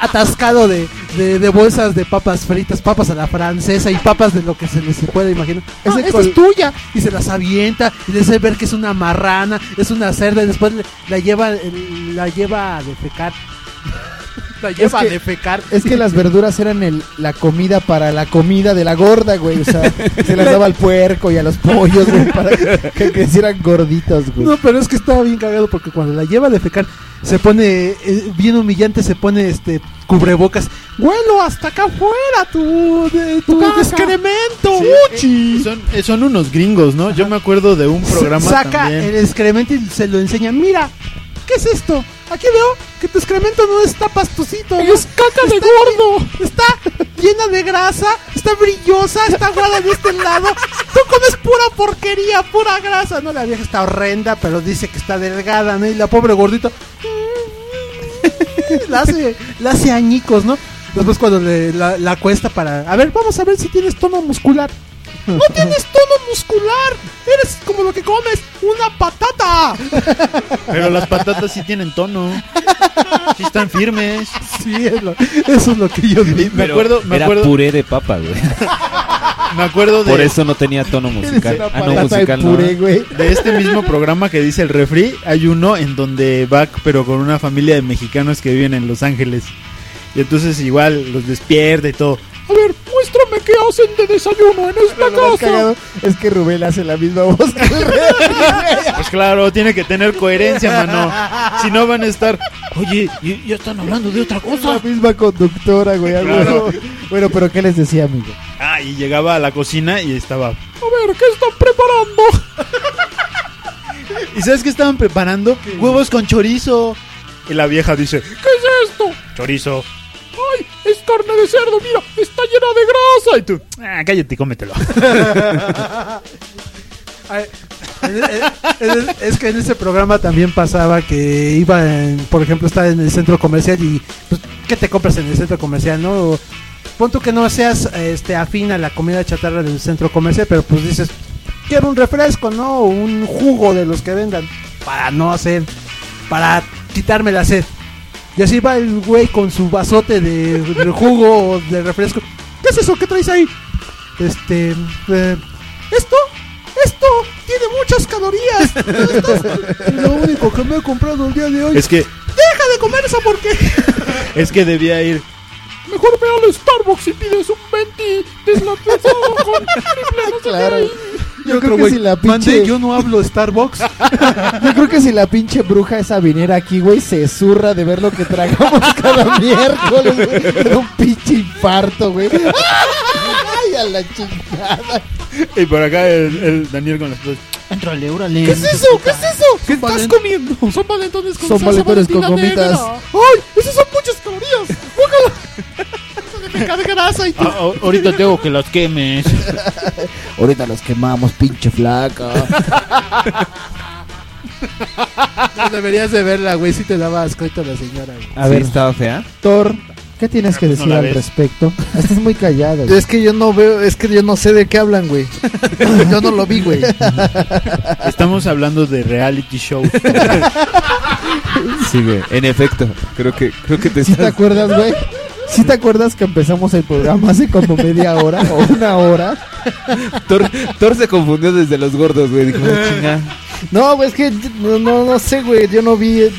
S6: atascado de, de, de bolsas de papas fritas, papas a la francesa y papas de lo que se les pueda imaginar. Ah,
S27: Ese
S6: esta
S27: col-
S6: es tuya. Y se las avienta y les hace ver que es una marrana, es una cerda y después le- la lleva, el- la lleva a defecar. La lleva
S11: que-
S6: a defecar.
S11: Es que las verduras eran el, la comida para la comida de la gorda, güey. O
S5: [LAUGHS]
S11: sea, se las daba al puerco y a los pollos, güey, para que crecieran gorditos, güey.
S6: No, pero es que estaba bien cagado porque cuando la lleva a defecar se pone eh, bien humillante, se pone este cubrebocas. Huelo hasta acá afuera tu, de, tu excremento.
S5: Sí,
S6: Uchi.
S5: eh, son, eh, son unos gringos, ¿no? Yo me acuerdo de un programa
S6: Saca
S5: también.
S6: el excremento y se lo enseña. Mira, ¿qué es esto? Aquí veo que tu excremento no está pastosito. Es caca de gordo. Está llena de grasa, está brillosa, está guada de este lado. Tú comes pura porquería, pura grasa. No, la vieja está horrenda, pero dice que está delgada, ¿no? Y la pobre gordita "Mm, la, hace, la hace añicos, ¿no? Después cuando le, la, la cuesta para... A ver, vamos a ver si tienes tono muscular. No tienes tono muscular. Eres como lo que comes, una patata.
S5: Pero las patatas sí tienen tono. Sí están firmes.
S6: Sí, es lo- eso es lo que yo vi.
S5: Me
S3: Pero
S5: acuerdo, me
S3: era
S5: acuerdo,
S3: puré de papa, güey.
S5: me acuerdo de,
S3: Por eso no tenía tono musical.
S5: una
S3: Ah, no,
S5: patata de
S3: musical no.
S5: puré, de este mismo programa que dice el refri. Hay uno en donde va, pero con una familia de mexicanos que viven en Los Ángeles. Y entonces igual los despierta y todo.
S27: A ver, muéstrame qué hacen de desayuno en esta
S11: Lo más
S27: casa.
S11: cagado es que Rubén hace la misma voz que el rey.
S5: Pues claro, tiene que tener coherencia, mano. Si no van a estar, oye, y- ya están hablando de otra cosa.
S11: La misma conductora, güey. a
S5: Claro.
S11: huevo. Bueno, pero ¿qué les decía, amigo?
S5: Ah, y llegaba a la cocina y estaba.
S27: A ver, ¿qué están preparando?
S5: [LAUGHS] ¿Y sabes qué estaban preparando? Huevos con chorizo. Y la vieja dice,
S27: ¿Qué es esto?
S5: chorizo.
S27: ¡Ay, es carne de cerdo! ¡Mira, está llena de grasa!
S5: Y tú, ah, cállate y cómetelo.
S6: Ay, en- en- en- es que en ese programa también pasaba que iba, en- por ejemplo, estar en el centro comercial y pues, ¿qué te compras en el centro comercial, no? O, pon tú que no seas este afín a la comida chatarra del centro comercial, pero pues dices, quiero un refresco, ¿no? O un jugo de los que vendan para no hacer, para quitarme la sed. Y así va el güey con su vasote de, de jugo o de refresco. ¿Qué es eso que traes ahí? Este, eh, esto, esto tiene muchas [LAUGHS] calorías. Esto es lo único que me he comprado el día de hoy.
S5: es que,
S6: Deja de comer esa porquería.
S5: [LAUGHS] es que debía ir.
S27: Mejor ve al Starbucks y pides un venti deslactosado con triple
S11: [LAUGHS]
S27: no sé
S11: Claro.
S27: qué.
S11: Yo creo que
S6: güey,
S11: si la
S6: mandé,
S11: pinche.
S6: yo [LAUGHS] no hablo Starbucks.
S11: Yo creo que si la pinche bruja esa viniera aquí, güey, se zurra de ver lo que tragamos [LAUGHS] cada miércoles, güey. Era un pinche infarto, güey. [LAUGHS] Ay, a la chingada.
S5: Y por acá el, el Daniel con las cosas. Entrale, órale.
S27: ¿Qué es eso? ¿Qué es eso? ¿Qué estás
S5: valen-
S27: comiendo? Son valentones con
S5: Son
S27: salsa
S5: valentones con
S27: valentina
S5: gomitas.
S27: negra. ¡Ay! ¡Esas son muchas calorías! ¡Guácala!
S19: me cargarás ahí tú.
S5: Ah, ahorita tengo que las
S27: [LAUGHS]
S5: quemes.
S10: Ahorita los quemamos, pinche
S9: [LAUGHS]
S10: flaca.
S6: No, deberías de verla, güey, si te daba asco ahorita la señora. güey.
S10: A ver.
S3: estaba fea.
S10: Thor, ¿qué tienes
S6: que decir al
S10: respecto? Estás muy callado.
S9: Es que yo no veo, es que yo no sé de qué hablan, [LAUGHS] güey. Yo no lo vi, güey.
S5: Estamos hablando de reality show.
S3: Sí, güey. En efecto, creo que, creo que
S5: [LAUGHS]
S3: te
S10: ¿Sí te
S3: estás-
S10: acuerdas, güey? ¿Sí te acuerdas que empezamos el programa hace como media hora o una hora?
S3: Thor, Thor se confundió desde los gordos, güey. Dijo, "Ah, chinga".
S9: No, güey, es que no, no, no sé, güey. Yo no vi. eh,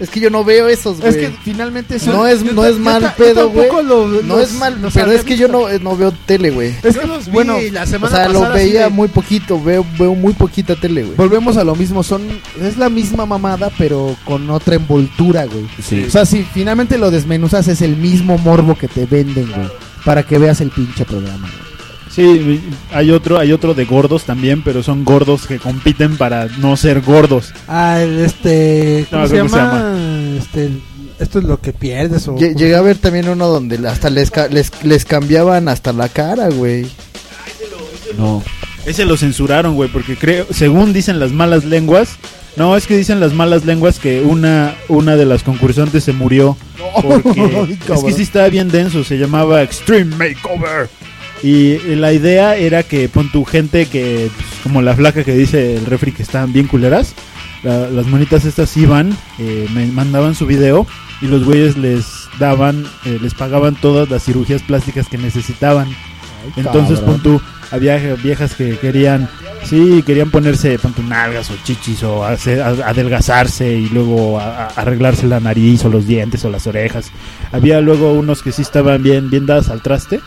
S9: Es que yo no veo esos, güey.
S10: Es que finalmente son-
S9: No es,
S10: yo
S9: no
S10: ta-
S9: es
S10: yo
S9: mal
S10: ta- yo
S9: pedo, güey.
S10: tampoco lo-
S9: No
S10: los-
S9: es mal,
S10: los
S9: pero
S10: había
S9: es que yo no, eh, no veo tele, güey.
S10: Es que- Yo los vi bueno, la semana
S9: o sea, lo
S10: pasada,
S9: veía
S10: así de-
S9: muy poquito, veo, veo muy poquita tele, güey.
S10: Volvemos a lo mismo, son es la misma mamada pero con otra envoltura, güey.
S3: Sí.
S10: O sea, si finalmente lo desmenuzas es el mismo morbo que te venden, güey, para que veas el pinche programa. güey.
S5: [LAUGHS] Sí, hay otro, hay otro de gordos también, pero son gordos que compiten para no ser gordos.
S6: Ah, el, este. ¿Cómo,
S5: No,
S6: se,
S5: ¿cómo se
S6: llama? Este, el- esto es lo que pierdes. O,
S9: Lle- Llegué a ver también uno donde hasta les, ca- les, les cambiaban hasta la cara, güey.
S3: No.
S5: Ese lo censuraron, güey, porque creo, según dicen las malas lenguas, no, es que dicen las malas lenguas que una, una de las concursantes se murió.
S19: [LAUGHS] Ay,
S5: Porque es que
S19: cabrón.
S5: sí estaba bien denso, se llamaba Extreme Makeover. Y eh, la idea era que pon tu gente que, pues, como la flaca que dice el refri que están bien culeras, la- las monitas estas iban, eh, me mandaban su video y los güeyes les daban, eh, les pagaban todas las cirugías plásticas que necesitaban. Entonces,
S10: cabrón.
S5: pon tú, había viejas que querían, sí, querían ponerse pon tú, nalgas o chichis o hacer- a- adelgazarse y luego a- a- arreglarse la nariz o los dientes o las orejas. Había luego unos que sí estaban bien, bien dadas al traste,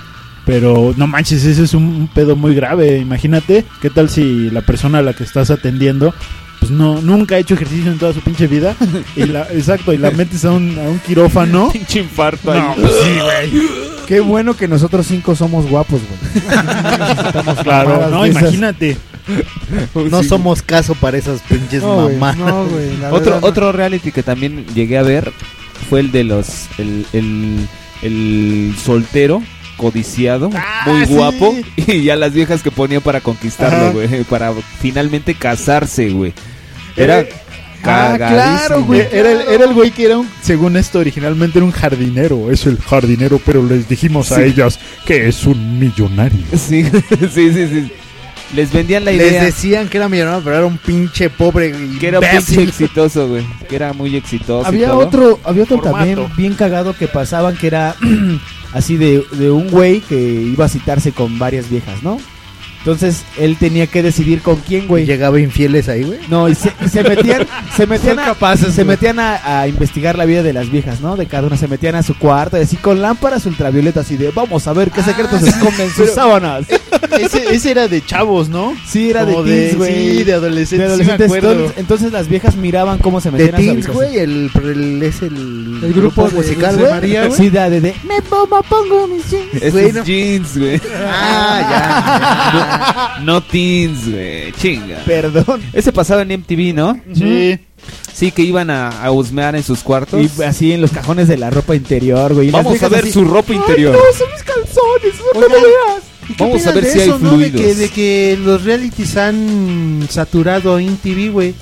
S5: pero no manches, ese es un, un pedo muy grave. Imagínate, ¿qué tal si la persona a la que estás atendiendo pues no, nunca ha hecho ejercicio en toda su pinche vida. Y la, [LAUGHS] exacto, y la metes a un, a un quirófano. [LAUGHS] Pinche infarto. No, pues sí, güey.
S10: Qué bueno que nosotros cinco somos guapos, güey. Necesitamos
S5: [LAUGHS] Claro,
S10: mamadas
S5: no,
S10: de esas.
S5: imagínate.
S9: No somos caso para esas pinches
S10: No, güey,
S9: mamás.
S10: no, güey, la
S3: Otro,
S10: verdad no.
S3: otro reality que también llegué a ver fue el de los. El, el, el soltero codiciado, muy
S5: sí.
S3: guapo. [LAUGHS] Y ya las viejas que ponía para
S5: Ajá.
S3: conquistarlo, güey. [LAUGHS] Para finalmente casarse, güey. Era. Ah, cagadísimo.
S5: Era, el, era el güey que era un, según esto, originalmente era un jardinero. Es el jardinero, pero les dijimos a
S3: Sí.
S5: ellas que es un millonario.
S3: Sí, [LAUGHS] sí, sí, sí. Les vendían la
S9: Les
S3: idea.
S9: decían que era millonario, pero era un pinche pobre.
S3: que era un
S9: imbécil.
S3: pinche exitoso, güey. Que era muy exitoso. y
S11: había
S3: todo.
S11: otro, había otro
S3: Formato.
S11: también bien cagado que pasaban que era [CLEARS THROAT] así de, de un güey que iba a citarse con varias viejas, ¿no? Entonces él tenía que decidir con quién, güey.
S9: Llegaba infieles ahí, güey.
S11: No, y se, y se
S6: [LAUGHS]
S11: metían, se metían,
S9: Son
S11: a,
S9: capaces,
S11: se
S9: güey.
S11: metían a, a investigar la vida de las viejas, ¿no? De cada una, se metían a su cuarto, y así con lámparas ultravioletas, así de vamos a ver qué
S6: Ah,
S11: secretos esconden sus
S5: pero-
S11: sábanas.
S6: eh,
S11: [LAUGHS]
S5: Ese, ese era de chavos, ¿no?
S11: Sí, era de
S5: Como
S11: teens, güey.
S5: Sí, de adolescentes.
S11: De
S5: sí me
S11: adolescentes.
S5: acuerdo.
S11: entonces, entonces las viejas miraban cómo se
S9: De
S11: metían a su
S9: Teens,
S11: habitación.
S9: güey, el, el- es el,
S11: El grupo de-
S9: musical,
S11: de
S9: güey.
S11: María, güey. Sí, de- de- de-
S19: Me pongo, pongo mis jeans.
S3: Esos
S9: Güey, no.
S3: jeans, güey. Ah, ya. [LAUGHS] No, no teens, güey. Chinga.
S11: Perdón.
S3: Ese pasaba en MTV, ¿no?
S5: Sí.
S3: Sí, que iban a, a husmear en sus cuartos.
S11: Y así en los cajones de la ropa interior, güey. Y las
S3: Vamos a
S11: viejas
S3: ver
S11: así-
S3: su ropa interior.
S11: son mis calzones,
S6: Oigan,
S3: ¿y qué
S6: Vamos
S3: opinan
S6: a ver
S3: de
S6: si
S3: eso,
S6: hay
S3: no? De
S6: fluidos.
S3: que-
S6: De, que,
S3: de
S6: los realities han saturado InTV, güey.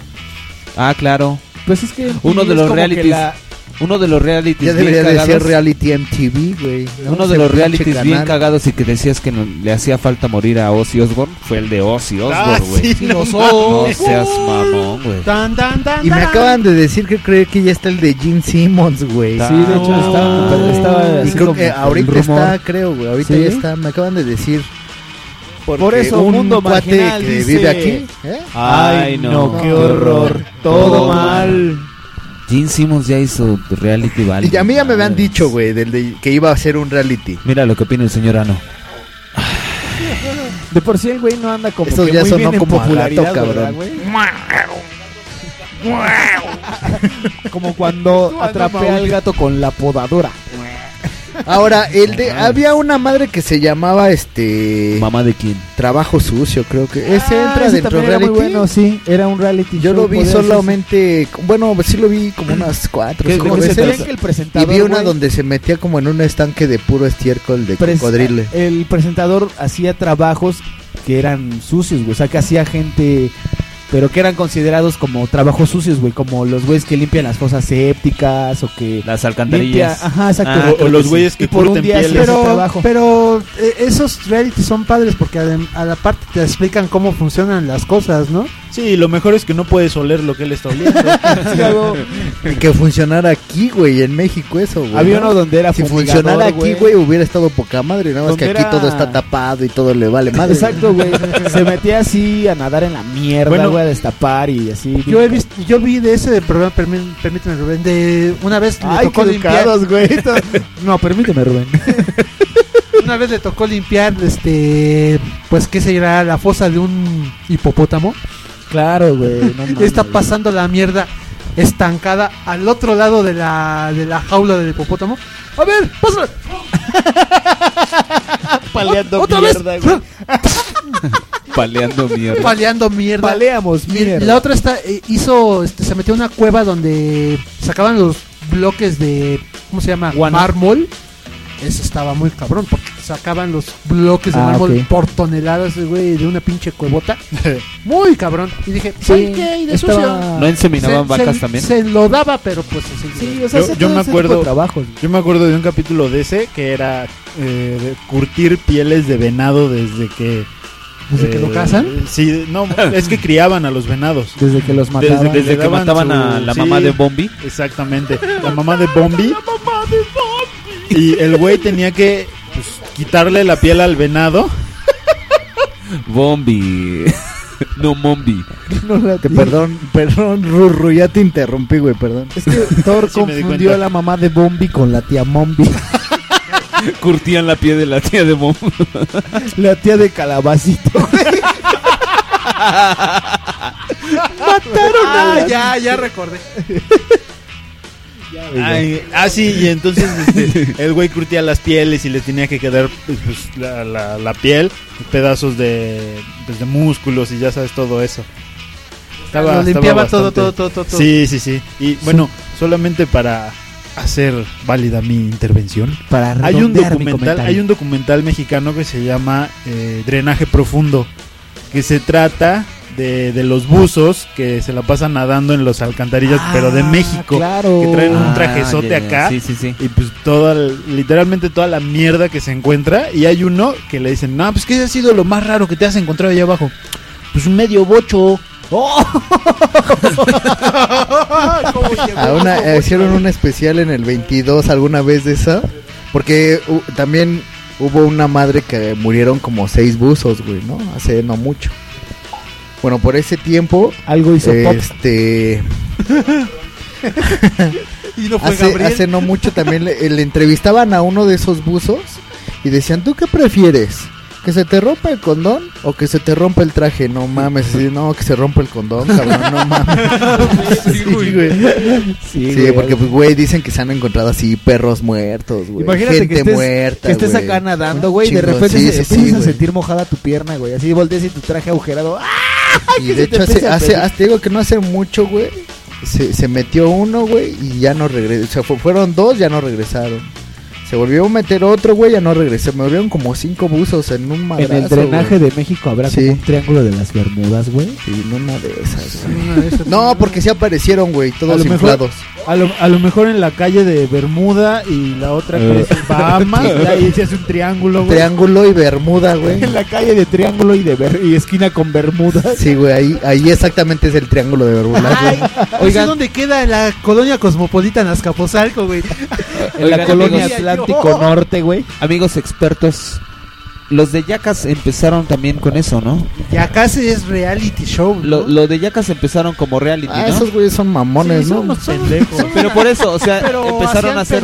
S3: Ah, claro.
S11: Pues es que
S3: uno
S6: MTV
S3: de los
S6: es como que
S3: realities.
S6: la-
S3: Uno de los realities.
S9: Ya
S3: bien
S9: debería de ser
S3: cagados.
S9: reality MTV, güey. ¿no?
S3: Uno de
S9: Ese
S3: los
S9: pinche
S3: realities bien
S9: canal.
S3: cagados y que decías que no- le hacía falta morir a Ozzy Osbourne fue el de Ozzy Osbourne, güey.
S6: sí,
S3: no,
S6: no mames.
S3: seas mamón, güey.
S6: Tan, tan, tan,
S9: Y me
S6: tan.
S9: acaban de decir que cree que ya está el de Gene Simmons, güey.
S11: Sí, de hecho, estaba-
S9: No.
S11: estaba
S9: Ah. Y
S11: así
S9: creo
S11: como
S9: que
S11: con
S9: ahorita
S11: rumor.
S9: está, creo, güey. Ahorita
S11: ¿Sí?
S9: ya está. Me acaban de decir.
S11: Por
S9: Porque
S11: eso,
S9: un
S11: mundo
S9: cuate
S11: marginal
S9: que
S11: dice-
S9: vive aquí. ¿eh?
S3: Ay, no,
S11: qué horror. Todo mal.
S3: Gene Simmons ya hizo reality
S11: Ah,
S3: valley.
S9: Y a mí ya me habían dicho, güey, del de- que iba a ser un reality.
S3: Mira lo que opina el señor Ano.
S11: De por sí el güey no anda como
S9: Eso
S11: que
S9: ya
S11: muy
S9: sonó
S11: bien en
S9: como a gato,
S11: popularidad,
S9: cabrón.
S11: ¿verdad, güey? como cuando atrapé al gato con la podadora.
S9: Ahora, el de había una madre que se llamaba este
S3: Mamá de quién?
S9: Trabajo sucio, creo que ese entra
S11: Ah, ese
S9: dentro
S11: también
S9: reality.
S11: Era muy bueno, sí, era un reality
S9: Yo
S11: show,
S9: lo vi
S11: podría decirse.
S9: solamente, bueno, sí lo vi como unas cuatro,
S11: ¿Qué-
S9: cinco
S11: cómo se
S9: veces.
S11: trata? Que el presentador,
S9: y vi una
S11: güey.
S9: donde se metía como en un estanque de puro estiércol de
S11: Pres- [LAUGHS]
S9: cocodrilo.
S11: El presentador hacía trabajos que eran sucios, güey. O sea, que hacía gente, pero que eran considerados como trabajos sucios, güey. Como los güeyes que limpian las fosas sépticas o que.
S3: Las alcantarillas.
S11: limpia- ajá, exacto.
S3: Ah,
S11: Creo
S5: o los
S11: sí.
S5: güeyes que
S11: Y por un
S5: curten
S11: día hacía ese
S6: Pero,
S11: trabajo.
S6: pero eh, esos realities son padres porque adem- a la parte te explican cómo funcionan las cosas, ¿no?
S5: Sí, lo mejor es que no puedes oler lo que él está oliendo.
S11: [LAUGHS]
S9: Y que funcionara aquí, güey, en México eso, güey.
S5: Había uno donde era
S9: Si
S5: fumigador,
S9: funcionara aquí,
S5: güey.
S9: güey, hubiera estado poca madre, nada más que
S11: Donde
S9: aquí
S11: era-
S9: todo está tapado y todo le vale madre.
S11: Exacto, güey. Se metía así a nadar en la mierda,
S9: Bueno.
S11: güey, a destapar y así.
S6: Yo he visto, yo vi de ese programa, permí- permíteme Rubén, de una vez le
S11: Ay,
S6: tocó
S11: qué
S6: limpiar,
S11: educados,
S6: [LAUGHS]
S11: güey. No, permíteme, Rubén.
S6: una vez le tocó limpiar, este, pues qué se irá la fosa de un hipopótamo.
S11: Claro, güey. [LAUGHS]
S6: Está pasando la mierda estancada al otro lado de la, de la jaula del hipopótamo. A ver, pásala.
S11: Paleando
S6: ¿Otra
S11: mierda,
S6: vez? [LAUGHS]
S11: güey.
S3: Paleando mierda.
S6: paleando mierda.
S11: Paleamos
S6: Y La otra está, eh, hizo, este, se metió a una cueva donde sacaban los bloques de, ¿cómo se llama? Mármol. Eso estaba muy cabrón, porque sacaban los bloques de
S11: Ah,
S6: mármol
S11: ok.
S6: por toneladas, güey, de una pinche cuevota. Muy cabrón. Y dije,
S11: Sí,
S6: ¿sabes qué? Y de
S11: estaba-
S6: sucio.
S3: ¿No inseminaban
S6: Se-
S3: vacas
S6: se-
S3: también?
S6: Se lo daba, pero pues así. Sí,
S5: yo, yo me acuerdo yo me acuerdo de un capítulo de ese que era eh, de curtir pieles de venado desde que eh,
S6: ¿Desde que lo cazan?
S5: sí no es que criaban a los venados
S11: Desde que los mataban.
S5: le
S11: Desde que
S5: daban
S11: mataban a la mamá de
S3: Bombi
S5: exactamente la mamá de Bombi y el güey tenía que pues, quitarle la piel al venado
S3: Bombi. no, Mombi.
S9: Que perdón, perdón, Rurru, ya te interrumpí, güey, perdón.
S11: Es que Thor
S9: [LAUGHS] Sí me di
S11: confundió
S9: cuenta.
S11: a la mamá de Bombi con la tía Mombi.
S3: Curtían la piel de la tía de Bombi.
S11: la tía de Calabacito.
S6: [LAUGHS] Mataron a Ah, ya, ya recordé.
S5: Ay, ah, sí, y entonces este, el güey curtía las pieles y le tenía que quedar pues, pues, la, la- la piel, pedazos de, pues, de músculos y ya sabes todo eso. Estaba,
S6: Lo
S5: estaba
S6: limpiaba todo,
S5: bastante-
S6: todo, todo, todo, todo.
S5: Sí, sí, sí. Y bueno, solamente para hacer válida mi intervención,
S11: Para
S5: hay un
S11: redondear mi
S5: documental,
S11: comentario.
S5: hay un documental mexicano que se llama eh, Drenaje Profundo, que se trata de, de los buzos que se la pasan nadando en los alcantarillas, pero de México,
S11: claro.
S5: que traen
S11: Ah,
S5: un trajezote
S3: ya, ya,
S5: acá
S3: sí, sí, sí.
S5: y pues toda, literalmente toda la mierda que se encuentra y hay uno que le dicen, no, pues que ha sido lo más raro que te has encontrado allá abajo, pues un medio bocho. ¡Oh!
S6: [LAUGHS]
S9: A una- eh, hicieron un especial en el 22 alguna vez de esa. Porque hu- también hubo una madre que murieron como seis buzos, güey, ¿no? Hace no mucho. Bueno, por ese tiempo.
S11: Algo
S6: hizo pop.
S9: Este.
S6: Y no fue
S9: hace,
S6: Gabriel.
S9: hace no mucho también le, le entrevistaban a uno de esos buzos y decían, ¿tú qué prefieres? ¿Que se te rompa el condón o que se te rompa el traje? No mames, sí, no, que se rompa el condón, cabrón,
S6: [LAUGHS]
S9: no mames. Sí, güey.
S11: Sí,
S9: Sí,
S11: güey.
S9: porque, pues, güey, dicen que se han encontrado así perros muertos, güey.
S11: Imagínate
S9: gente
S11: que estés,
S9: muerta,
S11: que estés
S9: güey.
S11: acá nadando, güey, y de
S9: Chingos,
S11: repente
S9: sí,
S11: se-
S9: sí, sí,
S11: empiezas a
S9: güey.
S11: sentir mojada tu pierna, güey. Así volteas y tu traje agujerado. ¡Ah!
S9: Y
S11: que
S9: de
S11: se te
S9: hecho, hace,
S11: empieza a
S9: hace,
S11: pegar.
S9: hace- te digo que no hace mucho, güey. Se, se metió uno, güey, y ya no regresó. O sea, fu- fueron dos, ya no regresaron. Se volvió a meter otro, güey, ya no regresó. Me volvieron como cinco buzos en
S5: Ah,
S9: un madrazo,
S11: En el drenaje
S9: güey.
S11: de México habrá
S9: Sí.
S11: como un triángulo de las Bermudas, güey.
S9: Sí, en una de esas, No, porque sí aparecieron, güey,
S5: A
S9: todos
S5: lo mejor-
S9: inflados.
S5: A lo, a lo mejor en la calle de Bermuda y la otra que
S9: Eh.
S11: [LAUGHS]
S5: es Bahamas, ahí se hace un triángulo, güey.
S9: Triángulo y Bermuda, güey.
S5: [LAUGHS]
S11: En la calle de Triángulo y de Ber- y esquina con [LAUGHS] Bermuda.
S9: Sí, güey, ahí, ahí exactamente es el Triángulo de Bermuda, güey.
S6: Oigan, dónde queda la colonia cosmopolita en Azcapotzalco, güey?
S3: En la colonia
S11: Atlántico Norte, güey.
S3: Amigos expertos, los de Yacas empezaron también con eso, ¿no?
S6: Ya casi es reality show.
S3: Lo, lo de Yacas empezaron como reality,
S9: Ah,
S3: ¿no?
S9: esos güeyes son mamones, ¿no?
S3: Pero por eso, o
S9: [LAUGHS]
S3: sea,
S6: Pero
S3: empezaron
S6: hacían
S3: a hacer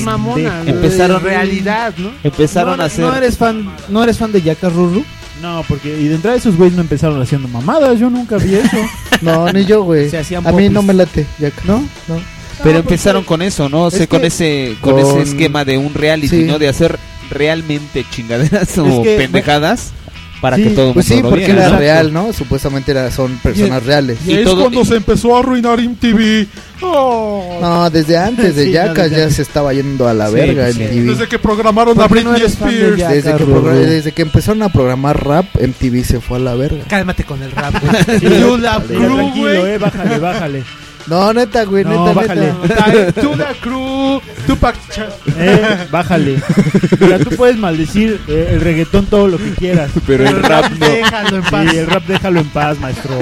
S3: mamadas.
S6: mamonas,
S3: empezaron
S6: de realidad, ¿no?
S3: Empezaron a hacer.
S5: No eres fan, no eres fan de Yacas Ruru. No, porque y de entrada esos güeyes no empezaron
S11: [LAUGHS]
S5: haciendo mamadas, yo nunca vi eso.
S9: No, ni yo, güey.
S5: Se hacían
S9: A mí
S5: popis.
S9: no me late, ya ¿No? No.
S3: Pero empezaron con eso, ¿no? O sea,
S9: Es
S3: con
S9: que-
S3: ese con ese
S9: con-
S3: esquema de un reality,
S9: Sí.
S3: ¿no? De hacer realmente chingaderas o
S9: que-
S3: pendejadas para
S9: Sí,
S3: que todo el mundo
S9: Pues sí,
S3: lo
S9: porque
S3: viera,
S9: era
S3: ¿no?
S9: real, ¿no? Supuestamente era- son personas reales.
S2: Y, es cuando se empezó a arruinar MTV. Oh.
S9: No, desde antes de
S2: Sí, no,
S9: Yacas
S2: desde
S9: ya
S2: antes.
S9: se estaba yendo a la
S2: Sí,
S9: verga
S2: sí.
S9: en TV.
S2: Desde que programaron a
S9: ¿Por qué
S2: Britney
S9: no eres fan de
S2: Spears.
S9: Yacas, desde, que progra- desde que empezaron a programar rap, MTV se fue a la verga.
S6: Cálmate con el rap, güey. You love
S9: Ya,
S6: crew,
S9: tranquilo,
S6: güey.
S9: eh, bájale, bájale.
S6: No, neta, güey,
S9: No, neta, bájale. neta.
S2: Tú la crew, Tupac Cha-
S5: Eh, bájale. Mira, tú puedes maldecir eh, el reggaetón todo lo que quieras.
S3: Pero el rap no.
S5: Déjalo en paz.
S3: Sí,
S5: el rap déjalo en paz, maestro.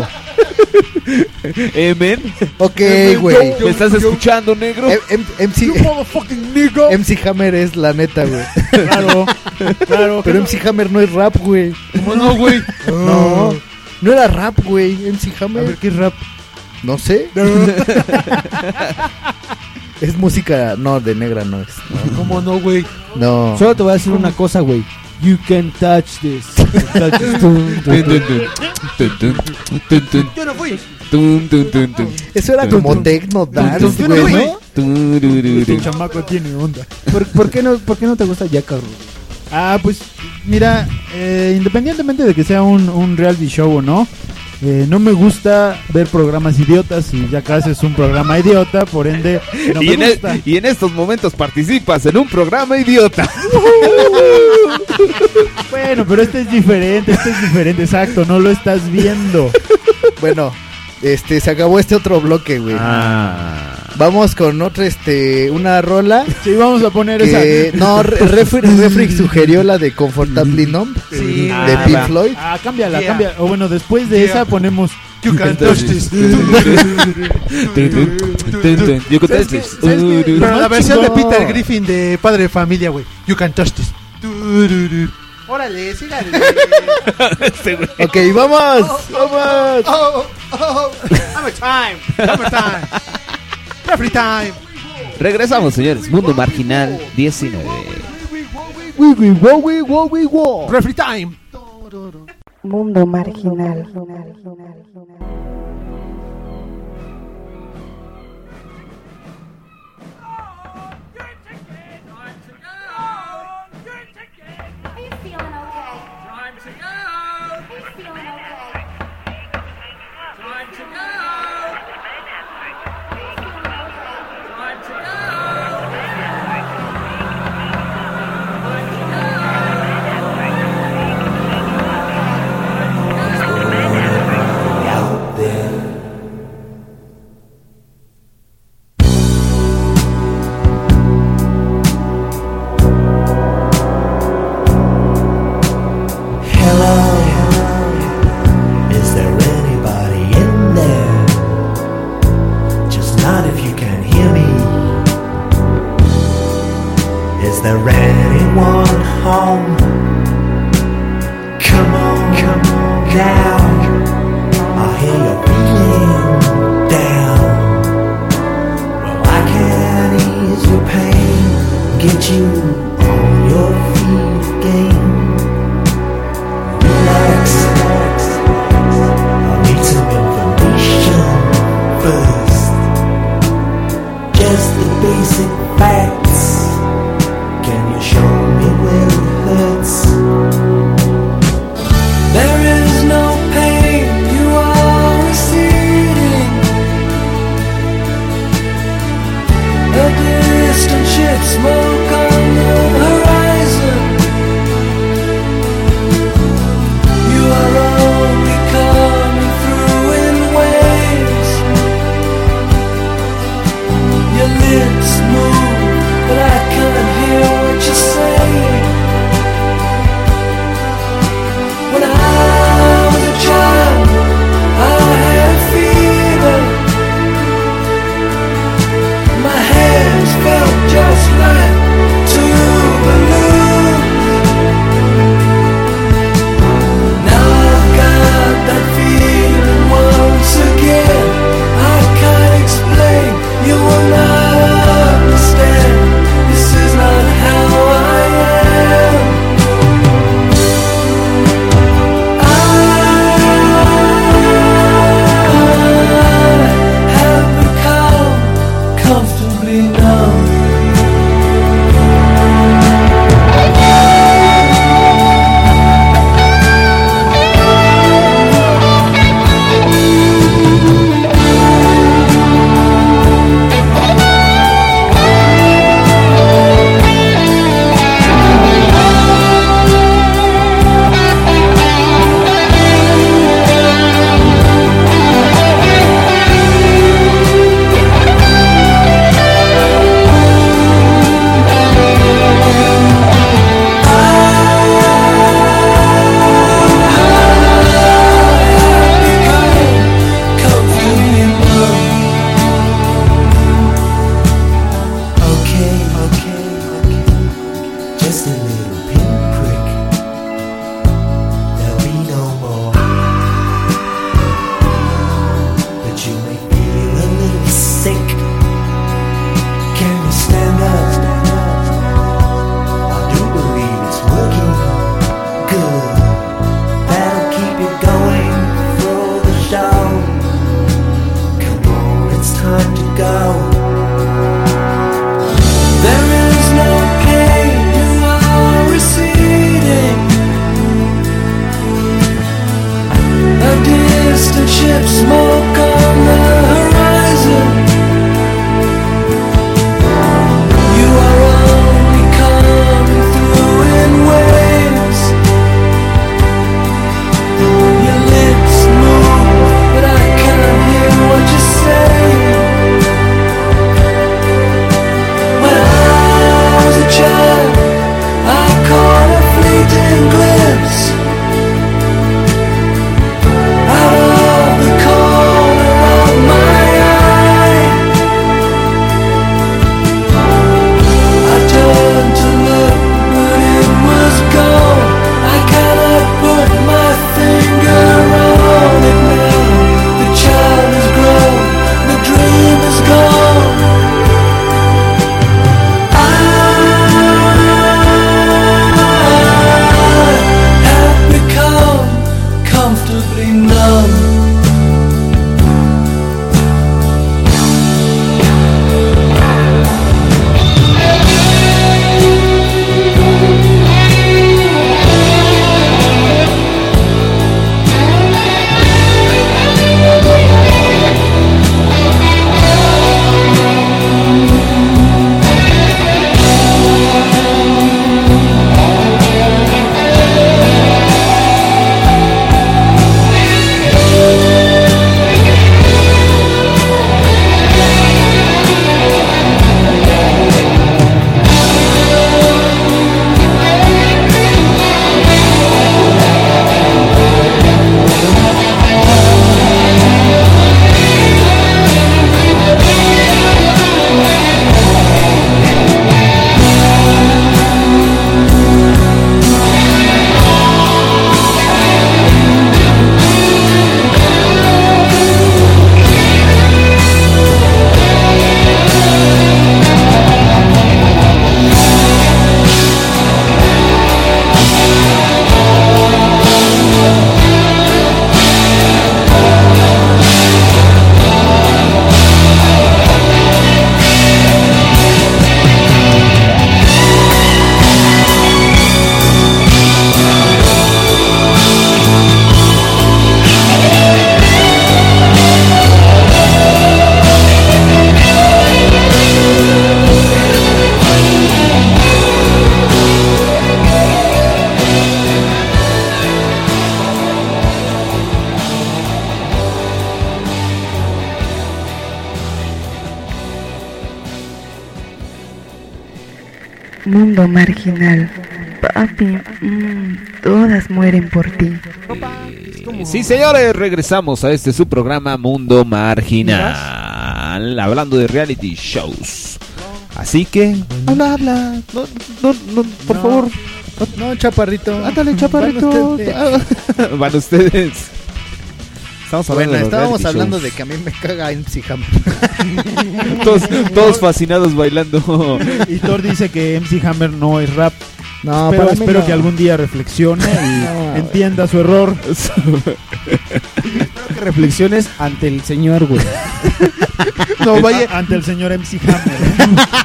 S3: Eh, men.
S9: Ok,
S3: Eh, men,
S9: güey.
S3: ¿Me estás escuchando, negro?
S9: Em- em- MC, MC Hammer es la neta, güey.
S5: Claro, claro.
S9: Pero MC Hammer no es rap, güey.
S2: ¿Cómo no, güey?
S9: No. No era rap, güey. MC Hammer. A ver,
S5: ¿qué es rap?
S9: No sé. [LAUGHS] es música. No, de negra no es.
S2: ¿Cómo no, güey?
S9: No.
S28: Solo te voy a decir una cosa, güey. You can touch this. Touch this. Dun, dun, dun.
S3: Yo no fui. Eso
S9: era como techno dance, güey, ¿no?
S5: Este chamaco tiene onda.
S28: ¿Por, por qué no, ¿Por qué no te gusta Jack Arrow?
S5: Ah, pues mira, eh, independientemente de que sea un, un reality show o no, eh, no me gusta ver programas idiotas y Jackass es un programa idiota, por ende no
S3: y, en
S5: me
S3: e-
S5: gusta.
S3: y en estos momentos participas en un programa
S9: [LAUGHS]
S3: idiota.
S5: Bueno, pero este es diferente, este es diferente, exacto, no lo estás viendo.
S9: Bueno, este, se acabó este otro bloque, güey. Vamos con otra, este, una rola.
S5: Sí, vamos a poner
S9: que-
S5: esa.
S9: No, Re- Refri, Refri sugirió la de Comfortably Numb de
S5: Ah,
S9: Pink
S5: va.
S9: Floyd.
S5: Ah, cámbiala,
S9: Yeah.
S5: cámbiala. O bueno, después de
S9: Yeah.
S5: esa ponemos.
S2: You can touch this.
S3: You can
S6: ¿Sabes
S3: touch
S6: qué?
S3: this.
S6: ¿Sabes qué? Pero la versión de
S2: chingón.
S6: Peter Griffin de Padre de Familia, güey. You can touch this. Órale,
S3: [LAUGHS]
S6: sígale.
S3: Este
S9: Ok, vamos.
S6: vamos. Oh, oh, oh. Hammer time. Hammer time. Referee time.
S3: Regresamos, señores. Mundo Marginal 19.
S6: Referee time.
S12: Mundo marginal.
S19: Is there anybody in there? Just not if you can hear me. Is there anyone home? Come on, come on down. I hear you're feeling down. Well, I can ease your pain, get you on your feet again. Relax. I need some information first. Just the basic facts. Can you show me where it hurts? There is no pain. of smoke on the horizon. You are only coming through in waves. Your lips move, but I cannot hear what you say. When I was a child, I caught a fleeting glimpse. Out of the corner of my eye, I turned to look, but it was gone. I cannot put my finger on it now. The child has grown, the dream is gone. I have become comfortably numb.
S12: Mundo marginal. Papi, mm, todas mueren por ti.
S3: Sí, señores, regresamos a este su programa Mundo Marginal, hablando de reality shows. Así que, habla, habla. No, no, no, por favor.
S10: No, chaparrito.
S3: Ándale,
S10: chaparrito.
S3: [LAUGHS] Van ustedes. Estamos
S10: Bueno,
S3: hablando de los
S10: estábamos
S3: reality
S10: hablando
S3: shows.
S10: de que a mí me caga MC Hammer.
S3: Todos, todos fascinados bailando.
S5: Y Thor dice que MC Hammer no es rap.
S10: No,
S5: pero
S10: para mí
S5: espero
S10: no.
S5: que algún día reflexione [LAUGHS] y
S10: No.
S5: entienda su error.
S11: Reflexiones ante el señor, güey.
S5: no vaya ante el señor MC Hammer.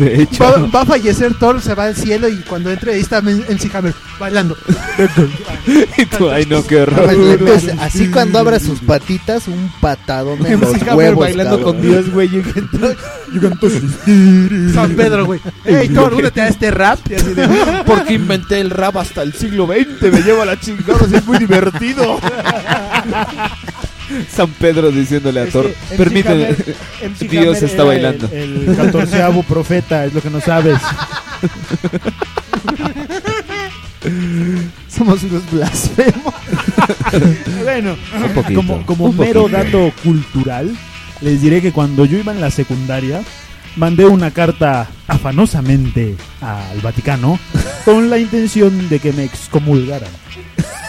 S3: De
S6: Va, va a fallecer Thor, se va al cielo y cuando entre ahí está MC Hammer bailando.
S3: y tú, [LAUGHS] ay, no, qué horror.
S10: Pues, así cuando abra sus patitas, un patadón en los
S6: MC Hammer
S10: huevos.
S6: bailando con Dios,
S10: güey.
S6: San Pedro, güey. Ey, Thor, únete a este rap. Y así de,
S5: Porque inventé el rap hasta el siglo XX, me lleva la chingada, es muy divertido.
S3: [LAUGHS] San Pedro diciéndole a Thor,
S5: MC
S3: permíteme,
S5: Hammer- MC
S3: Dios
S5: Hammer
S3: está
S5: era
S3: bailando.
S5: El, el [LAUGHS] catorceavo profeta, es lo que no sabes.
S10: Somos unos blasfemos.
S5: bueno,
S10: Un poquito,
S5: como, como
S10: un
S5: mero
S10: poquito.
S5: dato cultural, les diré que cuando yo iba en la secundaria, mandé una carta afanosamente al [LAUGHS] Vaticano con la intención de que me excomulgaran.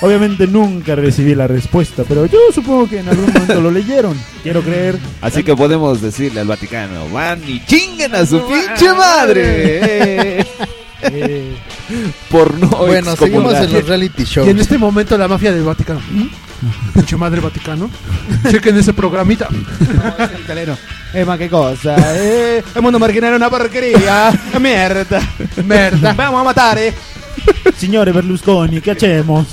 S5: Obviamente nunca recibí la respuesta, pero yo supongo que en algún momento lo leyeron. Quiero creer.
S3: Así que podemos decirle al Vaticano, van y chinguen a su pinche madre.
S11: [LAUGHS]
S3: Eh,
S5: Eh,
S3: Por no
S10: Bueno, seguimos
S3: excomulgar.
S10: en
S3: [LAUGHS]
S10: los reality shows.
S6: Y en este momento la mafia del Vaticano. ¿Mm? Pinche madre Vaticano. Chequen ese programita.
S11: Italiano. Emma, qué cosa. Eh, el mundo marginal es una porquería. Mierda.
S3: [LAUGHS]
S11: Mierda. Vamos a matar, eh.
S5: Signore Berlusconi, ¿qué hacemos?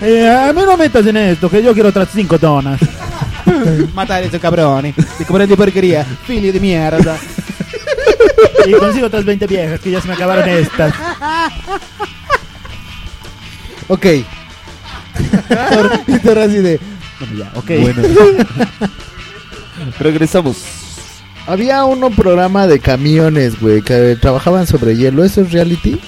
S5: Eh, a mí no metas en esto, que yo quiero otras cinco donas.
S11: Matar a esos cabrones. Te cobré de porquería. Filio de mierda.
S5: y consigo otras 20 viejas que ya se me acabaron estas.
S9: [LAUGHS] Ok.
S11: y tú así de. Bueno, ya, ok.
S9: Bueno.
S3: Regresamos.
S9: Había uno programa de camiones, güey, que eh, trabajaban sobre hielo. ¿Eso es reality?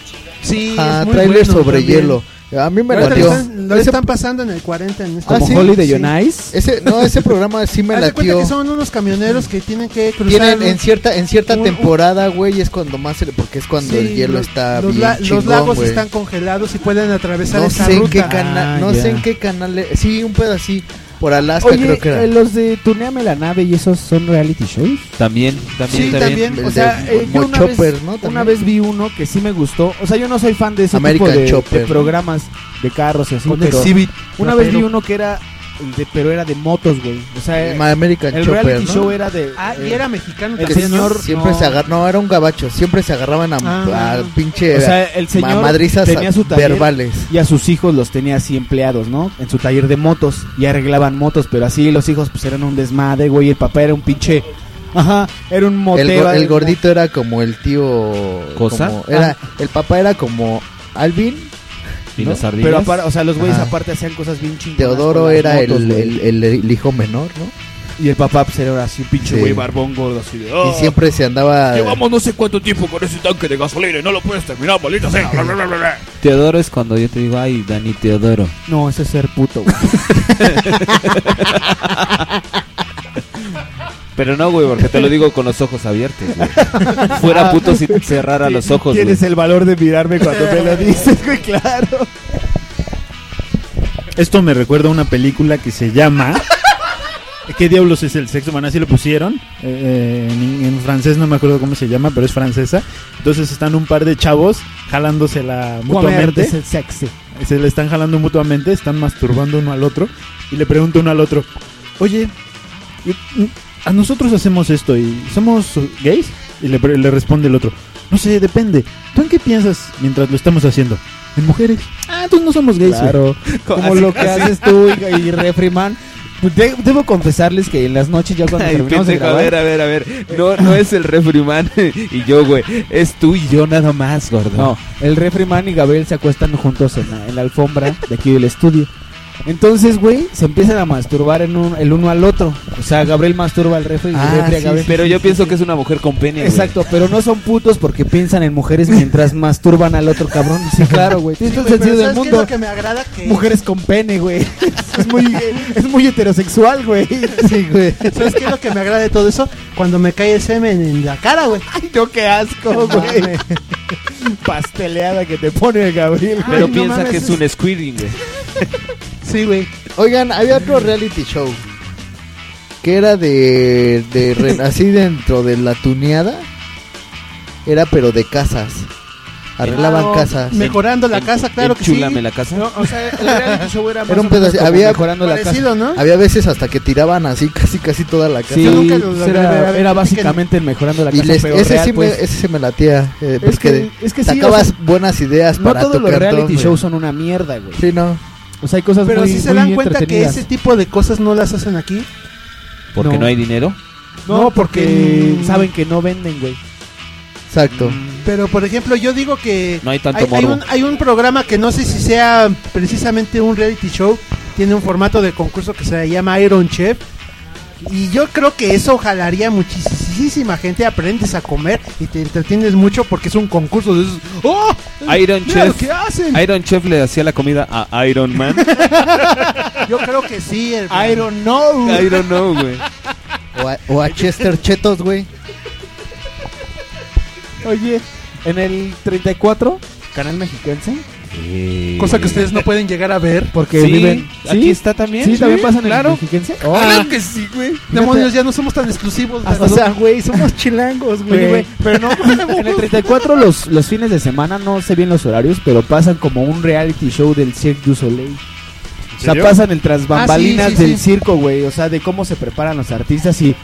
S6: Sí,
S9: Ah,
S6: es muy
S9: trailer
S6: bueno
S9: sobre
S6: también.
S9: hielo. A mí me
S6: Ahorita
S9: latió.
S6: Lo están, lo están pasando en el 40 en este
S9: ¿Como
S6: momento.
S9: Ah, Holiday
S6: Sí.
S9: on Ice? Ese- no, ese programa sí
S6: [LAUGHS]
S9: me
S6: Haz de cuenta
S9: latió.
S6: que son unos camioneros que tienen que cruzar.
S9: Tienen
S6: un-
S9: en cierta en cierta
S6: un- un-
S9: temporada, güey, es cuando más se le- porque es cuando
S6: Sí,
S9: el hielo
S6: los-
S9: está
S6: los,
S9: bien
S6: la- los
S9: chingón,
S6: lagos
S9: güey.
S6: están congelados y pueden atravesar
S9: No
S6: esa
S9: sé en
S6: ruta. Ah,
S9: qué canal, no sé en qué canal, es- sí, un pedacito por Alaska
S11: Oye,
S9: creo que era.
S11: eh, los de Tuneame la nave y esos son reality shows.
S3: También, también,
S11: Sí,
S3: también.
S11: también. O sea, eh, yo una, vez, una vez vi uno que sí me gustó. O sea, yo no soy fan de ese
S9: American
S11: tipo de,
S9: Chopper,
S11: de
S9: ¿no?
S11: programas de carros y así.
S9: Con
S11: pero
S9: Exhibit,
S11: una
S9: rapero.
S11: vez vi uno que era, de, pero era de motos, güey. O sea,
S9: American
S11: el
S9: Chopper,
S11: reality
S9: ¿no?
S11: show era de...
S6: Ah, y
S11: eh,
S6: era mexicano
S11: el
S6: también, ¿no?
S11: señor
S9: siempre se agarra, no, era un gabacho, siempre se agarraban a,
S11: Ah.
S9: a pinche
S11: O sea, el señor
S9: mamadrizas
S11: tenía su taller
S9: verbales.
S11: y a sus hijos los tenía así empleados, ¿no? En su taller de motos y arreglaban motos, pero así los hijos pues eran un desmadre, güey, el papá era un pinche Ajá, era un
S9: El,
S11: motero.
S9: go- el gordito era como el tío
S11: ¿Cosa?
S9: como- era
S11: Ah.
S9: el papá era como Alvin
S3: Y
S9: ¿no?
S3: las ardillas.
S11: Pero aparte, o sea, los güeyes
S9: Ajá.
S11: aparte hacían cosas bien chingadas.
S9: Teodoro
S11: con las
S9: era
S11: motos,
S9: el,
S11: güey.
S9: el, el- el hijo menor, ¿no?
S11: Y el papá pues, era así un pinche
S9: Sí.
S11: güey barbón gordo así de, "Ah,
S2: Oh.
S9: Y siempre se andaba
S11: Llevamos
S29: no sé cuánto tiempo con ese tanque de gasolina y no lo puedes terminar, maldita
S3: [LAUGHS]
S29: sea. Bla, bla, bla, bla, bla.
S3: Teodoro es cuando yo te digo, ay, Dani Teodoro.
S11: No, ese es ser puto,
S6: [LAUGHS]
S11: güey.
S3: Pero no, güey, porque te lo digo con los ojos abiertos,
S11: [LAUGHS]
S3: güey. Fuera puto si cerrara los ojos, güey.
S11: Ah. Tienes el valor de mirarme cuando me
S3: [LAUGHS]
S11: lo dices, güey, claro.
S5: Esto me recuerda a una película que se llama. ¿Qué diablos es el sexo? Bueno, así lo pusieron. eh, eh, en, en francés no me acuerdo cómo se llama, pero es francesa. Entonces están un par de chavos jalándosela mutuamente.
S11: es el sexy.
S5: Se le están jalando mutuamente, están masturbando uno al otro. Y le pregunta uno al otro: Oye, y- y- a nosotros hacemos esto y somos gays. Y le, pre- le responde el otro: No sé, depende. ¿Tú en qué piensas mientras lo estamos haciendo? En mujeres. Ah, entonces no somos gays. güey". [LAUGHS]
S11: Claro. Como lo que haces tú y, y Refriman. Pues de- debo confesarles que en las noches ya cuando
S3: Ay,
S11: terminamos de
S3: pendejo, a
S11: grabar,
S3: ver, a ver, a ver. No, no es el refriman y yo, güey. Es tú y yo nada más, gordo.
S11: No, el Refriman y Gabriel se acuestan juntos en la, en la alfombra de aquí del estudio. Entonces, güey, se empiezan a masturbar en un- el uno al otro. O sea, Gabriel masturba al refri y el refri a Gabriel.
S3: pero yo pienso que es una mujer con pene, güey.
S11: Exacto, pero no son putos porque piensan en mujeres mientras masturban al otro cabrón. Sí, claro, güey. Tienes
S6: Sí,
S11: todo
S6: güey,
S11: el
S6: pero
S11: sentido del
S6: ¿sabes qué es
S11: mundo.
S6: lo que me agrada que
S11: Mujeres con pene, güey. Es muy, es muy heterosexual, güey. Sí, güey.
S6: [LAUGHS] ¿Sabes qué es lo que me agrada de todo eso? Cuando me cae el semen en la cara, güey.
S11: Ay, no, qué asco, güey. Pasteleada que te pone el Gabriel.
S3: Pero piensa que es un squirting, güey.
S6: Sí, güey.
S9: Oigan, había otro reality show que era de, de re-
S11: [LAUGHS]
S9: así dentro de la tuneada. Era pero de casas. Arreglaban
S11: Ah,
S6: Claro,
S9: casas.
S6: Mejorando la casa, claro que sí.
S3: Chúlame la casa.
S6: No, o [LAUGHS] sea, el reality show era más
S9: Era
S6: o
S9: un
S6: menos
S9: pedazo,
S6: como
S9: había
S6: mejorando la casa. Parecido, ¿no?
S9: Había veces hasta que tiraban así casi casi toda la casa.
S11: Sí, era, era básicamente el mejorando la
S9: Y
S11: casa.
S9: les-
S11: pero
S9: ese,
S11: real,
S9: sí
S11: pues.
S9: me, ese se me latía. eh,
S11: Es
S9: porque
S11: que- es que sí,
S9: sacabas
S11: o sea,
S9: buenas ideas
S11: No
S9: para tu
S11: todos los
S9: cartón,
S11: reality
S9: güey.
S11: shows son una mierda, güey.
S9: Sí, no.
S11: O sea, hay cosas
S6: Pero
S11: muy
S6: si se
S11: muy
S6: dan cuenta que
S11: entretenidas.
S6: ese tipo de cosas no las hacen aquí.
S3: Porque no.
S11: No.
S3: hay dinero.
S11: No, porque
S6: Mm.
S11: saben que no venden, güey.
S9: Exacto.
S11: Mm.
S6: Pero por ejemplo, yo digo que
S3: No hay tanto morbo.
S6: un, hay un programa que no sé si sea precisamente un reality show, tiene un formato de concurso que se llama Iron Chef. Y yo creo que eso jalaría muchísima gente, aprendes a comer y te entretienes mucho porque es un concurso de esos. ¡Oh!
S3: Iron
S6: Mira lo
S3: Chef.
S6: que hacen.
S3: Iron Chef le hacía la comida a Iron Man.
S6: Yo creo que sí, el
S11: Iron No.
S3: Iron No, güey.
S9: O a, o a Chester Chetos, güey.
S11: Oye, en el 34, canal mexiquense.
S6: Cosa que ustedes no pueden llegar a ver
S11: Porque viven.
S3: aquí está también.
S11: Sí, también
S3: Sí,
S11: pasan
S3: claro.
S11: en Ah, el mexiquense.
S6: Ah.
S3: Claro que sí, güey.
S6: Demonios, ya no somos tan exclusivos.
S11: Hasta
S6: ¿verdad?
S11: o sea,
S9: güey, somos chilangos,
S11: Oye, Pues, güey, pero no,
S9: [LAUGHS]
S11: en el 34 los, los fines de semana, no sé bien los horarios, pero pasan como un reality show del Cirque du Soleil. O sea,
S3: serio?
S11: pasan el tras
S3: Ah, sí,
S11: bambalinas
S3: sí, sí.
S11: del circo, güey. O sea, de cómo se preparan los artistas y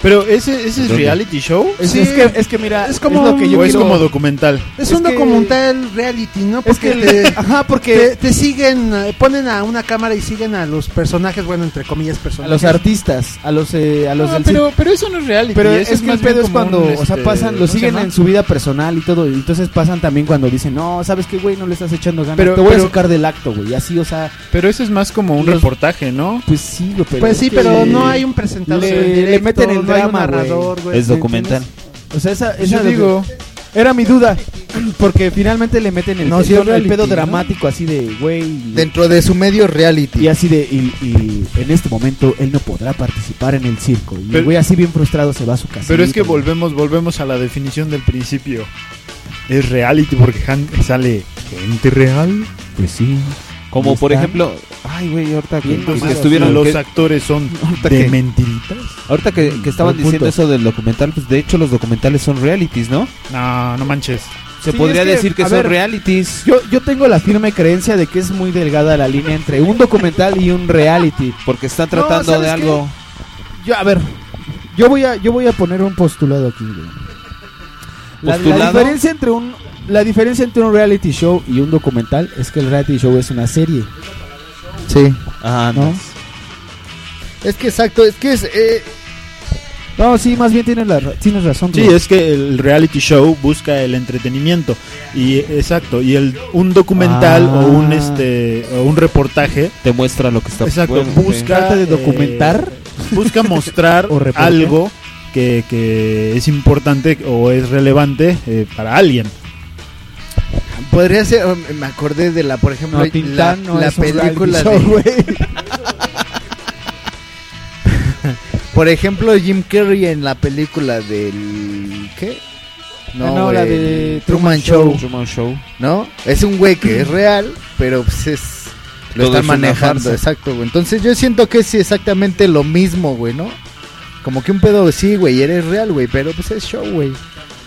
S5: Pero ese, ese es
S7: Creo que-
S5: reality show. Ah,
S7: Es-
S6: Sí.
S7: es que- es que mira,
S6: Es como
S5: es lo que
S6: un-
S5: yo
S6: o es
S5: quiero-
S6: como
S5: documental.
S6: Es, un documental reality, ¿no?
S5: Es
S6: Porque
S5: que-
S11: [LAUGHS]
S6: te,
S5: ajá, porque-
S6: te, te siguen, eh, ponen a una cámara y siguen a los personajes, bueno, entre comillas,
S11: A
S6: personajes.
S11: los artistas, a los, eh, a los
S2: Ah,
S6: No,
S11: del
S6: pero-
S11: circo.
S5: pero eso no es reality,
S11: Pero
S5: eso
S11: es,
S5: es
S11: que el
S5: más bien
S11: pedo es
S5: como
S11: cuando,
S5: un,
S11: o sea,
S5: este,
S11: pasan, lo
S5: ¿cómo se
S11: siguen
S5: llama?
S11: en su vida personal y todo. Y entonces pasan también cuando dicen, no, ¿sabes qué, güey? No le estás echando ganas.
S5: Pero-
S11: te voy
S5: pero-
S11: a sacar del acto, güey. Y así, o sea.
S5: Pero eso es más como un
S11: Los-
S5: reportaje, ¿no?
S11: Pues sí, güey, pero.
S6: Pues
S11: es
S6: sí,
S11: que
S6: pero no hay un presentador
S11: Le,
S6: en directo,
S11: le meten el
S6: no hay un
S11: drama, güey.
S6: narrador, güey.
S11: ¿Me entiendes? O sea, esa, esa
S6: Yo
S11: de-
S6: digo-
S11: Era mi duda. Porque finalmente le meten el,
S9: No,
S11: el
S9: sí es
S11: pedo- el
S9: reality,
S11: pedo
S9: ¿no?
S11: dramático, así de, güey.
S9: Dentro de su medio reality.
S11: Y así de, y, y en este momento él no podrá participar en el circo. Y el
S5: Pero-
S11: güey así bien frustrado se va a su casa.
S5: Pero es que volvemos, volvemos a la definición del principio. Es reality porque han- sale gente real.
S11: Pues sí.
S3: Como por ejemplo, ay güey, ahorita que,
S5: Entonces,
S3: que estuvieron
S5: los
S3: que-
S5: actores [LAUGHS] son
S3: Ahorita
S5: de
S3: que-
S5: mentiritas.
S3: Ahorita que, que estaban
S5: Buen punto.
S3: diciendo eso del documental, pues de hecho los documentales son realities, ¿no?
S5: Ah, No, no manches.
S3: Se podría decir que
S11: a
S3: son realities.
S11: Yo, yo tengo la firme creencia de que es muy delgada la línea entre un documental y un reality.
S3: Porque están
S11: No,
S3: tratando
S11: ¿sabes
S3: de
S11: qué?
S3: algo.
S11: Yo, a ver, yo voy a, yo voy a poner un postulado aquí, güey. La, la
S3: ¿Postulado?
S11: diferencia entre un la diferencia entre un reality show y un documental es que el reality show es una serie.
S9: Sí.
S3: Ah,
S11: ¿no?
S9: Es que exacto, es que es. eh,
S11: No, sí, más bien tienes, la, ra- tienes razón.
S5: Sí,
S11: güey.
S5: es que el reality show busca el entretenimiento y exacto y el un documental
S11: Ah.
S5: o un este o un reportaje
S3: te muestra lo que está
S5: exacto
S3: bueno,
S5: busca
S11: Trata de
S5: eh,
S11: documentar.
S5: busca mostrar
S11: O reportar.
S5: algo que, que es importante o es relevante eh, para alguien
S9: podría ser. um, Me acordé de la, por ejemplo,
S5: No,
S9: la,
S5: Tintán no
S9: la
S5: es un
S9: película
S5: reality show,
S9: de. por ejemplo, Jim Carrey en la película del. ¿Qué?
S11: Ah, no, la
S9: el
S11: de Truman
S9: Truman
S11: Show.
S9: Show.
S3: Truman Show.
S9: ¿No? Es un güey que es real, pero pues es. Lo
S3: Todo
S9: están
S3: es una
S9: manejando,
S3: farsa.
S9: exacto, güey. Entonces yo siento que es exactamente lo mismo, güey, ¿no? Como que un pedo, sí, güey, eres real, güey, pero pues es show, güey.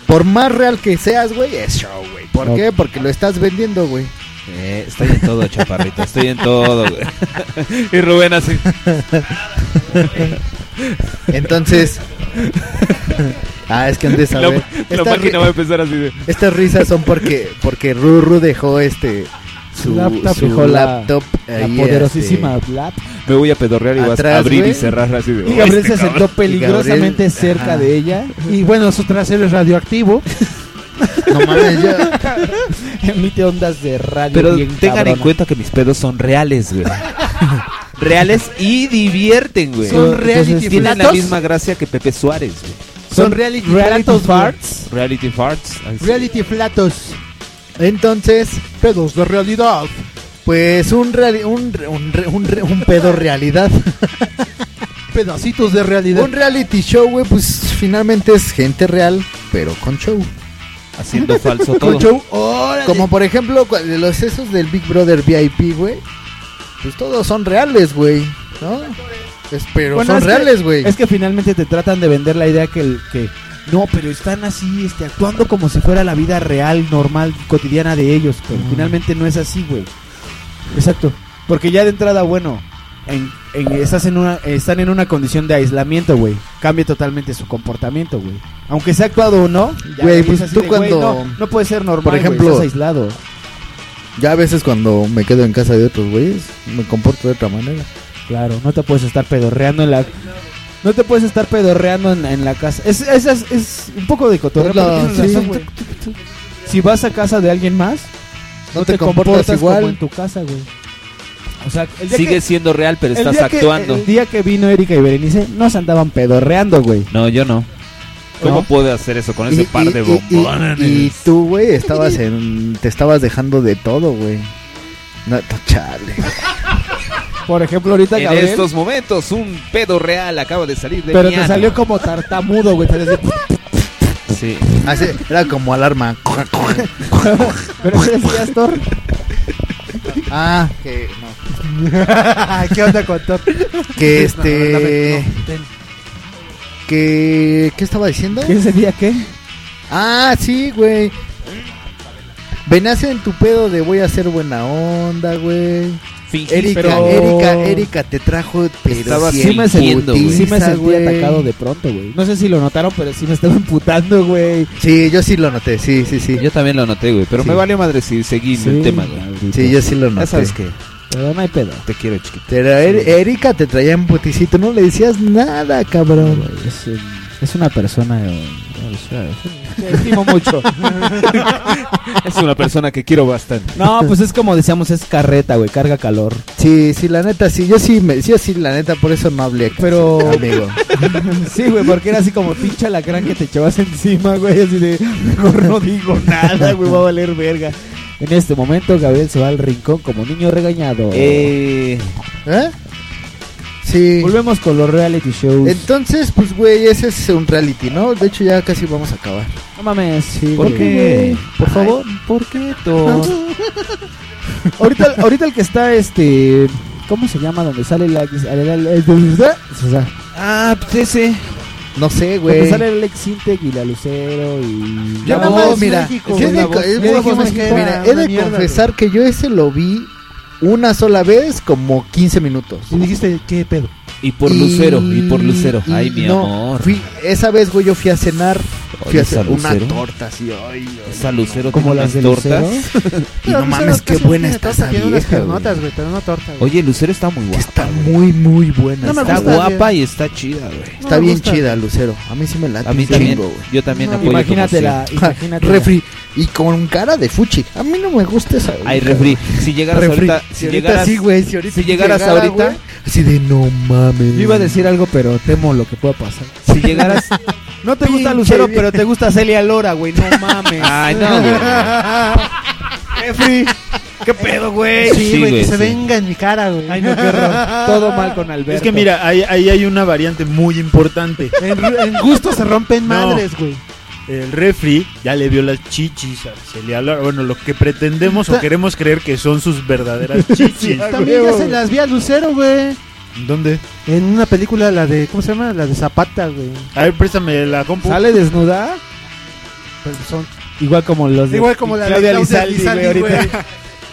S9: Por más real que seas, güey, es show, güey. ¿Por
S3: No.
S9: qué? Porque lo estás vendiendo, güey.
S3: Eh, estoy en todo, chaparrito, estoy en todo. güey. y Rubén así.
S11: [LAUGHS]
S9: Entonces. [LAUGHS] ah, es que antes a
S3: La-
S9: ver.
S3: [LAUGHS] la
S9: Estas
S3: máquina
S9: ri-
S3: va a empezar así de-
S9: Estas risas son porque porque Ruru dejó este su
S11: Laptop,
S9: su
S11: dejó la-
S9: laptop
S11: la
S9: ahí,
S11: poderosísima
S9: este,
S11: laptop.
S3: Me voy a pedorrear y vas a
S9: Atrás,
S3: abrir
S9: güey.
S3: y cerrar así de.
S9: Y
S3: "Oh,
S11: Gabriel
S3: este
S11: se sentó
S3: cabrón".
S11: peligrosamente
S9: Gabriel-
S11: cerca
S9: ajá.
S11: de ella.
S6: Y bueno, su trasero es radioactivo.
S9: No mames, ya.
S11: Emite ondas de radio.
S3: Pero
S11: bien
S3: tengan en
S11: cabronas.
S3: cuenta que mis pedos son reales, güey. [LAUGHS] reales y divierten, güey.
S11: Son reality
S3: Entonces, Tienen la
S11: platos.
S3: misma gracia que Pepe Suárez, güey.
S11: Son reality Reality platos, güey. farts.
S3: Reality farts. Ay, sí.
S9: Reality Flatos. Entonces, pedos de realidad. Pues un, reali- un, re- un, re- un, re- un
S11: [LAUGHS]
S9: pedo realidad.
S6: Pedacitos de realidad.
S9: Un reality show, güey, pues finalmente es gente real, pero con show. [LAUGHS]
S3: Haciendo falso
S9: Con
S3: todo.
S9: show. Como por ejemplo cua- de los esos del Big Brother VIP, güey. Pues todos son reales, güey. ¿No? Es- pero
S11: Bueno,
S9: son
S11: es que-
S9: reales, güey.
S11: Es que finalmente te tratan de vender la idea que el que no, pero están así, este, actuando como si fuera la vida real, normal, cotidiana de ellos, pero
S9: Mm.
S11: finalmente no es así, güey. Exacto. Porque ya de entrada, bueno, en, en- estás en una, están en una condición de aislamiento, güey. Cambia totalmente su comportamiento, güey. Aunque sea actuado o no, ya
S9: Güey,
S11: es
S9: pues
S11: así
S9: tú
S11: de, güey,
S9: cuando-
S11: no, no puede ser normal,
S9: por
S11: güey,
S9: ejemplo-
S11: estás aislado.
S9: Ya a veces cuando me quedo en casa de otros güeyes, me comporto de otra manera.
S11: Claro, no te puedes estar pedorreando en la. No te puedes estar pedorreando en, en la casa. Es, es, es, es un poco de cotorreo.
S9: Es la-
S11: pero tienes
S9: sí.
S11: razón, güey. Si vas a casa de alguien más,
S9: No te comportas igual.
S11: como en tu casa, güey. O sea, el día
S3: Sigue
S11: que-
S3: siendo real, pero
S11: el
S3: estás
S11: día que-
S3: actuando.
S9: eh,
S11: el día que vino Erika y Berenice, no se andaban pedorreando, güey.
S3: No, yo no. ¿Cómo
S11: ¿No?
S3: puedo hacer eso con ese
S9: Y-
S3: par
S9: y-
S3: de
S9: y- y-
S3: bombones?
S9: Y, tú,
S11: [LAUGHS]
S9: güey, estabas en. Te estabas dejando de todo, güey. No, t- [LAUGHS] chale.
S11: Por ejemplo, ahorita
S3: en
S11: Gabriel.
S3: estos momentos, un pedo real acaba de salir de
S11: Pero
S3: mi
S11: te
S3: ano.
S11: salió como tartamudo, güey. te decía-
S3: Sí.
S9: Así, era como [LAUGHS] alarma.
S11: Pero ¿qué
S3: [LAUGHS]
S11: decías, Thor?
S9: Ah, que no.
S6: [LAUGHS] ¿Qué onda con Thor?
S9: Que
S6: No, dame-
S9: este.
S6: no, ten.
S9: Que. ¿Qué estaba diciendo?
S11: ¿Qué ese día qué?
S9: Ah, sí, güey. Venaste en tu pedo de voy a ser buena onda, güey.
S3: Fingí,
S9: Erika,
S3: pero-
S9: Erika, Erika te trajo, pero
S11: Estaba
S9: sí
S11: sí me
S9: en
S11: sentí, sí me
S9: putiza,
S11: sentí
S9: güey.
S11: atacado de pronto, güey. No sé si lo notaron, pero sí me estaba imputando, güey.
S9: Sí, yo sí lo noté, sí, sí, sí.
S3: Yo también lo noté, güey. Pero
S9: Sí.
S3: me vale madre si seguí
S9: Sí,
S3: el tema, güey.
S9: Sí, yo sí lo noté.
S3: Ya sabes que
S11: Pero no hay pedo.
S3: te quiero, chiquito.
S9: Pero Er- Erika te traía en puticito, no le decías nada, cabrón.
S11: Es, eh, es una persona. eh, o sea, es- Te estimo mucho.
S3: [LAUGHS] es una persona que quiero bastante.
S11: No, pues es como decíamos, es carreta, güey, carga calor.
S9: Sí, sí, la neta, sí, yo sí, me, sí, sí, la neta, por eso no hablé.
S11: Pero,
S9: amigo.
S11: sí, güey, porque era así como pinche lacrán que te echabas encima, güey, así de, mejor no [LAUGHS] digo nada, güey, va a valer verga. En este momento, Gabriel se va al rincón como niño regañado.
S3: Eh,
S9: ¿Eh? Sí.
S11: Volvemos con los reality shows.
S9: Entonces, pues, güey, ese es un reality, ¿no? De hecho, ya casi vamos a acabar.
S11: No mames, sí,
S9: ¿Por
S11: güey.
S9: qué?
S11: Por favor, ¿por qué? Thor? ahorita, ahorita el que está, este, ¿cómo se llama? Donde sale la... el- el- el- o sea,
S3: Ah, pues ese.
S9: No sé,
S11: Donde
S9: güey.
S11: sale el ex Intec y la Lucero y...
S9: Ya
S11: La
S9: no,
S11: Voz,
S9: mira,
S11: México,
S9: yo
S11: güey,
S9: de-
S11: La Voz.
S9: es-
S11: Ya
S9: bueno,
S11: dijimos
S9: es que,
S11: que
S9: mira,
S11: era
S9: he
S11: una
S9: de
S11: mierda, güey.
S9: confesar que yo ese lo vi una sola vez, como 15 minutos.
S6: Y dijiste, ¿qué pedo?
S3: Y por Lucero, y por Lucero.
S9: y
S3: Ay, mi
S9: no,
S3: amor.
S9: Fui, esa vez, güey, yo fui a cenar. Fui
S3: Oye,
S9: a hacer
S3: esa
S9: una
S3: Lucero.
S9: torta así, ay, ay,
S3: Esa Lucero
S9: ¿Como
S3: tiene unas
S9: las de
S3: tortas.
S9: Lucero? Y no
S6: Lucero
S9: mames, qué
S6: casi
S9: buena
S6: tiene
S9: está
S6: torta,
S9: esa
S6: tiene unas
S9: vieja, güey.
S6: piernotas, güey, pero no torta, güey.
S3: Oye, Lucero está muy guapa.
S9: Está muy, muy buena.
S6: No me
S9: está
S6: gusta,
S9: guapa
S3: y está chida, güey.
S9: Está
S6: No me
S9: bien
S6: gusta.
S9: chida, Lucero. A mí sí me late.
S3: A mí
S9: un
S3: también.
S9: chingo,
S3: [LAUGHS]
S9: güey.
S3: Yo también
S9: No,
S3: apoyo.
S9: imagínatela,
S3: como
S6: [LAUGHS]
S3: sea.
S9: imagínatela. Refri. Y con cara de fuchi. A mí no me gusta esa.
S3: Ay, refri, si llegaras
S9: Refri.
S3: ahorita, si,
S9: Si ahorita
S3: llegaras,
S9: sí, güey, si ahorita
S3: llegaras
S9: llegara,
S3: ahorita,
S9: güey. Así de no mames.
S11: Yo iba a decir algo, pero temo lo que pueda pasar.
S3: si llegaras,
S11: No te gusta
S3: Pinche
S11: Lucero,
S3: vieja.
S11: pero te gusta Celia Lora, güey, no mames.
S3: Ay, no, güey.
S11: Jeffrey, ¿qué pedo, güey?
S6: Sí,
S5: Sí,
S6: güey,
S5: güey,
S6: que se
S5: sí.
S6: venga en mi cara, güey.
S11: Ay, no, qué horror.
S6: [LAUGHS]
S11: Todo mal con Alberto.
S5: Es que mira, ahí, ahí hay una variante muy importante.
S6: En, en gusto se rompen
S5: No.
S6: madres, güey.
S11: Ah,
S5: El refri ya le vio las chichis a Celia Lara. Bueno, lo que pretendemos o queremos creer que son
S11: [LAUGHS]
S5: sus verdaderas chichis.
S6: También ya se las vi a Lucero, güey.
S5: ¿Dónde?
S6: En una película, la de, ¿cómo se llama? La de Zapata, güey.
S5: A ver, préstame la compu.
S11: ¿Sale desnuda?
S6: Pero son-
S11: Igual como los de
S6: Igual como la de
S11: Claudia
S6: Claudia
S11: Lizaldi,
S6: Lizaldi,
S11: güey,
S6: güey.
S11: ahorita.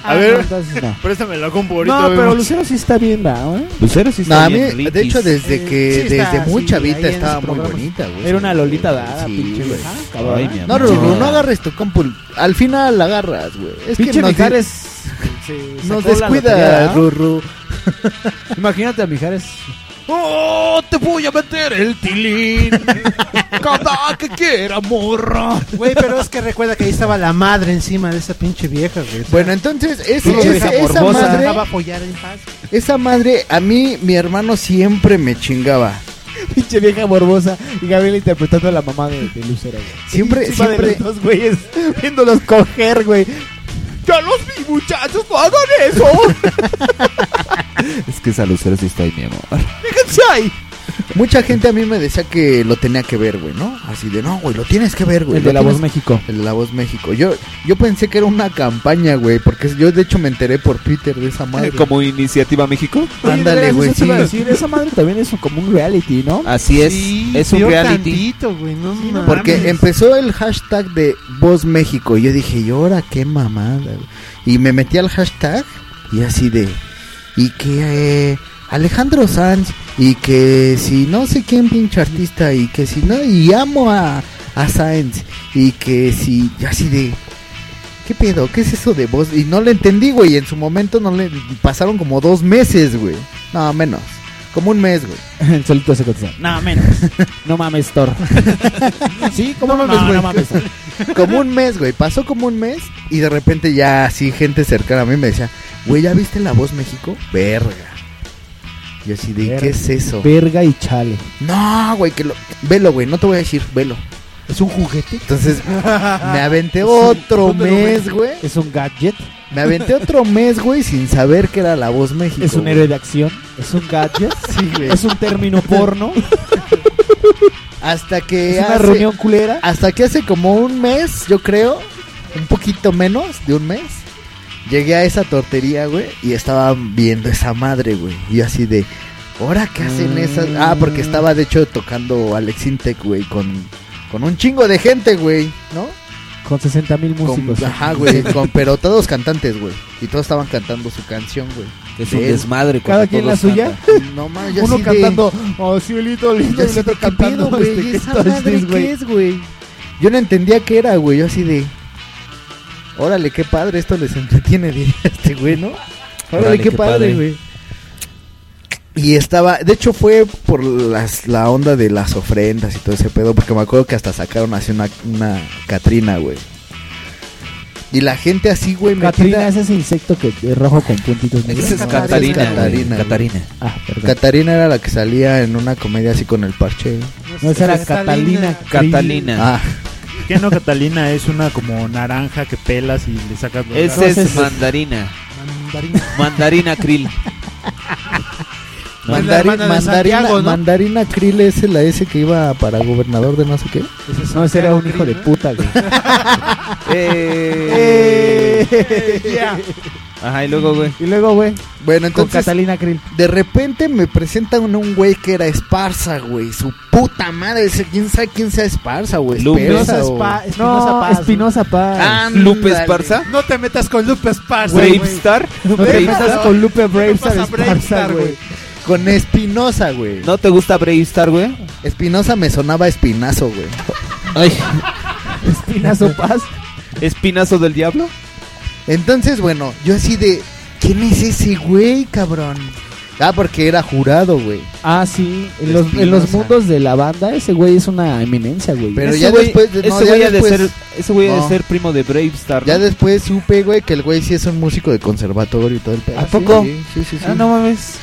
S5: A ver,
S11: Ah, no, entonces no.
S5: préstame la compu ahorita.
S11: No, pero
S5: vemos.
S11: Lucero sí está bien, ¿verdad,
S6: ¿Eh?
S11: güey?
S3: Lucero sí
S9: No,
S3: está
S9: a mí,
S3: bien
S9: de hecho, desde que
S11: sí está,
S9: desde muy
S11: sí, ahí
S9: chavita
S11: en
S9: estaba
S11: sus
S9: muy
S11: programas.
S9: bonita, güey.
S11: Era una lolita dada,
S9: Pues Sí,
S11: pinche
S9: güey.
S11: vieja,
S6: Ah,
S11: cabrón.
S3: Ay, mi
S9: No,
S3: amor.
S9: Ruru, no agarres tu compu. Al final la agarras, güey. Es que
S11: Pinche
S9: nos,
S11: Mijares
S9: se nos descuida, Ruru.
S11: Imagínate a Mijares.
S29: ¡Oh, te voy a meter el [LAUGHS] tilín! Cada que quiera, morra.
S6: Güey, pero es que recuerda que ahí estaba la madre encima de esa pinche vieja, güey. O sea,
S9: Bueno, entonces, ese-
S6: pinche
S9: esa,
S6: vieja
S9: esa
S6: morbosa.
S9: madre,
S6: Dejaba apoyar en paz.
S9: esa madre, a mí, mi hermano siempre me chingaba.
S11: Pinche vieja morbosa. Y Gabriel interpretando a la mamá de, de Lucero, güey.
S9: Siempre,
S11: Encima de
S9: siempre.
S11: los dos güeyes. Viéndolos coger, güey.
S29: ¡Ya los vi, muchachos! ¡No hagan eso!
S3: Es que esa Lucero sí está ahí, mi amor.
S29: ¡Déjense ahí!
S9: Mucha gente a mí me decía que lo tenía que ver, güey, ¿no? Así de, no, güey, lo tienes que ver, güey.
S11: El
S9: lo
S11: de La Voz
S9: tienes-
S11: México.
S9: El de La Voz México. Yo, yo pensé que era una campaña, güey, porque yo de hecho me enteré por Twitter de esa madre.
S3: Como iniciativa México.
S9: Ándale, güey,
S11: Eso te iba a
S9: sí.
S11: decir, Esa madre también es un- como un reality, [LAUGHS] ¿no?
S3: Así es, es un
S6: dio
S3: reality.
S6: tantito, güey, no mames.
S9: Porque empezó el hashtag de Voz México. Y yo dije, ¿y ahora qué mamada? güey?". Y me metí al hashtag y así de. Y que eh, Alejandro Sanz. Y que si no sé quién pinche artista. Y que si no. Y amo a, a Sanz. Y que si. y así de. ¿Qué pedo? ¿Qué es eso de voz? Y no le entendí, güey. En su momento no le. Pasaron como dos meses, güey. No, menos. Como un mes, güey.
S11: El solito se contesta. No, menos. No mames, Thor. [LAUGHS] sí, ¿cómo no, no, mames.
S9: Como un mes, güey. Pasó como un mes y de repente ya así gente cercana a mí me decía, güey, ¿ya viste La Voz México? Verga. Yo así de,
S11: Verga.
S9: ¿qué es eso?
S11: Verga y chale.
S9: No, güey, que lo... Velo, güey, no te voy a decir, velo.
S6: ¿Es un juguete?
S9: Entonces me
S11: Ah,
S9: aventé otro
S11: ¿Dónde lo
S9: mes,
S11: ves?
S9: güey.
S11: Es un gadget.
S9: Me aventé otro mes, güey, sin saber que era La Voz México.
S11: Es un
S9: güey.
S11: héroe de acción. Es un gadget.
S9: Sí, güey.
S11: Es un término porno.
S9: Hasta que
S11: Es una
S9: hace-
S11: reunión culera.
S9: Hasta que hace como un mes, yo creo, un poquito menos de un mes, llegué a esa tortería, güey, y estaban viendo esa madre, güey. Y yo así de, ¿ahora qué
S11: Mm.
S9: hacen esas? Ah, porque estaba de hecho tocando Alex Intec, güey, con, con un chingo de gente, güey, ¿no?
S11: Con 60 mil
S9: Con-
S11: músicos. [LAUGHS]
S9: ajá, güey, con, pero todos cantantes, güey. Y todos estaban cantando su canción, güey.
S3: Es un desmadre cuando
S11: Cada quien la
S3: todos
S11: suya.
S9: No más,
S3: ya
S11: Uno
S3: así de-
S11: cantando, oh, sí, lindo, lindo,
S9: Ya
S11: y el
S9: así
S11: otro
S9: de, ¿qué
S11: cantando,
S9: pedo, güey?
S11: este, ¿qué
S9: ¿Esa
S11: tal
S9: madre
S11: es, güey?
S9: qué es, güey? Yo no entendía qué era, güey. Yo así de. Órale, qué padre, esto les entretiene, [LAUGHS] diría este güey, ¿no? Órale,
S10: Órale,
S9: qué,
S10: qué
S9: padre,
S10: padre.
S9: güey. Y estaba, de hecho fue por las, la onda de las ofrendas y todo ese pedo, porque me acuerdo que hasta sacaron así una, una Catrina, güey. Y la gente así, güey,
S11: Catrina es ese insecto que es rojo con puntitos negros.
S9: Esa es Catarina, güey.
S11: Catarina.
S9: Catarina.
S11: Ah, perdón.
S9: Catarina era la que salía en una comedia así con el parche.
S11: No, esa era Catalina.
S9: Ah.
S5: ¿Qué no, Catalina? Es una como naranja que pelas y le sacas... los
S3: Ese
S5: granos.
S3: es mandarina. Mandarina krill.
S9: Mandari-
S3: La hermana de
S9: mandarina,
S3: Santiago, ¿no?
S9: mandarina Krill es la S que iba para gobernador de no sé qué.
S11: No, ese era un hijo de puta, güey.
S5: Eh.
S3: Eh. Ajá, y luego,
S11: [LAUGHS]
S3: güey.
S9: Y luego, güey. Bueno, entonces.
S11: Catalina Krill.
S9: De repente me presentan un- un güey que era Esparza, güey. Su puta madre. ese- ¿Quién sabe quién sea Esparza, güey? Esparza, o-
S11: no, Ah, Espinosa Paz.
S9: Ándale.
S11: Lupe Esparza.
S6: No te metas con Lupe Esparza.
S11: Brave
S6: güey.
S11: Star. No te
S6: Brave
S11: metas
S6: Star.
S11: con Lupe
S6: No te
S11: Brave
S6: metas a
S11: Star Esparza, güey.
S9: Con Espinosa, güey.
S3: ¿No te gusta Bravestar, güey?
S9: Espinosa me sonaba a espinazo, güey.
S3: Ay.
S9: Espinazo Paz.
S3: ¿Espinazo del diablo?
S9: Entonces, bueno, yo así de. ¿Quién es ese güey, cabrón? Ah, porque era jurado, güey.
S11: Ah, sí. En los, en los
S9: Espinosa.
S11: mundos de la banda, ese güey es una eminencia, güey.
S9: Pero
S11: Ese
S9: ya
S11: güey-
S9: después.
S3: ese
S9: no,
S3: güey
S9: ya
S3: ha de
S9: después-
S3: ser- ese güey ha de
S9: Pues, no.
S3: ser primo de Bravestar.
S9: Ya después supe, güey, que el güey sí es un músico de conservatorio y todo el pedo.
S3: ¿A poco?
S9: Sí, sí, sí. sí.
S3: Ah, no mames.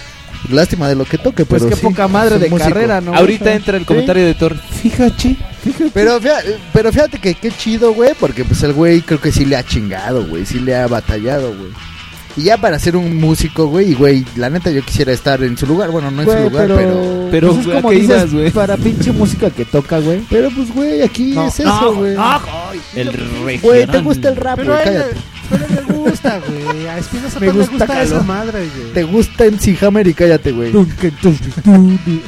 S9: Lástima de lo que toque,
S11: Pues
S9: pero
S11: qué
S9: sí,
S11: poca madre
S9: es un
S11: de
S9: músico.
S11: carrera, ¿no?
S3: Ahorita entra el comentario de Thor. Fíjate,
S11: fíjate.
S9: Pero fíjate, pero fíjate que qué chido, güey, porque pues el güey creo que sí le ha chingado, güey, sí le ha batallado, güey. Y ya para ser un músico, güey, y güey, la neta yo quisiera estar en su lugar, bueno, no en
S11: Güey,
S9: su lugar,
S11: pero-
S9: pero...
S11: Pero, Pues es güey, ¿a como qué dices, ibas, güey? para pinche música que toca, güey.
S9: Pero pues, güey, aquí
S11: No,
S9: es
S11: no,
S9: eso, güey. Ah,
S11: no,
S3: El rey.
S9: Güey, ¿te gusta el rap,
S6: Pero
S9: güey?
S6: a él le-
S9: Cállate.
S6: pero a él le gusta, güey. A Espinosa
S9: Me
S6: Paz le
S9: gusta
S6: gusta
S9: calor.
S6: esa madre, güey.
S9: Te gusta MC Hammer y cállate, güey.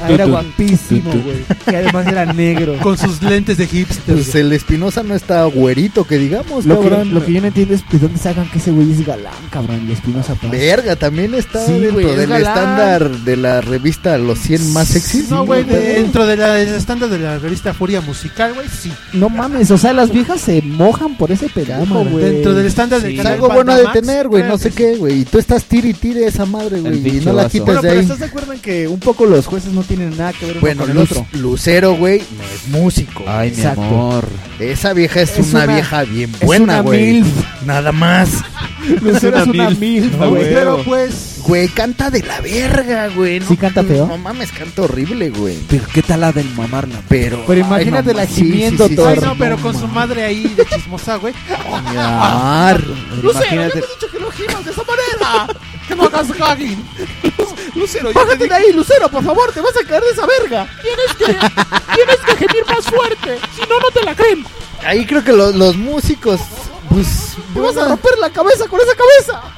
S11: Ah, era guapísimo, güey. Y además era negro.
S6: Con sus lentes de hipster.
S9: Pues el Espinosa no está güerito, que digamos,
S11: Lo que,
S9: cabrón.
S11: lo que yo no entiendo es de dónde sacan que ese güey es galán, cabrón, y Espinosa Paz.
S9: Verga, también está
S11: Sí,
S9: dentro
S11: güey, es
S9: del
S11: galán.
S9: estándar de la revista Los 100 más sexys.
S6: No, güey,
S9: ¿no?
S6: dentro de la- del estándar de la revista Furia Musical, güey, sí.
S11: No mames, o sea, las viejas se mojan por ese pedazo, güey.
S6: Dentro del estándar del
S9: Sí.
S6: canal
S9: Algo bueno de
S6: Bandamax,
S9: tener, güey, no
S6: creo
S9: sé qué, güey. Y tú estás tire y tire esa madre, güey. Y
S11: pinche
S9: no la
S11: vaso.
S9: quitas
S11: Bueno,
S9: de
S11: pero
S9: ahí.
S11: ¿estás de acuerdo en que un poco los jueces no tienen nada que ver uno
S9: Bueno,
S11: con el
S9: Luz-
S11: otro?
S9: Lucero, güey, no es músico.
S3: Ay, mi
S9: Exacto.
S3: amor.
S9: Esa vieja es,
S11: Es
S9: una,
S11: una-
S9: vieja bien
S11: es
S9: buena,
S11: una
S9: güey.
S11: milf.
S9: Nada más.
S11: Lucero es una milf,
S9: No,
S11: güey.
S9: Pero
S11: Pero,
S9: pues, güey, canta de la verga, güey. No,
S11: ¿Sí canta feo?
S9: No mames, canta horrible, güey.
S3: Pero qué tal la del mamarla.
S9: Pero,
S11: Pero
S9: ay,
S11: imagínate
S9: no
S11: la
S9: mames, sí, sí,
S11: gimiendo,
S9: sí, sí,
S6: que- Ay,
S9: sí.
S6: no, pero con su madre ahí de chismosa, güey.
S9: Mi
S11: ah.
S9: amor.
S3: Imagínate.
S29: dicho que lo gimas de esa manera. Que no hagas gagging. Lucero, ya te
S11: Bájate de ahí, Lucero, por favor, te vas a caer de esa verga.
S29: Tienes que, tienes que gemir más fuerte. Si no, no te la creen.
S9: Ahí creo que los, los músicos, pues,
S11: Te vas a romper la cabeza con esa cabeza.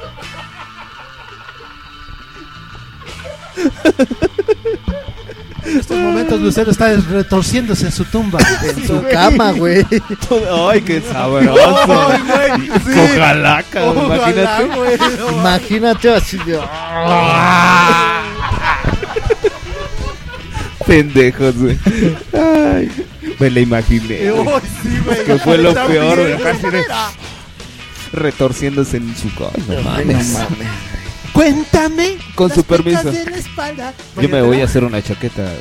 S6: En estos momentos Lucero está retorciéndose en
S11: [LAUGHS]
S6: su tumba.
S9: en su cama, güey.
S3: Ay, qué sabroso. [LAUGHS] Ojalá, cabrón, imagínate.
S9: Imagínate así
S11: [LAUGHS]
S9: de.
S3: Pendejos, güey. Ay, me la
S9: Eh,
S3: imaginé. güey. que fue lo peor, güey. Casi de- Retorciéndose en su cama. No mames.
S6: Cuéntame.
S3: Con
S6: las
S3: su permiso.
S6: pecas de la espalda.
S3: Yo me voy a hacer una chaqueta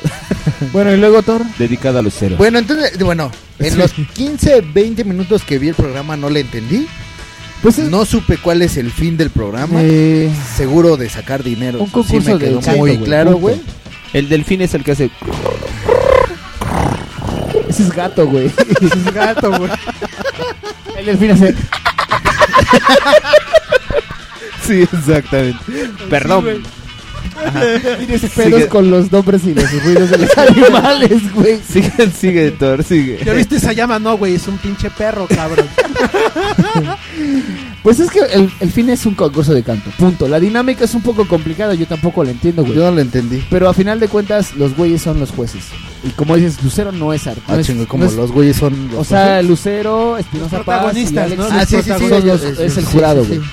S11: Bueno, y luego Thor.
S3: dedicada a Lucero.
S9: Bueno, entonces, bueno, en los 15, 20 minutos que vi el programa no le entendí.
S11: Pues Eh,
S9: no supe cuál es el fin del programa. Seguro de sacar dinero.
S11: un
S9: eso sí
S11: concurso
S9: me
S11: de
S9: quedó muy
S11: canto, güey,
S9: claro,
S11: punto.
S9: güey.
S3: El delfín es el que hace.
S11: Ese es gato, güey. Ese es gato, güey. [LAUGHS] El delfín hace.
S3: Sí, exactamente. Perdón.
S11: Tienes pedos
S3: Sigue.
S11: con los nombres y los ruidos de [LAUGHS] los animales, güey.
S3: Sigue, sigue, Thor, sigue.
S6: ¿Ya viste esa llama? No, güey, es un pinche perro, cabrón.
S11: Pues es que el, el fin es un concurso de canto, punto. La dinámica es un poco complicada, yo tampoco la entiendo, güey.
S9: Yo no lo entendí.
S11: Pero a final de cuentas, los güeyes son los jueces. Y como dices, Lucero no es arte.
S9: Ah, chingo, como los güeyes son. Los
S11: O sea, Lucero, Espinosa
S6: Los
S11: Paz y
S6: protagonistas,
S11: Alex
S6: ¿no?
S11: son
S6: Ah, sí, sí, sí,
S11: los-
S6: ellos-
S11: es el
S9: sí,
S11: jurado,
S9: sí, sí.
S11: güey.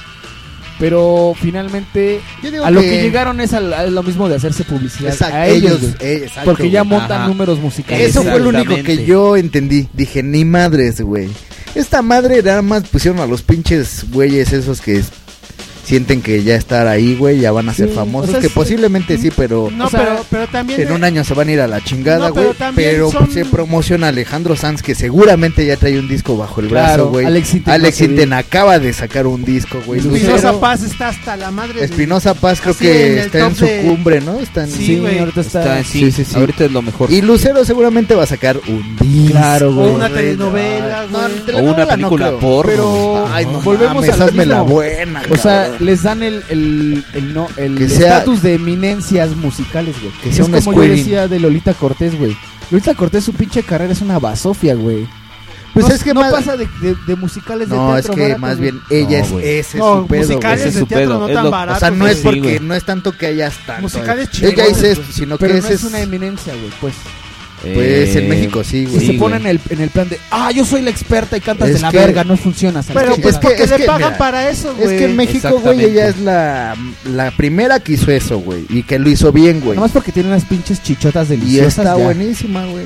S11: Pero finalmente
S9: Yo digo
S11: a lo
S9: que-
S11: que llegaron es al- a lo mismo de hacerse publicidad.
S9: Exacto,
S11: a ellos,
S9: ellos,
S11: güey.
S9: eh, exacto,
S11: porque ya
S9: güey.
S11: montan
S9: Ajá.
S11: números musicales.
S9: Eso fue lo único que yo entendí. Dije, ni madres, güey. Esta madre nada más pusieron a los pinches güeyes esos que s- sienten que ya estar ahí, güey, ya van a ser
S10: Sí,
S9: famosos.
S10: o sea,
S9: que
S10: sí.
S9: posiblemente sí, pero.
S10: No,
S9: o sea,
S10: pero, pero también.
S9: En un año se van a ir a la chingada,
S10: No,
S9: güey.
S10: pero
S9: pero
S10: también son-
S9: se promociona Alejandro Sanz, que seguramente ya trae un disco bajo el
S10: Claro,
S9: brazo, güey.
S10: Alex Intec
S9: Alex
S10: no se
S9: Intec acaba de sacar un disco, güey.
S10: Espinosa
S9: Lucero-
S10: Paz
S6: está hasta la madre. de-
S9: Espinosa Paz creo
S6: Así en el
S9: que está en
S6: top
S9: su
S6: de-
S9: cumbre, ¿no? Está en,
S6: Sí, güey.
S3: Está en- sí, Eh, ahorita es lo mejor.
S9: Y Lucero seguramente va a sacar un disco.
S11: Claro,
S6: O una telenovela, güey.
S9: telenovela
S3: O una
S9: no
S3: película
S9: creo,
S3: porno.
S11: Pero
S9: Ay, no
S11: volvemos
S9: mames,
S11: a lo
S9: hazme la
S11: mismo.
S9: buena,
S11: O sea,
S9: cabrón.
S11: les dan el el el no el
S9: Que sea-
S11: estatus de eminencias musicales, güey.
S9: Que
S11: es
S9: sea un
S11: como yo
S9: squirting.
S11: decía de Lolita Cortés, güey. Lolita Cortés su pinche carrera es una basofia, güey.
S9: Pues
S11: no,
S9: es que
S11: no
S9: más-
S11: pasa de, de- de musicales de
S9: No, es
S11: teatro
S9: que
S11: baratos,
S9: más
S11: güey.
S9: bien ella es
S11: No, güey.
S9: ese
S11: No,
S9: su pedo.
S11: musicales de
S9: güey. Ese es su
S11: teatro
S9: pedo,
S11: no
S9: es
S11: tan
S9: lo- O sea,
S11: baratos,
S9: no
S11: güey.
S9: es porque
S11: Sí, güey.
S9: no es tanto que hayas tanto.
S11: Musicales
S9: Ella
S11: chingones,
S9: hizo esto,
S11: güey.
S9: sino
S11: Pero
S9: que
S11: no
S9: ese
S11: es una eminencia, güey, pues.
S9: Pues en México sí, güey.
S11: Si se ponen en el, en el plan de, ah, yo soy la experta y cantas
S9: Es
S11: de la
S9: que-
S11: verga, no funciona. ¿sabes?
S6: Pero
S11: qué?
S6: pues
S11: Es que-
S6: porque
S11: es
S6: le
S11: que,
S6: pagan
S11: mira,
S6: para eso, güey.
S9: Es que en México, güey, ella es la, la primera que hizo eso, güey. Y que lo hizo bien, güey.
S11: Nomás porque tiene unas pinches chichotas
S9: Y
S11: deliciosas.
S9: está
S11: ya.
S9: buenísima, güey.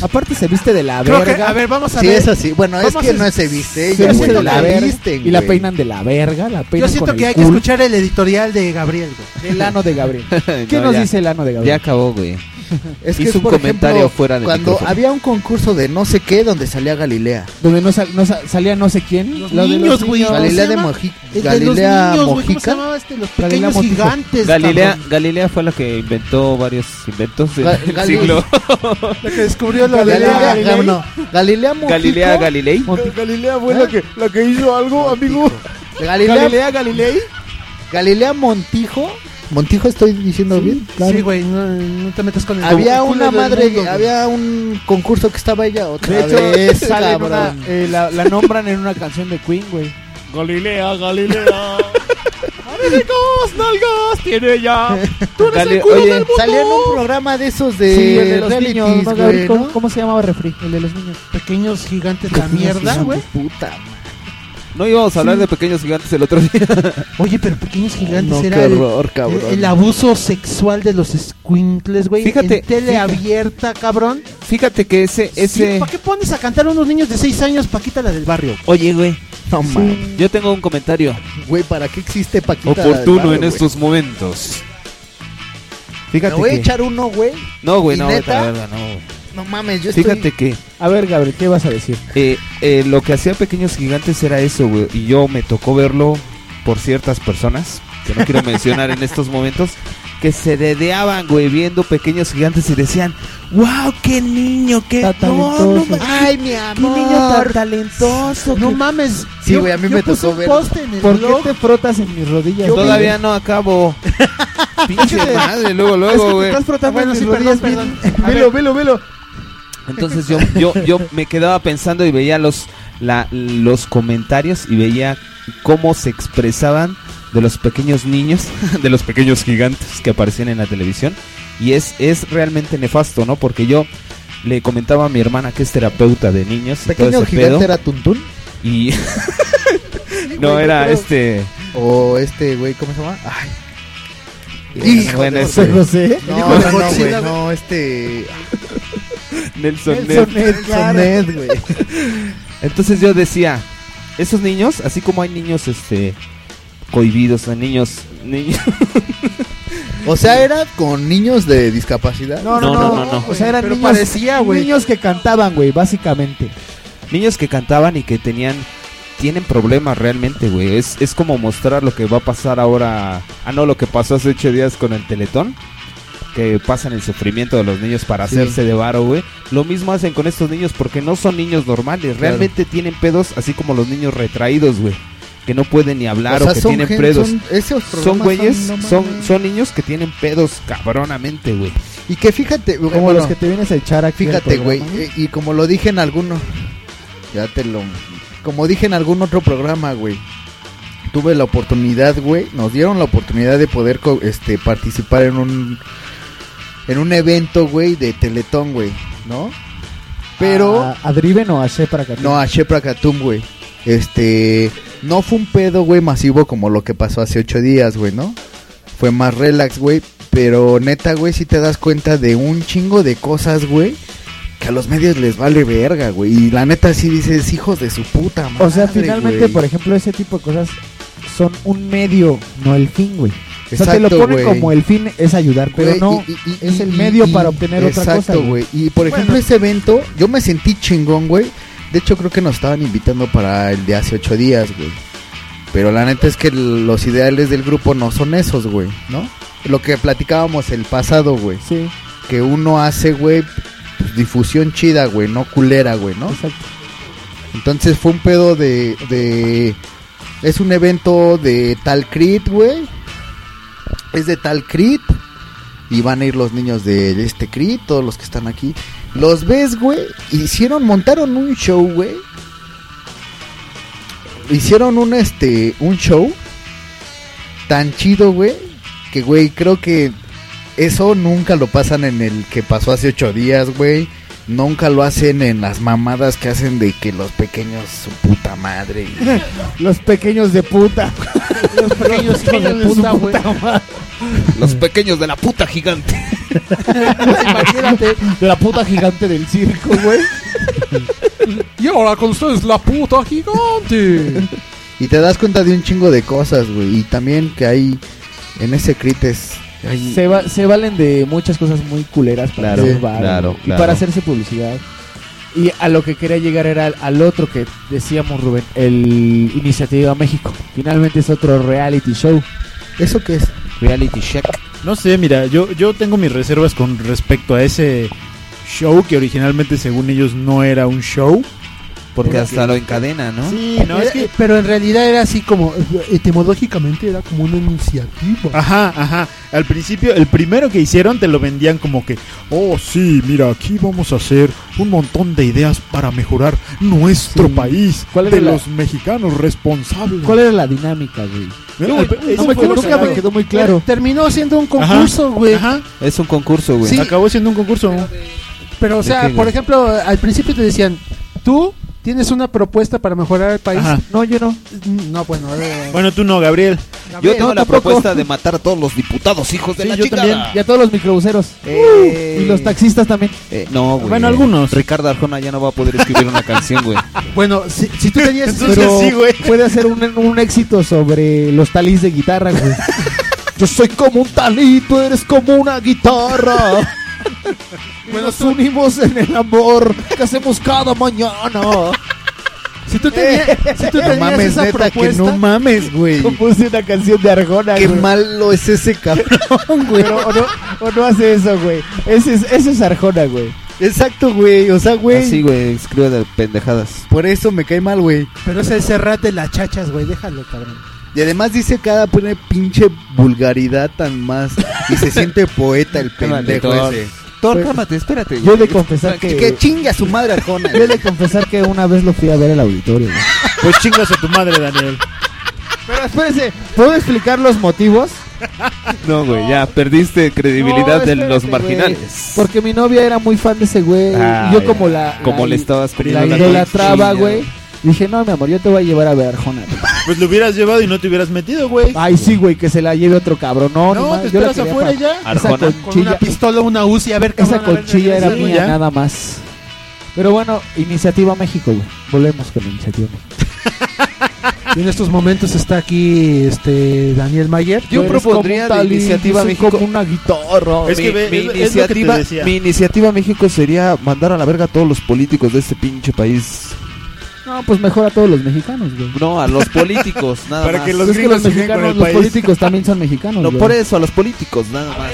S11: Aparte se viste de la
S9: Creo que-
S11: verga.
S9: a ver, vamos a Sí, ver. es así. Bueno, es
S11: ¿Cómo
S9: que no se viste
S11: se
S9: ella,
S11: viste
S9: güey,
S11: de
S9: la
S11: la verga
S9: visten,
S11: y la
S9: güey.
S11: peinan de la verga, la
S6: Yo
S11: peinan
S6: siento
S11: con
S6: que
S11: el
S6: hay que
S11: culo.
S6: escuchar el editorial de Gabriel, güey.
S11: El ano de Gabriel.
S6: ¿Qué
S9: [LAUGHS]
S11: No, nos ya. dice el ano de
S3: Ya
S11: Gabriel?
S3: acabó, güey.
S9: Es
S3: Hizo
S9: que,
S3: un
S9: por
S3: comentario
S9: ejemplo,
S3: fuera de
S9: Cuando
S3: micrófono.
S9: había un concurso de no sé qué donde salía Galilea.
S11: Donde no, sal- no sal- salía no sé quién. la de los niños.
S9: Galilea de Moji- Galilea Mojica.
S6: Pequeños gigantes.
S3: Galilea, Galilea fue la que inventó varios inventos del
S9: Ga- Galilei.
S3: [LAUGHS] siglo.
S6: La que descubrió
S9: la Galilea,
S6: Galilei.
S9: Ga- no, Galilea Mojica.
S3: Galilea Galilei.
S9: Galilea fue la, que, la que hizo algo, amigo. Galilea,
S11: Galilea Galilei.
S9: Galilea Montijo. Montijo estoy diciendo bien. Claro.
S6: Sí, güey, no, no te metas con el
S9: Había
S6: con el
S9: una
S6: del
S9: madre,
S6: mundo, güey.
S9: había un concurso que estaba ella otra
S11: De hecho,
S9: vez,
S11: sale en una-
S9: cabrón.
S11: eh, la, la nombran en una canción de Queen, güey.
S30: Galilea, Galilea.
S11: ¡Amigos, nalgas! Tiene ella.
S3: Gali-
S9: Oye, salió en un programa de esos de,
S11: Sí, el de los
S9: realities,
S11: niños. ¿no, Gabriel?
S9: güey,
S11: ¿Cómo,
S9: ¿no?
S11: cómo se llamaba Refri? El de los niños.
S6: Pequeños gigantes de la mierda, güey.
S9: Puta.
S3: No íbamos a hablar de pequeños gigantes el otro día.
S6: Oye, pero pequeños gigantes
S3: No,
S6: era
S3: qué
S6: el-
S3: horror,
S6: el,
S3: cabrón.
S6: el abuso sexual de los squinkles, güey.
S3: Fíjate,
S6: en tele
S3: fíjate.
S6: abierta, cabrón.
S3: [LAUGHS] Fíjate que ese, ese.
S6: ¿Para qué pones a cantar a unos niños de 6 años, Paquita la del barrio?
S3: Oye, güey.
S9: No mames.
S3: Yo tengo un comentario
S9: Güey, ¿para qué existe Paquita? la del
S3: oportuno
S9: Barrio,
S3: en
S9: güey?
S3: estos momentos.
S9: Me
S3: Fíjate
S9: voy a
S3: que.
S9: echar uno, güey.
S3: No, güey,
S9: ¿Y
S3: no,
S9: neta?
S3: la verdad, no. güey.
S9: No mames, yo
S3: Fíjate
S9: estoy...
S3: que
S11: A ver, Gabriel, ¿qué vas a decir?
S3: eh, eh, lo que hacía Pequeños Gigantes era eso, güey. Y yo me tocó verlo por ciertas personas, que no quiero mencionar en estos momentos, que se dedeaban, güey, viendo Pequeños Gigantes y decían, wow, qué niño, qué... No, no,
S9: Ay, mi amor. niño tan
S11: talentoso.
S6: No mames.
S9: Sí,
S6: Yo-
S9: güey, a mí
S6: yo
S9: me
S6: puse
S9: tocó
S6: un
S9: ver.
S6: post en el
S11: ¿Por
S6: blog.
S11: qué te frotas en mis rodillas?
S6: Yo-
S3: todavía
S11: [LAUGHS]
S3: no acabo. Pinche madre, luego,
S11: Es que
S3: luego,
S11: te
S3: güey.
S11: estás frotando
S6: Bueno,
S11: en
S6: sí,
S11: mis
S6: perdón,
S11: rodillas,
S6: perdón. [LAUGHS]
S11: bien-
S6: A
S11: Velo,
S6: ver.
S11: velo, velo.
S3: Entonces yo, yo, yo me quedaba pensando y veía los, la- los comentarios y veía cómo se expresaban de los pequeños niños, [LAUGHS] de los pequeños gigantes que aparecían en la televisión. Y es, es realmente nefasto, ¿no? Porque yo le comentaba a mi hermana que es terapeuta de niños. y todo
S9: ¿Pequeño
S3: ese
S9: gigante
S3: pedo,
S9: era Tuntún?
S3: Y... [LAUGHS] no, era
S9: creo.
S3: este...
S9: O este, güey, ¿cómo se llama? Ay.
S3: Hijo de
S9: José
S3: ese.
S9: José. No,
S3: Hijo de
S9: no, no,
S3: Godzilla,
S9: güey,
S3: güey.
S9: no, este...
S3: Nelson,
S9: Nelson
S3: Ned.
S9: Ned, claro. Nelson Ned, güey.
S3: Entonces yo decía, esos niños, así como hay niños este cohibidos, hay niños, niños
S9: O sea, era con niños de discapacidad.
S11: No, no, no, O sea, eran niños, niños que cantaban, güey, básicamente.
S3: niños que cantaban y que tenían tienen problemas realmente, güey. Es, es como mostrar lo que va a pasar ahora. Ah, no, lo que pasó hace ocho días con el Teletón. Que pasan el sufrimiento de los niños para
S10: Sí.
S3: hacerse de varo, güey. Lo mismo hacen con estos niños porque no son niños normales. Realmente tienen pedos, así como los niños retraídos, güey. Que no pueden ni hablar o,
S9: O sea,
S3: que
S9: son
S3: tienen
S9: gen-
S3: pedos.
S9: son- esos
S3: Son
S9: programas
S3: güeyes,
S9: son-
S3: son,
S9: no
S3: son,
S9: mames.
S3: niños que tienen pedos cabronamente, güey.
S9: Y que fíjate, güey,
S11: Como
S9: bueno,
S11: los que te vienes a echar aquí. al
S9: fíjate, güey,
S11: programa.
S9: eh, y como lo dije en alguno, ya te lo, como dije en algún otro programa, güey, tuve la oportunidad, güey, nos dieron la oportunidad de poder, co- este, participar en un, en un evento, güey, de Teletón, güey, ¿no? Pero
S11: Ah, ¿A, a Driven o a Shepard acá?
S9: no, a Shepra Katum, güey. Este, No fue un pedo, güey, masivo como lo que pasó hace ocho días, güey, ¿no? Fue más relax, güey. Pero neta, güey, si te das cuenta de un chingo de cosas, güey, que a los medios les vale verga, güey. Y la neta sí dices, hijos de su puta madre.
S11: O sea, finalmente,
S9: güey".
S11: por ejemplo, ese tipo de cosas son un medio, no el fin, güey. o sea, te lo
S9: Exacto,
S11: ponen
S9: güey.
S11: como el fin es ayudar, pero
S9: Güey,
S11: no
S9: y- y- y-
S11: es el
S9: y-
S11: medio
S9: y-
S11: para obtener otra cosa.
S9: Exacto, güey. Y por ejemplo, ese evento, yo me sentí chingón, güey. De hecho, creo que nos estaban invitando para el de hace ocho días, güey. Pero la neta es que l- los ideales del grupo no son esos, güey, ¿no? Lo que platicábamos el pasado, güey.
S11: Sí.
S9: Que uno hace, güey, pues, difusión chida, güey, no culera, güey, ¿no?
S11: Exacto.
S9: Entonces fue un pedo de. de es un evento de tal crit, güey. Es de tal crit. Y van a ir los niños de este crit, todos los que están aquí. Los ves, güey. Hicieron, montaron un show, güey. Hicieron un este. un show. Tan chido, güey. Que güey, creo que eso nunca lo pasan en el que pasó hace ocho días, güey. Nunca lo hacen en las mamadas que hacen de que los pequeños su puta madre.
S11: [LAUGHS] Los pequeños de [LAUGHS] puta.
S3: Los pequeños
S11: hijos de puta, güey.
S3: Los pequeños de la puta gigante.
S11: [LAUGHS]
S29: Imagínate,
S11: la puta gigante del circo, güey.
S29: [LAUGHS] Y ahora con ustedes la puta gigante.
S9: Y te das cuenta de un chingo de cosas, güey. Y también que hay en ese crites. hay-
S11: Se, va- se valen de muchas cosas muy culeras para
S9: Claro,
S11: hacer varo,
S9: claro,
S11: güey,
S9: claro.
S11: y para hacerse publicidad. Y a lo que quería llegar era al, al otro que decíamos, Rubén, el Iniciativa México. Finalmente es otro reality show.
S9: ¿Eso qué es?
S11: Reality check.
S5: No sé, mira, yo, yo tengo mis reservas con respecto a ese show que originalmente según ellos no era un show.
S3: Porque hasta lo encadena, ¿no?
S5: Sí, no,
S11: eh,
S6: Era-
S5: es que...
S6: Pero en realidad era así como, eh, etimológicamente era como una iniciativa.
S5: Ajá, ajá. Al principio, el primero que hicieron te lo vendían como que, oh sí, mira, aquí vamos a hacer un montón de ideas para mejorar nuestro país
S11: ¿Cuál
S5: de
S11: era la-
S5: los mexicanos responsables.
S11: ¿Cuál era la dinámica, güey?
S5: Mira, eso fue lo que me quedó muy claro.
S6: Terminó siendo un
S5: Ajá,
S6: concurso, güey.
S5: ajá.
S3: Es un concurso, güey.
S6: Sí.
S5: Acabó siendo un concurso.
S6: Pero, o
S3: ¿De
S6: sea,
S3: qué,
S6: por
S3: güey?
S6: ejemplo, al principio te decían, tú tienes una propuesta para mejorar el país.
S5: Ajá.
S11: No, yo no.
S6: No, bueno. eh,
S5: Bueno, tú no, Gabriel.
S3: Yo
S6: Gabriel,
S3: tengo
S6: no,
S3: la
S6: tampoco.
S3: propuesta de matar a todos los diputados, hijos de
S11: Sí,
S3: la
S11: yo
S3: chingada.
S11: también. Y a todos los microbuseros.
S3: Eh.
S11: Uh, Y los taxistas también.
S3: Eh, no, güey.
S11: Bueno, algunos.
S3: Ricardo Arjona ya no va a poder escribir una canción,
S11: [LAUGHS]
S3: güey.
S6: Bueno, si, si tú tenías...
S11: Pero puede hacer un, un éxito sobre los talís de guitarra, güey. Yo soy como un talí, tú eres como una guitarra. Que Nos unimos en el amor que hacemos cada mañana.
S6: Si tú tenías, si tú
S11: No
S6: tenías
S11: mames,
S6: esa
S11: neta, que
S6: propuesta...
S11: no
S9: mames, güey.
S11: Compuse una canción de Arjona,
S9: Qué
S11: güey.
S9: malo es ese cabrón, [LAUGHS] güey.
S11: Pero, o, no, o no hace eso, güey. Ese es, ese es Arjona, güey.
S9: Exacto, güey. O sea, güey.
S3: Así, güey, escribe de pendejadas.
S9: Por eso me cae mal, güey.
S6: Pero es el Serrat de las chachas, güey, déjalo, cabrón.
S9: Y además dice cada pone pinche vulgaridad tan más. Y se siente poeta el
S3: Cálmate,
S9: pendejo
S3: Thor.
S9: ese. Pues,
S3: Thor, cálmate, espérate.
S11: Yo he
S3: güey.
S11: de confesar que.
S9: Que chingue a su madre Arjona.
S11: Yo he de confesar que una vez lo fui a ver al auditorio, güey.
S5: Pues chingas a tu madre, Daniel.
S11: Pero espérense, ¿puedo explicar los motivos?
S3: [LAUGHS] No, güey, ya perdiste credibilidad
S11: No,
S3: de
S11: espérate,
S3: los
S11: güey.
S3: marginales.
S11: Porque mi novia era muy fan de ese güey.
S3: Ah,
S9: Eh,
S11: y yo
S3: ya.
S11: como la...
S3: Como le estabas
S11: la
S3: comiendo la
S11: idolatraba,
S3: cochina.
S11: güey. Dije, no, mi amor, yo te voy a llevar a ver Arjona. güey".
S5: Pues lo hubieras llevado y no te hubieras metido, güey.
S11: Ay, sí, güey, que se la lleve otro cabrón. No,
S5: No,
S11: ni más,
S5: te
S11: yo la
S5: esperas
S11: quería
S5: afuera
S11: pa-
S5: ya.
S11: Esa
S5: Arjona.
S6: Con una
S11: conchilla,
S6: pistola, una UCI, a ver,
S11: esa
S6: cabrón, a ver,
S11: conchilla era
S6: regresa.
S11: mía,
S6: Ya.
S11: nada más. Pero bueno, Iniciativa México, güey. Volvemos con Iniciativa México.
S6: Y en estos momentos está aquí este Daniel Mayer.
S3: Yo
S6: Tú eres
S3: propondría
S6: como
S3: de
S6: un talí,
S3: iniciativa
S6: yo soy
S3: México-
S6: como una guitarra.
S5: Es que ve, es lo- es lo que te
S3: iniciativa,
S5: decía.
S3: mi iniciativa México sería mandar a la verga a todos los políticos de este pinche país.
S11: No, pues mejor a todos los mexicanos, güey.
S3: No, a los [LAUGHS] políticos, nada
S5: Para
S3: más.
S5: que los
S11: Es que los
S5: gringos se queden con
S11: mexicanos,
S5: el
S11: los
S5: país.
S11: políticos también son mexicanos,
S3: No,
S11: güey.
S3: por eso, a los políticos, nada más.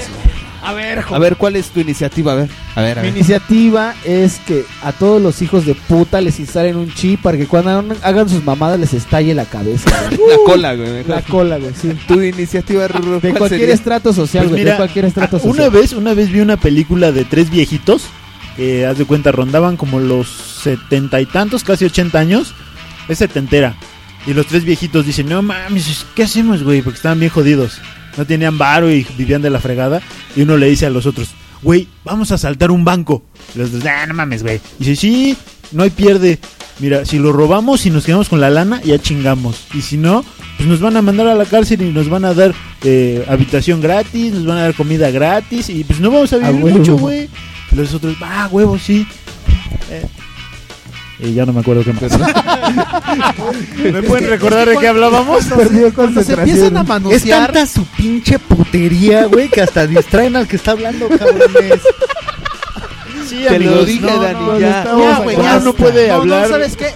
S11: A ver,
S3: A ver, ¿cuál es tu iniciativa? A ver, a ver, a
S11: Mi
S3: ver.
S11: iniciativa es que a todos los hijos de puta les instalen un chip para que cuando hagan- hagan sus mamadas les estalle la cabeza. güey.
S3: La cola, güey.
S11: la cola, güey, sí.
S3: Tu iniciativa, Rorro,
S11: De
S3: ¿cuál
S11: cualquier
S3: sería?
S11: estrato social,
S5: Pues
S11: güey.
S5: mira,
S11: de cualquier estrato
S5: Ah,
S11: social.
S5: Una vez, una vez vi una película de tres viejitos que, haz de cuenta, rondaban como los setenta y tantos, casi ochenta años. Es setentera. Y los tres viejitos dicen, no mames, ¿qué hacemos, güey? Porque estaban bien jodidos. No tenían varo y vivían de la fregada. Y uno le dice a los otros, güey, vamos a saltar un banco. Y los dos, ah, no mames, güey. Y dice, sí, no hay pierde. mira, si lo robamos y nos quedamos con la lana, ya chingamos. Y si no, pues nos van a mandar a la cárcel y nos van a dar eh, habitación gratis, nos van a dar comida gratis y pues no vamos a vivir
S31: huevo.
S5: mucho, güey. Los otros, ah, huevo, sí. Eh, y ya no me [LAUGHS] acuerdo qué más. ¿Me pueden recordar de qué hablábamos?
S9: Perdió concentración.
S5: empiezan a
S9: Es
S5: manosear-
S9: tanta su pinche putería, güey, que hasta distraen al que está hablando, cabrones.
S5: Sí, Te amigos, lo dije, no, Dani, no, ya. no estamos
S6: Ya, güey,
S5: acá.
S6: ya
S5: Uno puede hablar.
S6: ¿sabes qué?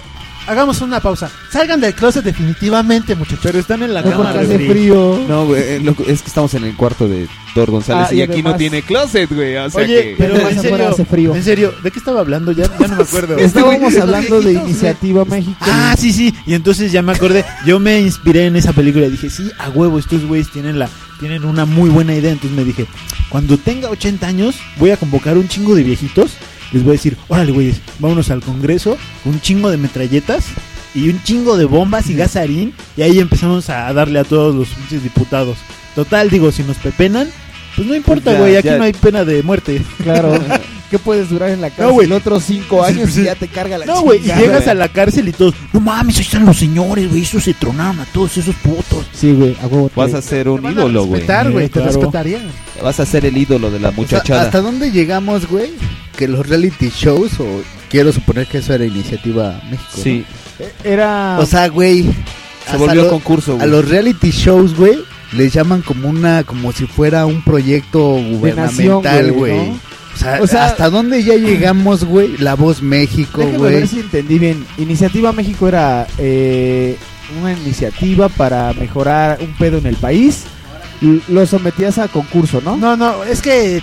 S6: Hagamos una pausa. Salgan del closet definitivamente, muchachos.
S5: Pero están en la
S3: cámara, güey. [LAUGHS] No, güey, eh, loco, es que estamos en el cuarto de Thor González
S5: Ah,
S3: y,
S5: y
S3: aquí no
S5: además-
S3: tiene closet, güey. O sea
S5: Oye,
S3: que... [LAUGHS]
S5: pero en serio, en serio, ¿de qué estaba hablando? Ya, ya no me acuerdo.
S3: [LAUGHS]
S32: Estábamos hablando de Iniciativa México.
S5: Ah, sí, sí. Y entonces ya me acordé. Yo me inspiré en esa película y dije, sí, a huevo, estos güeyes tienen la, tienen una muy buena idea. Entonces me dije, cuando tenga 80 años, voy a convocar un chingo de viejitos. Les voy a decir, órale, güeyes, vámonos al Congreso, con un chingo de metralletas y un chingo de bombas y gasarín. Y ahí empezamos a darle a todos los pinches diputados. Total, digo, si nos pepenan, pues no importa,
S32: Ya,
S5: güey, aquí
S32: ya.
S5: no hay pena
S32: [LAUGHS]
S5: de muerte.
S32: Claro. ¿Qué puedes durar en la cárcel?
S5: güey.
S32: Otros cinco
S5: Sí,
S32: años
S5: sí.
S32: y ya te carga la
S5: No, güey, y
S32: chingada,
S5: llegas
S32: güey.
S5: a la cárcel y todos, no mames, ahí están los señores, güey, esos se tronaron a todos esos putos.
S32: Sí, güey, a huevo. Eh,
S3: Vas a ser un ídolo, güey.
S6: respetar, güey,
S3: Sí,
S6: te
S3: claro.
S6: respetarían.
S3: Vas a ser el ídolo de la
S9: O sea,
S3: muchachada.
S9: ¿Hasta dónde llegamos, güey? Que los reality shows, o quiero suponer que eso era iniciativa México. ¿no?
S3: Sí.
S32: Era.
S5: Ah.
S9: O sea, güey.
S32: Se
S9: hasta
S32: volvió
S9: lo-
S32: concurso, güey.
S9: A los reality shows, güey, les llaman como una, como si fuera un proyecto
S32: nación,
S9: gubernamental,
S32: güey,
S9: güey.
S32: ¿no?
S9: o, sea,
S32: O sea,
S9: ¿hasta dónde ya llegamos, güey? La voz México,
S32: Déjame
S9: güey.
S32: ver si entendí bien. Iniciativa México era eh, una iniciativa para mejorar un pedo en el país. L- Lo sometías a concurso, ¿no?
S6: No, no, es que, eh,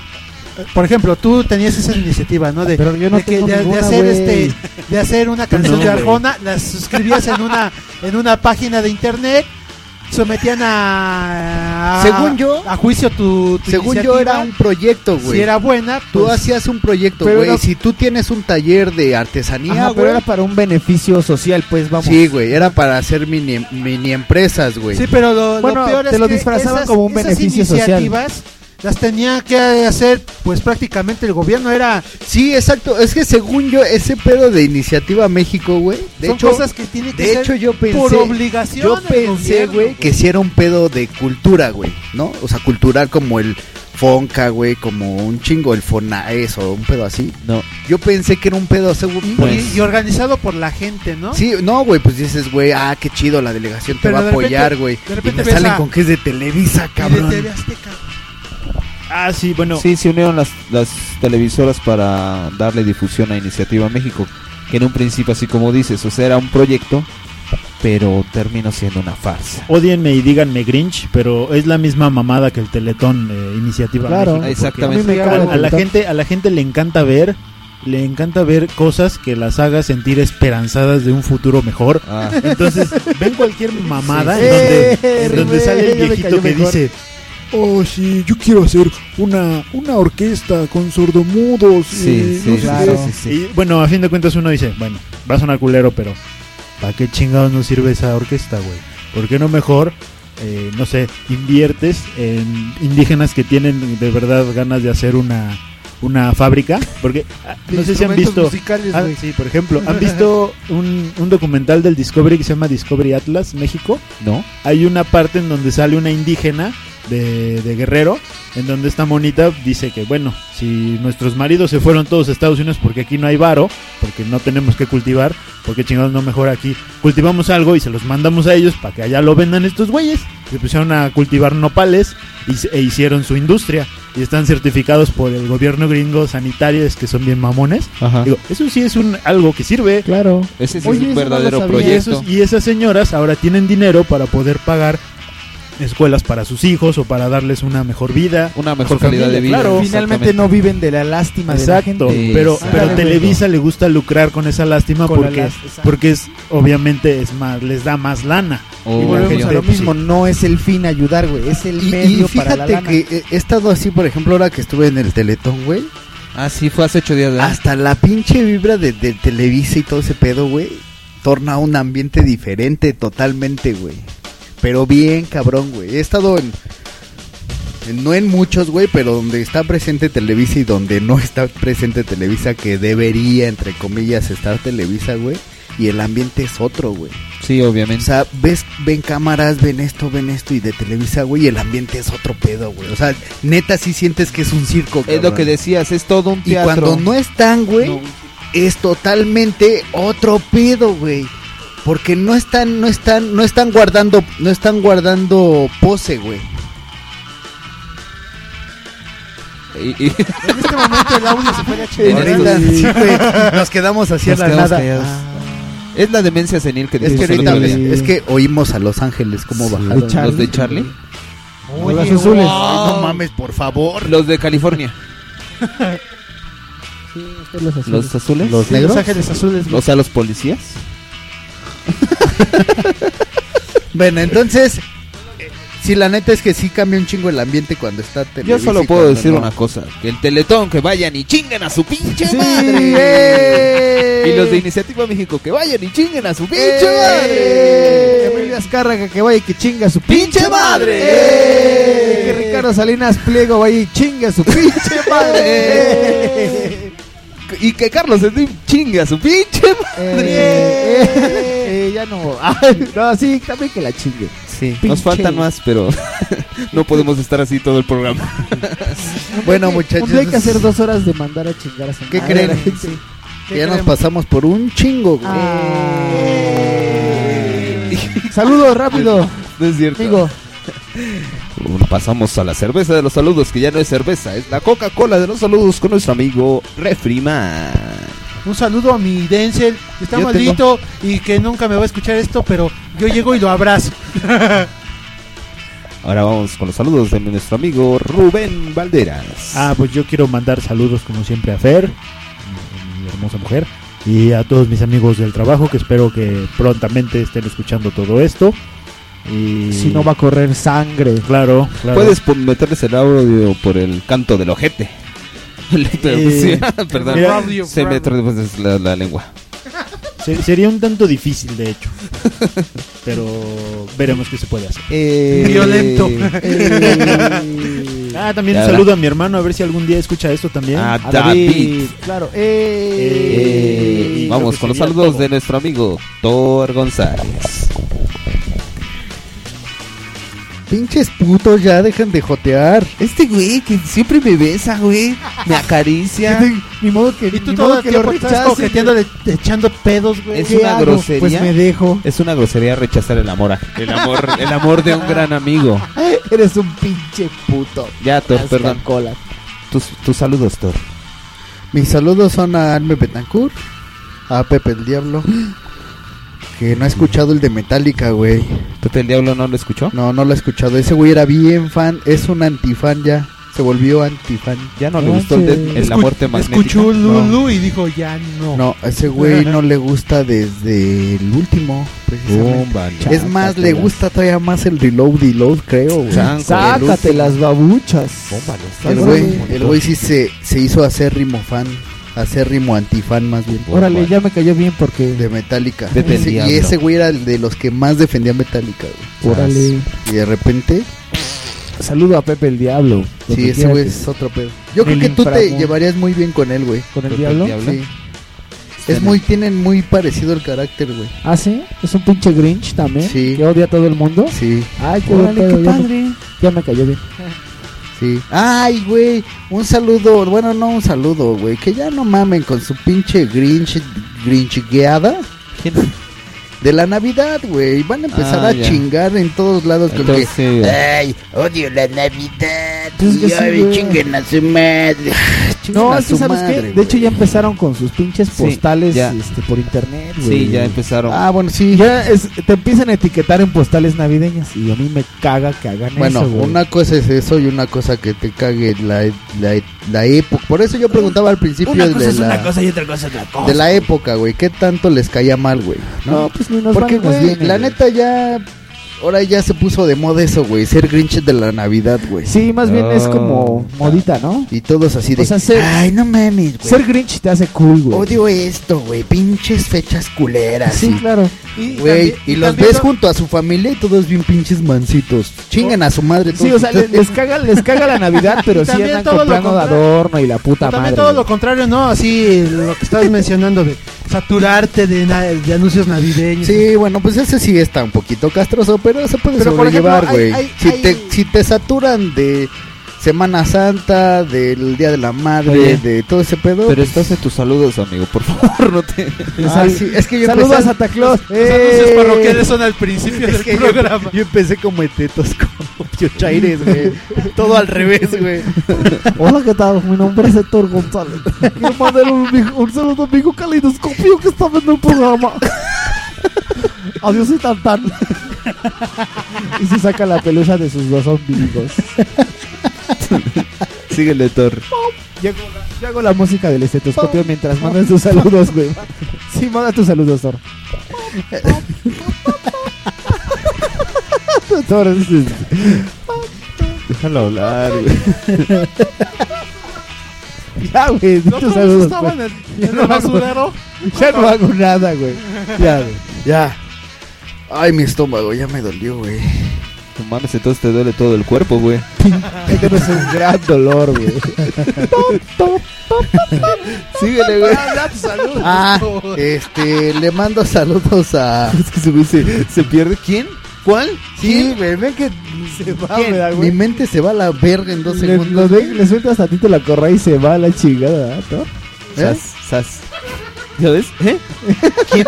S6: por ejemplo, tú tenías esa iniciativa, ¿no? De,
S32: no
S6: de que-
S32: tengo
S6: de- de
S32: ninguna,
S6: hacer
S32: güey.
S6: este, de hacer
S9: [LAUGHS]
S6: una canción
S32: No,
S6: de
S32: güey.
S6: Arjona, la suscribías en una, en una página de internet, sometían a, a-
S9: Según yo-
S6: a juicio tu, tu
S9: Según yo era
S6: iniciativa.
S9: un proyecto, güey.
S6: Si era buena,
S9: Tú
S6: pues-
S9: hacías un proyecto,
S6: Pero
S9: güey.
S6: era-
S9: Si tú tienes un taller de artesanía,
S32: Ajá, pero
S9: güey,
S32: era para un beneficio social, pues vamos.
S9: Sí, güey, era para hacer mini, mini empresas, güey.
S6: Sí, pero lo, lo
S32: Bueno,
S6: peor
S32: te
S6: es
S32: lo
S6: que
S32: disfrazaban
S6: esas-
S32: como un
S6: esas
S32: beneficio social.
S6: iniciativas las tenía que hacer, pues prácticamente el gobierno era.
S9: Sí, exacto. Es que según yo, ese pedo de Iniciativa México, güey. De
S6: son
S9: hecho,
S6: cosas que tiene que
S9: de
S6: ser
S9: hecho, yo pensé.
S6: por obligación.
S9: Yo
S6: el
S9: pensé,
S6: gobierno.
S9: güey, que si era un pedo de cultura, güey, ¿no? O sea, cultural como el Fonca, güey, como un chingo el Fonaes o un pedo así.
S3: No.
S9: Yo pensé que era un pedo según.
S6: Y, y organizado por la gente, ¿no?
S9: Sí, no, güey, pues dices, güey, ah, qué chido, la delegación te
S6: Pero
S9: va a
S6: de repente-
S9: apoyar, güey.
S6: de
S9: Y
S6: repente
S9: me
S6: ves
S9: salen
S6: a-
S9: con que es de Televisa, cabrón.
S5: Ah, sí, bueno.
S3: Sí, se unieron las, las televisoras para darle difusión a Iniciativa México, que en un principio, así como dices, o sea, era un proyecto, pero terminó siendo una farsa.
S5: Odienme y díganme Grinch, pero es la misma mamada que el Teletón eh, Iniciativa
S3: Claro.
S5: México, porque
S3: Exactamente. A mí me
S5: A,
S3: caga el
S5: a la
S3: Teletón.
S5: gente, a la gente le encanta ver, le encanta ver cosas que las haga sentir esperanzadas de un futuro mejor.
S3: Ah,
S5: Entonces, ven cualquier mamada
S32: Sí.
S5: en donde,
S32: Eh,
S5: en donde
S32: güey,
S5: sale el
S32: ya me
S5: viejito
S32: cayó
S5: que
S32: mejor.
S5: dice,
S33: Oh, sí, yo quiero hacer una, una orquesta con sordomudos.
S5: Sí,
S33: eh, no sé qué".
S5: Y bueno, a fin de cuentas uno dice, bueno, va a sonar culero, pero ¿para qué chingados nos sirve esa orquesta, güey? ¿Por qué no mejor, eh, no sé, inviertes en indígenas que tienen de verdad ganas de hacer una, una fábrica? Porque ah,
S6: De
S5: no sé si han
S6: instrumentos
S5: visto...
S6: musicales,
S5: Ah,
S6: güey.
S5: sí, por ejemplo, ¿han visto un, un documental del Discovery que se llama Discovery Atlas México?
S3: ¿No?
S5: hay una parte en donde sale una indígena de, de Guerrero, en donde esta monita dice que, bueno, si nuestros maridos se fueron todos a Estados Unidos porque aquí no hay varo, porque no tenemos que cultivar, porque chingados no mejor aquí, cultivamos algo y se los mandamos a ellos para que allá lo vendan estos güeyes. Se pusieron a cultivar nopales y, se- e hicieron su industria. Y están certificados por el gobierno gringo sanitarios que son bien mamones.
S3: Ajá.
S5: Digo, eso sí es un algo que sirve.
S32: Claro.
S3: Ese Ah. sí es un verdadero
S5: Y,
S3: proyecto.
S5: esos- y esas señoras ahora tienen dinero para poder pagar escuelas para sus hijos o para darles una mejor vida,
S3: una
S32: mejor calidad de vida, Finalmente no viven de la lástima de
S5: Exacto,
S32: la gente.
S5: pero, pero
S32: Ándale, güey.
S5: Televisa le gusta lucrar con esa lástima
S32: Con la
S5: porque,
S32: las- exacto.
S5: porque es obviamente es más les da más lana.
S3: Oh,
S32: y
S5: la
S32: volvemos a
S5: gente,
S32: lo
S5: pues, sí.
S32: mismo, no es el fin ayudar, güey, es el
S9: Y,
S32: medio
S9: y
S32: para la
S9: fíjate
S32: lana.
S9: que eh, he estado así, por ejemplo, ahora que estuve en el Teletón, güey.
S3: Ah, sí, fue hace ocho días.
S9: Hasta la pinche vibra de, de Televisa y todo ese pedo, güey, torna un ambiente diferente totalmente, güey. Pero bien cabrón, güey. He estado en, en- no en muchos, güey, pero donde está presente Televisa y donde no está presente Televisa, que debería, entre comillas, estar Televisa, güey. y el ambiente es otro, güey.
S3: Sí, obviamente.
S9: O sea, ves, ven cámaras, ven esto, ven esto y de Televisa, güey, y el ambiente es otro pedo, güey. O sea, neta sí sientes que es un circo.
S3: Es lo
S9: cabrón.
S3: que decías, es todo un
S9: Y
S3: teatro.
S9: cuando no están, güey, es totalmente otro pedo, güey. Porque no están, no están, no están guardando, no están guardando pose, güey.
S3: Y- y-
S6: En este momento el audio se fue a la chingada.
S9: Ahorita, sí, güey, nos quedamos así
S3: Nos
S9: a la
S3: quedamos
S9: nada.
S3: callados.
S9: Ah.
S3: [LAUGHS] Es la demencia senil que
S9: Es que
S3: dijimos el
S9: ahorita,
S3: otro día.
S9: es que oímos a Los Ángeles cómo bajaron.
S3: Los de Charlie.
S9: Oye,
S3: azules.
S9: wow. No mames, por favor.
S3: Los de
S6: [LAUGHS]
S3: California. Los azules.
S9: Los
S3: Sí,
S9: negros.
S6: Los Ángeles azules, güey.
S3: O sea, los policías.
S9: Bueno, entonces, eh, sí, la neta es que sí cambia un chingo el ambiente cuando está
S3: Yo
S9: Televisa
S3: solo
S9: y
S3: puedo
S9: cuando
S3: decir
S9: no.
S3: una cosa, que el Teletón que vayan y chinguen a su pinche
S9: Sí,
S3: madre. Eh. Y los de Iniciativa México que vayan y chinguen a su pinche madre.
S11: Emilio Azcárraga que vaya y que chinga su pinche madre. Eh. Que Ricardo Salinas Pliego vaya y chinga su
S3: [LAUGHS]
S11: pinche madre.
S3: Eh. Y que Carlos Slim chinga su pinche madre.
S11: Eh, eh, ya no. [LAUGHS] Ay, no, sí, también que la chingue.
S3: Sí, nos
S11: Pinche-
S3: faltan más, pero [LAUGHS] no podemos estar así todo el programa.
S9: Bueno,
S11: Un
S9: muchachos.
S11: día Pues, hay que hacer dos horas de mandar a chingar a su
S9: ¿Qué
S11: madre a la [LAUGHS]
S9: creen?
S11: gente.
S9: Que ya nos pasamos por un chingo, güey.
S3: Ah.
S9: [LAUGHS]
S11: Saludos rápido.
S3: No es cierto.
S11: Digo,
S3: Pasamos a la cerveza de los saludos, que ya no es cerveza, es la Coca-Cola de los saludos con nuestro amigo Refriman.
S6: Un saludo a mi Denzel, que está
S3: Yo
S6: maldito y que nunca me va a escuchar esto, pero yo llego y lo abrazo.
S3: Ahora vamos con los saludos de nuestro amigo Rubén Valderas.
S5: Ah, pues yo quiero mandar saludos como siempre a Fer, mi- mi hermosa mujer, y a todos mis amigos del trabajo que espero que prontamente estén escuchando todo esto. Y
S11: si no va a correr sangre.
S5: Claro, claro.
S3: Puedes pon- meterles el audio por el canto del ojete. [LAUGHS] Le traducí-
S5: Eh,
S3: [LAUGHS] Perdón,
S5: mira,
S3: se me traduce la, la lengua.
S5: Se- sería un tanto difícil, de hecho. [LAUGHS] Pero veremos qué se puede hacer.
S6: Violento.
S3: [LAUGHS]
S9: eh,
S5: Eh. ah, también un
S3: Ya,
S5: saludo a mi hermano, a ver si algún día escucha esto también.
S3: Ah,
S5: A
S3: David.
S11: Claro.
S3: Eh, vamos con los saludos de nuestro amigo Thor González.
S9: Pinches putos, ya dejan de jotear.
S3: Este güey que siempre me besa, güey. Me
S9: [LAUGHS]
S3: acaricia.
S11: Ni modo que,
S6: Y tú
S11: ni
S6: todo
S11: modo
S6: el
S11: que lo
S6: tiempo estás
S11: rechaces.
S6: coqueteando, de- echando pedos, güey.
S3: Es
S6: ¿Qué
S3: una
S6: hago?
S3: grosería.
S6: Pues me
S11: dejo.
S3: Es una grosería rechazar el amor. El amor, el amor de un gran amigo.
S11: Eres un pinche puto.
S3: Ya, Thor,
S11: Asca
S3: perdón.
S11: cola.
S3: Tus, tus saludos, Thor.
S9: Mis saludos son a Alme Betancourt, a Pepe el Diablo, que no ha escuchado el de Metallica, güey.
S3: ¿Pepe el Diablo no lo escuchó?
S9: No, no lo ha escuchado. Ese güey era bien fan, es un antifan ya. Se volvió antifan.
S3: Ya no le gustó el de- el- la muerte magnética.
S6: Escuchó Lulu
S9: No.
S6: y dijo, ya no.
S9: No, a ese güey no le gusta desde el último, precisamente.
S3: Búmbale.
S9: es más, le
S11: Sácatelas.
S9: gusta todavía más el Reload Reload, creo. güey.
S11: Sácate las babuchas.
S9: El güey, el güey sí se, se hizo acérrimo fan, acérrimo antifan más bien.
S11: Órale, ya me cayó bien porque.
S9: De Metallica.
S11: Vete al
S9: Ese- y
S11: diablo.
S9: ese güey era el de los que más defendía Metallica, güey.
S11: Órale.
S9: Y de repente,
S11: Saludo a Pepe el Diablo. Lo
S9: sí,
S11: que
S9: ese
S11: quiera
S9: güey
S11: que-
S9: es otro pedo. Yo creo
S11: El
S9: que tú te
S11: inframundo.
S9: llevarías muy bien con él, güey.
S11: ¿Con el ¿Pepe el diablo? diablo?
S9: Sí. Es muy, tienen muy parecido el carácter, güey.
S11: ¿Ah, sí? ¿Es un pinche Grinch también?
S9: Sí.
S11: ¿Que odia a todo el mundo?
S9: Sí.
S11: Ay, qué
S9: Órale,
S11: buen pedo,
S9: qué
S11: ya me-
S9: padre.
S11: Ya me cayó bien.
S9: Sí. Ay, güey, un saludo, bueno, no un saludo, güey, que ya no mamen con su pinche grinch, grinchigueada. De la Navidad, güey, van a empezar
S3: Ah,
S9: a
S3: ya.
S9: chingar en todos lados con
S3: Entonces, sí,
S9: que...
S3: güey.
S9: Ay, odio la Navidad,
S11: Pues es
S9: y
S11: que sí,
S9: ay,
S11: güey.
S9: chinguen a su madre. Chinguen
S11: No,
S9: a
S11: es que
S9: su
S11: ¿sabes qué?
S9: madre,
S11: De hecho ya empezaron con sus pinches
S3: Sí,
S11: postales
S3: ya.
S11: este, por internet,
S3: Sí,
S11: güey.
S3: ya empezaron.
S9: Ah, bueno, sí.
S11: Ya es- te empiezan a etiquetar en postales navideñas y a mí me caga que hagan
S9: Bueno,
S11: eso, güey.
S9: una cosa es eso y una cosa que te cague la, e-, la, la época. Por eso yo preguntaba al principio
S11: Una
S9: de
S11: cosa es
S9: la,
S11: una cosa y otra cosa es otra cosa,
S9: De la época, güey. ¿Qué tanto les caía mal, güey?
S11: No, pues ni nos
S9: Porque,
S11: van, nos
S9: güey,
S11: viene,
S9: la
S11: güey.
S9: neta ya... Ahora ya se puso de moda eso, güey. Ser Grinch de la Navidad, güey.
S11: Sí, más bien es
S3: Oh.
S11: como modita, ¿no?
S9: Y todos así de...
S11: O sea, ser-
S9: Ay, no mames, güey.
S11: Ser Grinch te hace cool, güey.
S9: Odio esto, güey. Pinches fechas culeras.
S11: Sí,
S9: y-
S11: claro.
S9: Güey, y, los ves junto a su familia y todos bien pinches mancitos. Chingan a su madre todos
S11: Sí, o sea, le-
S9: ustedes.
S11: les, caga, les caga
S6: [LAUGHS]
S11: la Navidad, pero
S6: Y
S11: sí
S6: también
S11: andan
S6: todo lo
S11: comprando de
S6: contrario.
S11: adorno y la puta
S6: También
S11: madre.
S6: todo lo contrario, ¿no? Así lo que estás mencionando de saturarte de, na- de anuncios navideños.
S9: Sí, bueno, pues ese sí está un poquito castroso, pero se puede
S6: Pero, por
S9: sobrellevar,
S6: ejemplo, hay-
S9: güey.
S6: hay-
S9: Si,
S6: hay-
S9: Te, si te saturan de Semana Santa, del Día de la Madre,
S3: Oye,
S9: de todo ese pedo. pues
S3: Pero estás en tus saludos, amigo, por favor, [LAUGHS] no te...
S9: Ah, sí, es que yo empecé al-
S2: Los
S9: [LAUGHS]
S2: anuncios parroquiales son al principio
S9: Es
S2: del
S9: que yo-
S2: programa.
S9: Yo, empecé como etetos como chaires, güey. Todo al revés, güey.
S5: Hola, ¿qué tal? Mi nombre es Héctor González. Quiero mandar un, mi- un saludo a mi amigo Calidoscopio que está viendo el programa. Adiós y tan tan. Y se saca la pelusa de sus dos ombligos.
S3: Síguele, Thor.
S5: Yo, hago la- yo hago la música del estetoscopio mientras mandas tus saludos, güey. Sí, manda tus saludos, Thor. Thor, es- es-
S3: Déjalo hablar, güey.
S5: ya, güey, di
S34: No, pero
S5: tus saludos.
S34: estaba
S5: güey.
S34: en el-
S5: Ya
S34: en
S5: no
S34: el
S5: hago-
S34: basurero.
S5: Ya no hago nada, güey. Ya, güey.
S9: Ya. Ay, mi estómago ya me dolió, güey.
S3: No mames, entonces te duele todo el cuerpo, güey.
S5: Este no es un gran dolor, güey.
S9: Síguele, güey.
S5: [LAUGHS]
S3: [LAUGHS]
S9: Ah, este, le mando saludos a. se, pierde quién? ¿Cuál? Sí, güey, ven que se va, Mi mente se va a la verga en dos
S5: Le,
S9: segundos. ¿Eh?
S5: lo de- le sueltas a Tito la correa y se va a la chingada, ¿no?
S3: Sas, sas. ¿Ya ves? ¿Eh? [LAUGHS] ¿Quién?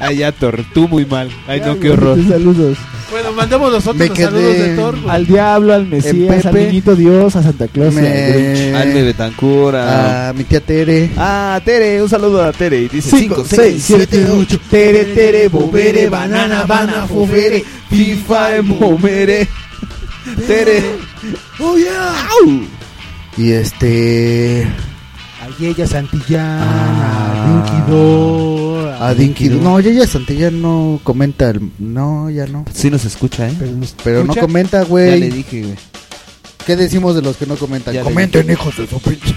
S3: Ay, ya, Thor, tú muy mal. Ay, no, qué horror.
S5: Tus saludos.
S2: Bueno, mandemos nosotros
S3: Me
S2: los saludos
S3: quedé
S2: de Thor. güey.
S5: Al diablo, al Mesías, al
S9: Pepe.
S5: niñito Dios, a Santa Claus. y al Grinch.
S9: Me-
S3: Alme Betancura.
S9: A mi tía Tere.
S3: Ah, Tere, un saludo a Tere. Y dice
S5: Cinco,
S3: 5, 6,
S5: seis, siete,
S3: 7, 8.
S5: Tere, tere,
S3: bobere, banana, bana, fofere, FIFA, [LAUGHS] momere. Tere.
S6: Oh, yeah.
S9: Y este.
S6: Ayella Santillán, a Dinky Doo,
S9: A Dinky. No, ya, ya, Santilla no comenta. el- No, ya no.
S3: Sí nos escucha, ¿eh?
S9: Pero, no comenta,
S3: Ya
S9: güey.
S3: le dije, güey.
S9: ¿Qué decimos de los que no comentan?
S3: Ya le
S9: Comenten,
S3: dije.
S9: hijos de su pinche.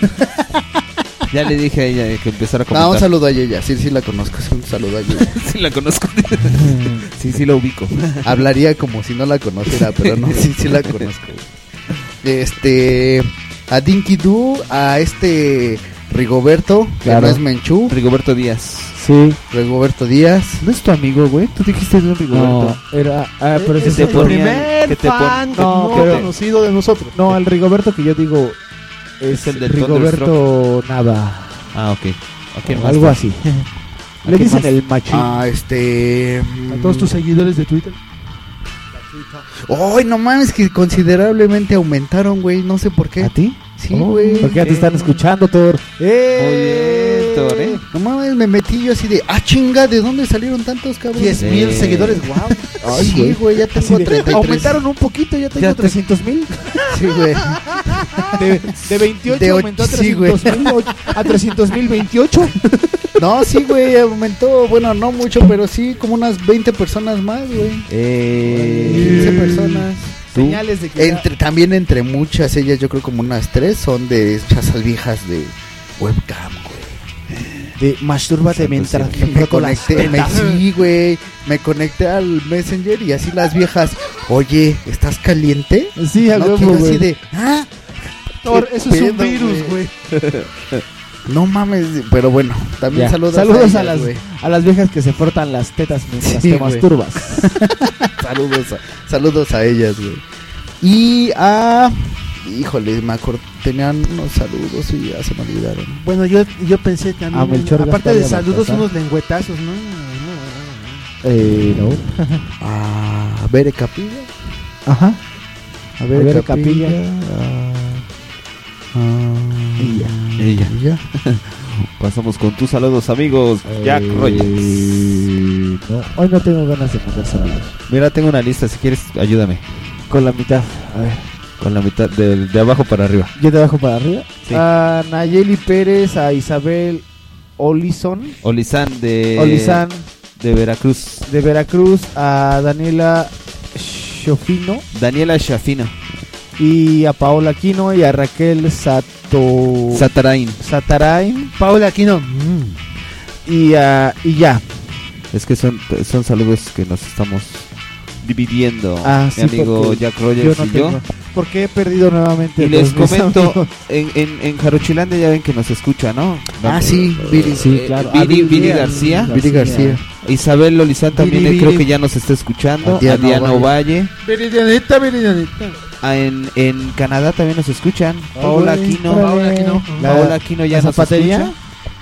S3: Ya le dije a ella que empezara a comentar.
S9: No, un saludo a ella. Sí, sí la conozco. sí, Un saludo a
S3: [LAUGHS]
S9: ella.
S5: [LAUGHS]
S3: Sí, la conozco. [LAUGHS] sí, sí, la [LAUGHS] ubico.
S9: Hablaría como si no la conociera, pero no, sí, sí la conozco. Este. A Dinky Doo, a este Rigoberto,
S5: Claro.
S9: que no es Menchú.
S3: Rigoberto Díaz.
S5: Sí.
S9: Rigoberto Díaz.
S5: ¿No es tu amigo, güey? Tú dijiste de un
S9: Rigoberto.
S5: No, era. Ah, pero
S9: Es
S5: ese es
S9: el
S5: el
S9: primer
S5: primer
S9: que te pon-
S5: fan
S9: que
S5: no,
S9: no
S5: pero-
S6: conocido de nosotros.
S5: No, el Rigoberto que yo digo es,
S3: Es el del
S5: Rigoberto Nava.
S3: Ah, ok. ¿A quién
S5: O
S3: más,
S5: algo
S3: Thor?
S5: así.
S3: ¿A
S5: Le
S3: quién
S5: dicen
S3: más?
S5: el machi.
S9: A Ah, este.
S6: A todos tus seguidores de Twitter.
S9: ¡Ay, no mames! Que considerablemente aumentaron, güey. No sé por qué. ¿A
S5: ti? Oh,
S9: Sí, güey.
S5: Porque ya te están escuchando, Thor.
S9: ¡Eh!
S3: Oye, Héctor, ¿eh?
S9: No mames, me metí yo así de. ¡Ah, chinga! ¿De dónde salieron tantos cabrones?
S6: 10,000 seguidores,
S9: guau.
S5: Ay,
S9: sí,
S5: güey.
S9: güey, ya tengo
S5: Así de,
S9: 33.
S5: aumentaron un poquito, ya tengo 300 mil.
S9: Sí, güey.
S5: De, de 28
S9: De och-
S5: aumentó a
S9: sí, güey.
S5: 300 mil. a 300 mil 28.
S9: No, sí, güey, aumentó, bueno, no mucho, pero sí, como unas 20 personas más, güey.
S3: Eh,
S9: 15 personas.
S3: ¿Tú?
S5: Señales de que ya-
S9: Entre, también entre muchas, ellas yo creo como unas tres son de chazas viejas de webcam,
S5: De mastúrbate
S9: mientras
S5: me
S9: me
S5: froto las
S6: [LAUGHS]
S9: conecté, me,
S5: tetas.
S9: sí, güey, me conecté al Messenger y así las viejas, oye, ¿estás caliente?
S5: Sí, a
S9: no,
S5: huevo,
S9: que yo así
S5: güey.
S9: de, ah,
S6: Thor,
S9: qué
S6: eso es un
S9: pedo,
S6: virus, güey.
S9: No mames, pero bueno, también
S5: Ya.
S9: saludos,
S5: a, las, a las viejas que se frotan las tetas mientras
S9: Sí,
S5: te
S9: güey.
S5: masturbas.
S9: saludos, a, saludos a ellas, güey. Y a. Híjole, me acordé. Tenían unos saludos y ya se me olvidaron.
S6: Bueno, yo, yo pensé también.
S5: Ah,
S9: A Melchor
S6: aparte
S9: Gaspar
S6: de
S9: y a
S6: saludos,
S9: Baltasar.
S6: unos lengüetazos, ¿no?
S5: Eh, no.
S9: A Bere Capilla.
S5: Ajá.
S9: A Bere,
S5: A Bere
S9: Capilla.
S5: Capilla.
S9: a- a-
S3: Ella. [LAUGHS] Pasamos con tus saludos, amigos. Jack Rogers.
S5: Eh, No, hoy no tengo ganas de mandar saludos.
S3: Mira, tengo una lista. Si quieres, ayúdame.
S5: Con la mitad. A ver.
S3: Con la mitad, de, de abajo para arriba.
S5: Yo te bajo para arriba.
S3: Sí.
S5: A Nayeli Pérez, a Isabel Olison
S3: Olizán de.
S5: Olizán.
S3: De Veracruz.
S5: de Veracruz, a Daniela Shofino
S3: Daniela Shafino.
S5: y a Paola Aquino y a Raquel Sato
S3: Satarain.
S5: Satarain
S6: Paola Aquino
S5: Mm. y, a- y ya.
S3: Es que son, son saludos que nos estamos dividiendo.
S5: Ah,
S3: mi
S5: sí,
S3: amigo
S5: porque
S3: Jack Rogers
S5: yo no
S3: y yo.
S5: tengo.
S11: porque he perdido nuevamente.
S3: Y les
S11: todos mis
S5: [LAUGHS]
S3: comento,
S11: amigos.
S3: en, en, en Jarochilandia ya ven que nos escucha, ¿no?
S11: Ah, sí,
S3: Viri.
S11: Viri. Sí, claro. Ah,
S3: Eh, Viri,
S11: Viri,
S3: Viri
S11: Viri
S3: García.
S11: Viri García.
S3: Isabel Lolizán también
S11: Viri,
S3: eh, creo
S11: Viri.
S3: que ya nos está escuchando.
S11: A Diana
S3: A Diana
S11: Ovalle.
S3: Ovalle.
S29: Viridianita, Viridianita.
S3: Ah, En, en Canadá también nos escuchan. Paola
S29: Órale,
S3: Aquino.
S29: Paola Aquino.
S3: La- Paola Aquino ya
S29: ¿La
S3: nos
S29: zapatería?
S3: escucha.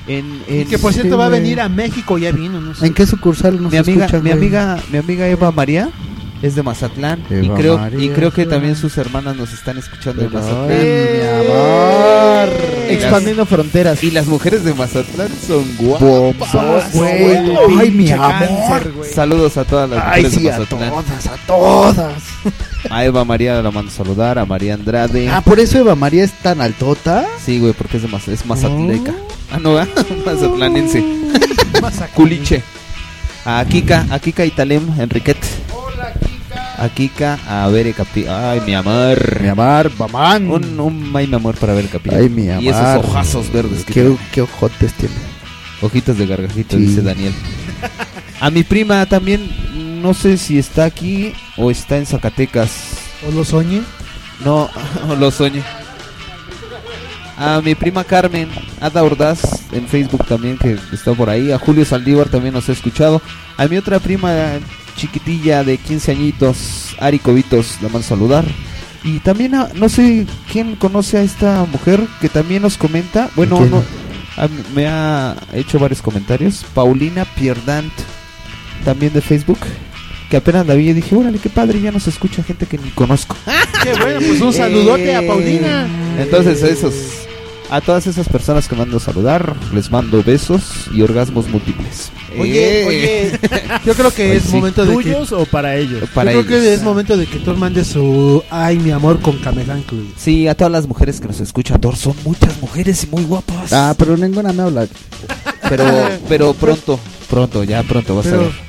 S3: En,
S29: Y
S3: en-
S29: que por cierto
S3: Sí,
S29: va a
S3: güey.
S29: venir a México, ya vino, no sé.
S3: ¿En qué
S9: sucursal nos
S3: mi amiga,
S9: escuchan,
S3: mi
S9: güey?
S3: amiga, mi amiga Eva María es de Mazatlán y
S9: Eva
S3: creo y
S9: María.
S3: creo que también sus hermanas nos están escuchando de
S9: Pero,
S3: Mazatlán.
S9: ¡Eh!
S3: Y las-
S11: Expandiendo fronteras.
S3: Y las mujeres de Mazatlán son
S9: Oh,
S3: guapas,
S11: Bombas,
S3: güey.
S11: güey. Ay, mi
S3: Pinche
S11: amor.
S3: cáncer, güey. Saludos a todas las
S11: Ay,
S3: mujeres
S11: sí,
S3: de
S11: a
S3: Mazatlán.
S11: todas,
S9: a todas.
S3: A Eva María la mando a saludar, a María Andrade.
S9: Ah, por eso Eva María es tan altota.
S3: Sí, güey, porque es de Maz- es mazatleca.
S9: Oh.
S3: Ah, no, ¿verdad? [LAUGHS] mazatlanense. Culiche. A Kika, a Kika Italem, Enriquet. A Kika, a Bere Capi. Ay, mi amor. Mi
S9: amor, mamán.
S3: Un, un ay, mi amor para Bere Capi.
S9: Ay, mi amor.
S3: Y esos ojazos verdes que
S9: ¿Qué,
S3: tiene.
S9: qué ojotes tiene?
S3: Ojitos de gargajito,
S9: Sí.
S3: dice Daniel. A mi prima también, no sé si está aquí o está en Zacatecas.
S6: ¿O lo soñé?
S3: No, [LAUGHS] lo soñé. A mi prima Carmen, Ada Ordaz, en Facebook también, que está por ahí. A Julio Saldívar también nos ha escuchado. A mi otra prima chiquitilla de 15 añitos, Ari Cobitos, la mando a saludar. Y también, a- no sé quién conoce a esta mujer que también nos comenta. Bueno,
S9: ¿Quién?
S3: no, a- me ha hecho varios comentarios. Paulina Pierdant, también de Facebook. Que apenas la vi y dije, órale, qué padre, ya nos escucha gente que ni conozco.
S29: Qué bueno, pues un saludote a Paulina.
S3: Entonces, a esos, a todas esas personas que mando a saludar, les mando besos y orgasmos múltiples.
S29: Oye,
S3: Eh.
S29: oye, yo creo que
S3: Ay,
S29: es
S3: sí.
S29: momento de que
S5: ¿Tuyos o para ellos?
S3: Para
S6: Yo creo que
S3: ellos.
S6: es momento de que Thor mande su Ay, mi amor con Kamehan Club.
S3: Sí, a todas las mujeres que nos escuchan, Thor, son muchas mujeres y muy guapas.
S9: Ah, pero ninguna me habla.
S3: Pero, pero pronto, pronto, ya pronto vas a
S9: Pero-
S3: ver.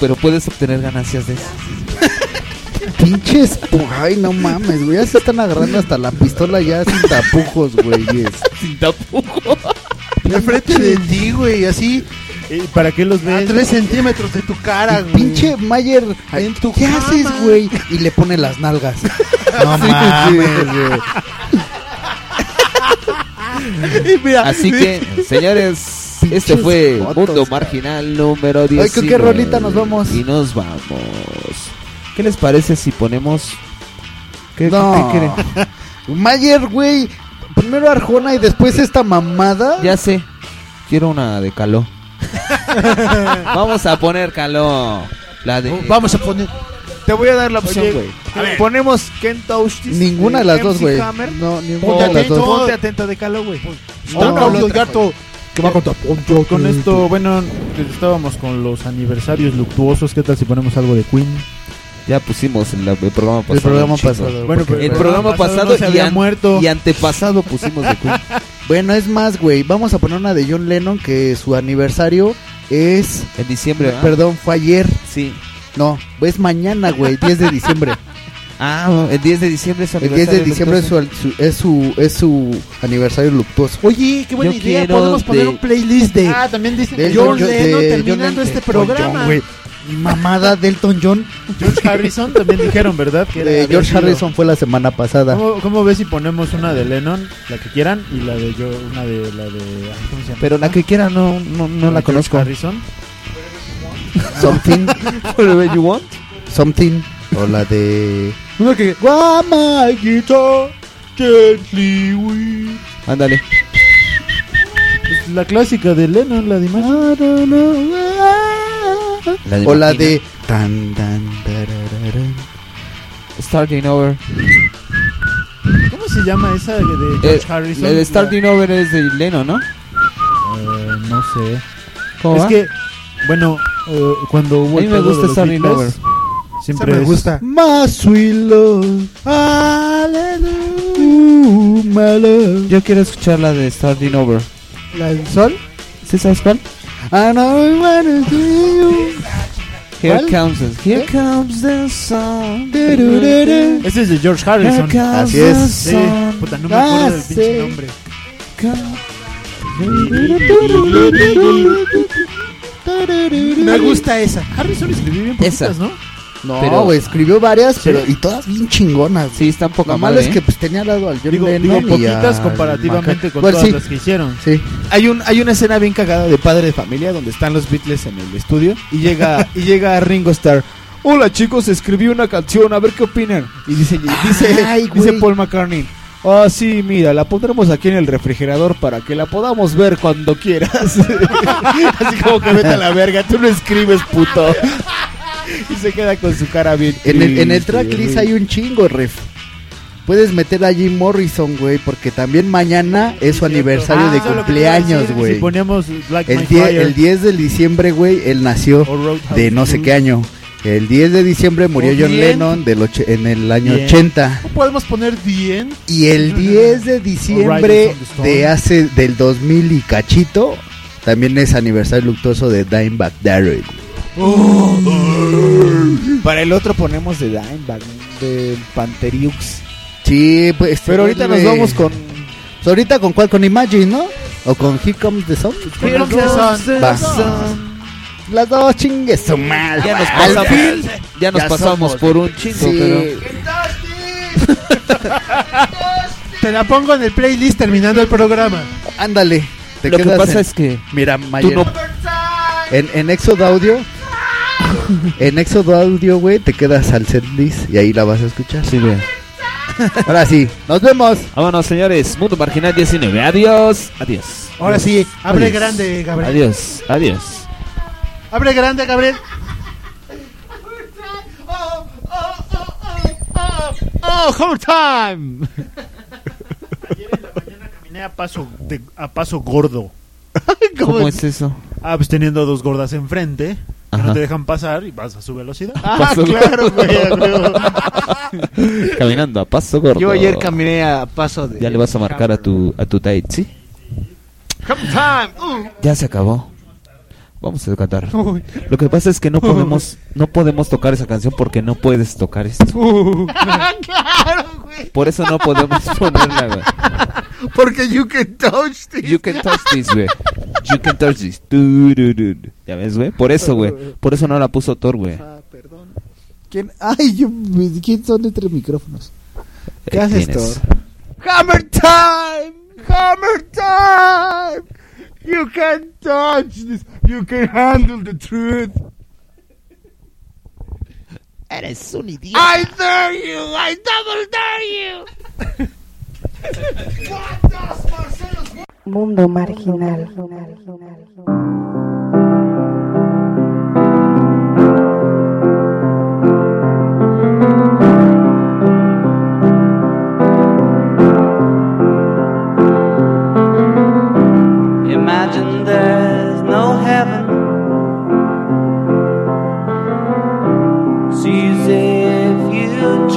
S3: Pero puedes obtener ganancias de eso.
S29: [LAUGHS]
S9: Pinches. pu- Ay, no mames, güey. Ya se están agarrando hasta la pistola ya sin tapujos, güey.
S3: Sin tapujos.
S29: enfrente de ti, güey, así.
S5: ¿Para qué los ves?
S29: A tres centímetros de tu cara, güey.
S9: Pinche Mayer. ¿Qué haces, güey? Y le pone
S29: [LAUGHS]
S9: las nalgas.
S29: No mames, [LAUGHS]
S9: güey.
S3: Así que, señores, este fue Mundo Marginal número 10.
S9: Ay, ¿con qué rolita nos vamos?
S3: Y nos vamos. ¿Qué les parece si ponemos... ¿Qué,
S9: No.
S3: qué quieren?
S9: Mayer, güey. Primero Arjona y después esta mamada.
S3: Ya sé. Quiero una de
S29: [LAUGHS]
S3: caló. Vamos a poner caló. La de...
S29: Vamos a poner.
S11: Te voy a dar la opción,
S3: Oye,
S11: güey.
S3: a ver.
S11: Ponemos Kent Auschwitz.
S9: Ninguna de las dos, güey. No, ninguna de las dos.
S11: Ponte atento de Calo, güey.
S5: No,
S11: Ponte
S5: no,
S11: atento.
S6: ¿Qué va a contar?
S5: Con esto, bueno, estábamos con los aniversarios luctuosos. ¿Qué tal si ponemos algo de Queen?
S3: Ya pusimos el, el programa pasado.
S9: programa
S3: un chingo.
S9: pasado,
S5: Bueno,
S9: porque-
S5: pero
S3: el programa pasado,
S5: no se
S3: y,
S5: había
S3: an-
S5: muerto.
S3: y antepasado pusimos de
S9: [LAUGHS]
S3: Queen.
S9: Bueno, es más, güey. Vamos a poner una de John Lennon que su aniversario es.
S3: En diciembre, ¿verdad?
S9: Perdón, fue ayer.
S3: Sí.
S9: No, es mañana, güey. 10 de diciembre.
S3: Ah, el 10 de diciembre es su
S9: El 10 de
S3: aniversario
S9: diciembre es su, su- es, su, es su aniversario luctuoso.
S6: Oye, qué buena
S9: Yo
S6: idea.
S9: quiero
S6: Podemos poner
S9: de-
S6: un playlist de.
S29: Ah, también dicen
S9: de
S29: que John
S9: John-
S29: Lennon
S9: de
S29: terminando
S9: John
S29: este
S9: Lennon, Elton
S29: programa.
S9: John, güey. Mi mamada Delton John.
S5: George Harrison también dijeron, [LAUGHS] ¿verdad? Que era-
S9: De
S5: había
S9: George
S5: sido-
S9: Harrison fue la semana pasada.
S5: ¿Cómo, cómo ves si ponemos una de Lennon, la que quieran, y la de yo, una de la de. ay, ¿cómo se llama?
S3: Pero la que quiera no, no, no la
S5: George
S3: conozco.
S5: Harrison.
S9: Something.
S3: Whatever you want.
S9: Something. O la de.
S6: Uno que.
S9: my guitar gently
S3: Ándale.
S5: Pues la clásica de Lennon, la de Imagine.
S3: Ah, La de
S9: o la
S3: Martina.
S9: de. Tan, tan, tarararán.
S3: Starting Over.
S5: ¿Cómo se llama esa de de George
S3: Eh,
S5: Harrison?
S3: la de Starting Over es de Leno, ¿no?
S5: Eh, no sé.
S3: ¿Cómo
S5: es
S3: va?
S5: que, bueno, eh, cuando hubo.
S3: A mí
S5: el
S3: me
S5: pedo de
S3: gusta
S5: los
S3: Starting
S5: Beatles,
S3: Over.
S5: Siempre
S3: Esa me
S5: es-
S3: gusta.
S9: Más sweet love. Hallelujah, my love.
S3: Uh, Yo quiero escuchar la de Starting Over.
S6: ¿La del sol?
S3: ¿Sí sabes cuál?
S9: I know I wanna see you.
S3: Here
S9: ¿Cuál? ¿Eh?
S3: comes the, here comes the sun.
S5: Ese es de George Harrison.
S3: Here comes
S5: Así es.
S3: the
S5: Sí,
S3: sun.
S5: puta, no me acuerdo del
S3: Ah,
S5: pinche
S3: sí.
S5: nombre.
S29: Me gusta esa.
S5: Harrison escribió bien
S3: Esa.
S5: poquitas, ¿no?
S9: No,
S35: Pero-
S9: güey, escribió varias,
S35: Sí.
S9: pero y todas bien chingonas.
S3: Sí, están poca
S9: Lo malo
S35: madre,
S9: es que
S35: ¿eh?
S9: pues tenía al lado al John
S35: Digo-
S9: Lennon
S35: digo,
S9: y
S35: poquitas
S9: al
S35: comparativamente
S9: Maca-
S35: con
S9: Bueno,
S35: todas
S9: sí.
S35: las
S6: que hicieron.
S9: Sí.
S6: Hay un hay una escena bien cagada de padre de familia donde están los Beatles en el estudio y llega y llega Ringo Starr. Hola chicos, escribí una canción, a ver qué opinan. Y dice dice, dice Paul McCartney. Ah, sí, mira, la pondremos aquí en el refrigerador para que la podamos ver cuando quieras. [LAUGHS] Así como que vete a la verga, tú no escribes, puto. y se queda con su cara bien.
S9: En el, en el
S6: triste,
S9: tracklist
S6: güey.
S9: hay un chingo, ref. Puedes meter a Jim Morrison, güey, porque también mañana es su aniversario
S35: Ah,
S9: de
S35: eso es lo que te iba a
S9: cumpleaños,
S35: decir,
S9: güey.
S35: Si poníamos Black
S9: El,
S35: Mic
S9: die-
S35: Fire.
S9: el 10 de diciembre, güey, él nació
S35: O Roadhouse
S9: de no sé
S35: Blues.
S9: qué año. El 10 de diciembre murió
S35: O
S9: John
S35: Pues bien.
S9: Lennon del och- en el año
S35: Bien.
S9: 80.
S5: ¿No podemos poner bien?
S9: Y el 10 de diciembre de hace del 2000 y cachito también es aniversario luctuoso de Dimebag Darrell.
S6: Para el otro ponemos de Dimebag, de Panteriux.
S9: Sí, pues.
S6: Pero ahorita nos vamos con.
S9: ahorita con cuál? Con Imagine, ¿no? O con Here Comes the Sun.
S35: Here Comes the Sun.
S9: Va.
S35: Sun.
S9: Las dos chingues su madre.
S3: Ah, Ya nos
S9: Al
S3: pasamos,
S9: fin,
S3: ya nos
S9: ya
S3: pasamos
S9: somos.
S3: por un chingo,
S9: Sí.
S3: pero...
S36: Te la pongo en el playlist terminando el programa.
S9: Ándale. te
S36: Lo que
S9: quedas
S36: pasa
S9: en-
S36: es que
S9: Mira, Mayer,
S36: no-
S9: En, en Exodo Audio. En Exodo Audio, güey, te quedas al setlist y ahí la vas a escuchar.
S3: Sí, güey.
S9: Ahora sí, nos vemos.
S3: Vámonos, señores. Mundo Marginal 19. Adiós. Adiós.
S36: Ahora sí, abre
S3: Adiós.
S36: grande, Gabriel.
S3: Adiós. Adiós.
S36: Abre grande, Gabriel.
S5: ¡Oh, home time! Ayer en la mañana caminé a paso, de- a paso gordo.
S3: ¿Cómo, es eso?
S5: Ah, pues teniendo dos gordas enfrente. que
S3: Ajá.
S5: No te dejan pasar y vas a su velocidad.
S3: Paso gordo.
S5: güey.
S3: [LAUGHS] Caminando a paso gordo.
S37: Yo ayer caminé a paso de.
S3: Ya le vas a marcar a tu, a tu date, ¿sí?
S5: Come time.
S3: Ya se acabó. Vamos a cantar. Lo que pasa es que no podemos, no podemos tocar esa canción porque no puedes tocar esto.
S5: claro, güey.
S3: Por eso no podemos ponerla, güey.
S5: Porque [LAUGHS] you can touch this.
S3: You can touch this, güey. You can touch this. Du, du, du, du. Ya ves, güey. Por eso, güey. Por eso no la puso Thor, güey.
S38: Ah, ¿Quién? Ay, yo, ¿quién son de tres micrófonos? ¿Qué
S3: Eh,
S38: haces,
S3: ¿quién es?
S38: Thor?
S5: Hammer time! Hammer time! You can touch this. You can handle the truth.
S19: Eres un idiota.
S5: I dare you! I double dare you!
S12: Mundo marginal.
S19: Imagine there's no heaven. It's easy if you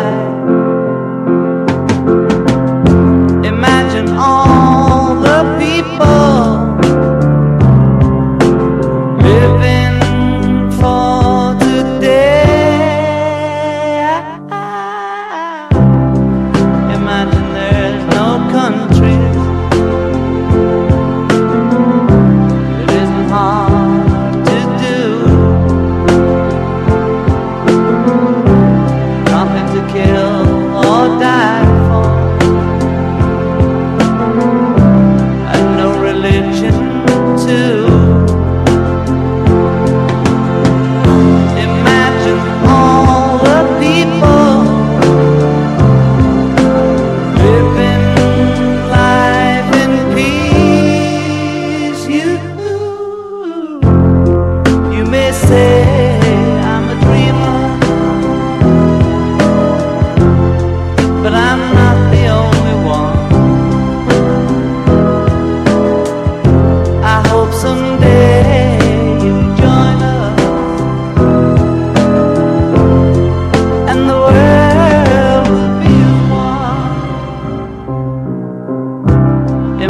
S19: Imagine all the people living for today. Imagine there's no country. It isn't hard to do. Nothing to kill or die for. And no religion too. Imagine all the people living life in peace. You, you may say I'm a dreamer, but I'm not the only one. I hope someday you join us. and the world will be as one.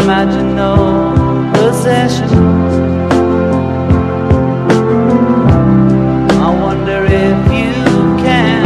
S19: Imagine no possessions. I wonder if you can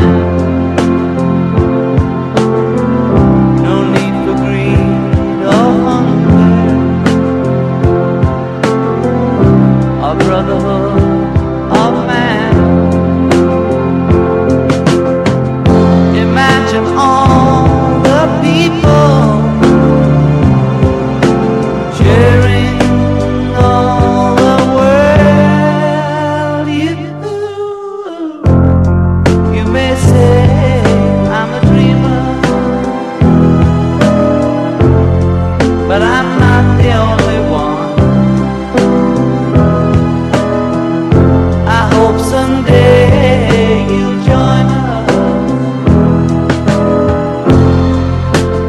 S19: the only one. I hope someday you'll join us,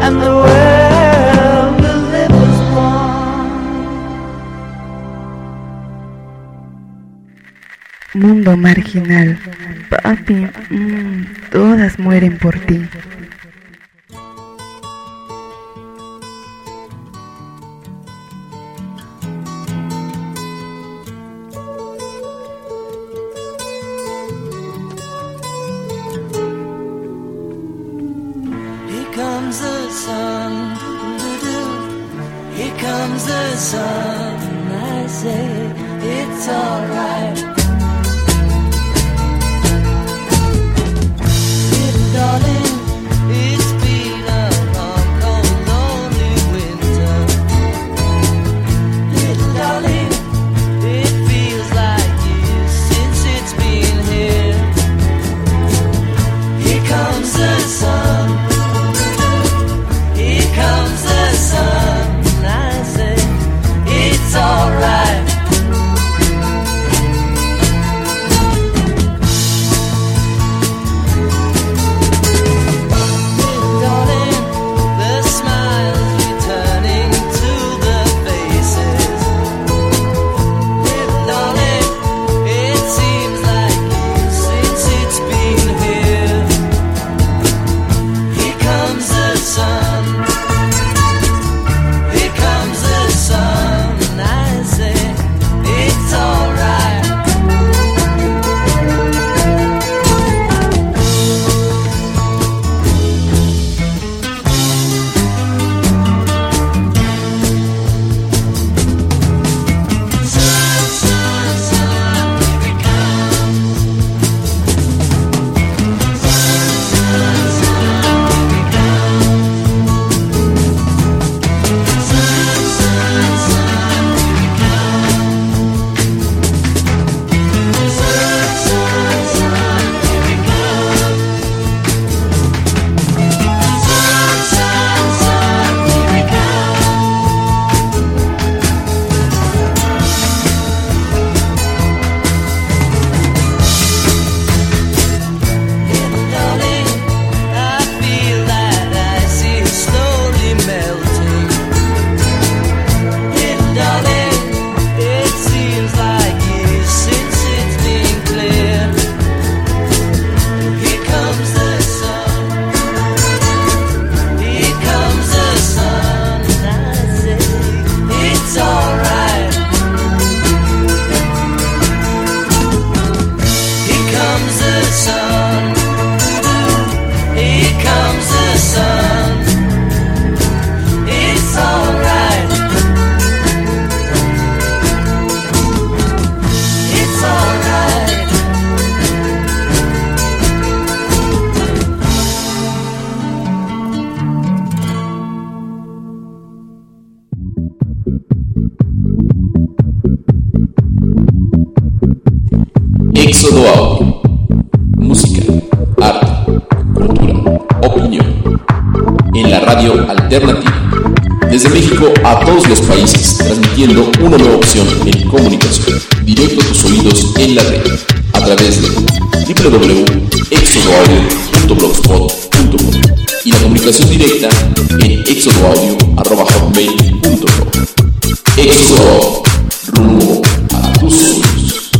S19: and the world will live as one.
S12: Mundo marginal. Papi, mm, todas mueren por ti.
S19: Here comes the sun, doo-doo-doo. Here comes the sun, and I say it's alright. Dear darling, it's been a long, cold, lonely winter. Dear darling, it feels like years since it's been here. Here comes the sun. Here comes the sun. I say it's alright. Darling, the smiles returning to the faces. Darling, it seems like years since it's been here. Here comes the sun. Here comes the sun, and I say it's alright. Sun, sun, sun, here it comes. Sun, sun, sun, here it comes. Sun, sun, sun, here it comes. Sun, sun, sun, here it comes. Sun, sun, sun, here it comes. Darling, I feel that ice is slowly melting. Darling, it seems like years since it's been clear. Here comes the sun. Here comes the sun, and I say it's alright. Here comes the sun. Here comes the sun. It's alright. It's alright.
S4: Éxodo Audio. Música, arte, cultura, opinión. En la radio alternativa. Desde México a todos los países, transmitiendo una nueva opción en comunicación. Directo a tus oídos en la red. A través de www.exodoaudio.blogspot.com y la comunicación directa en exodoaudio.hotmail.com Éxodo Audio, rumbo a tus oídos.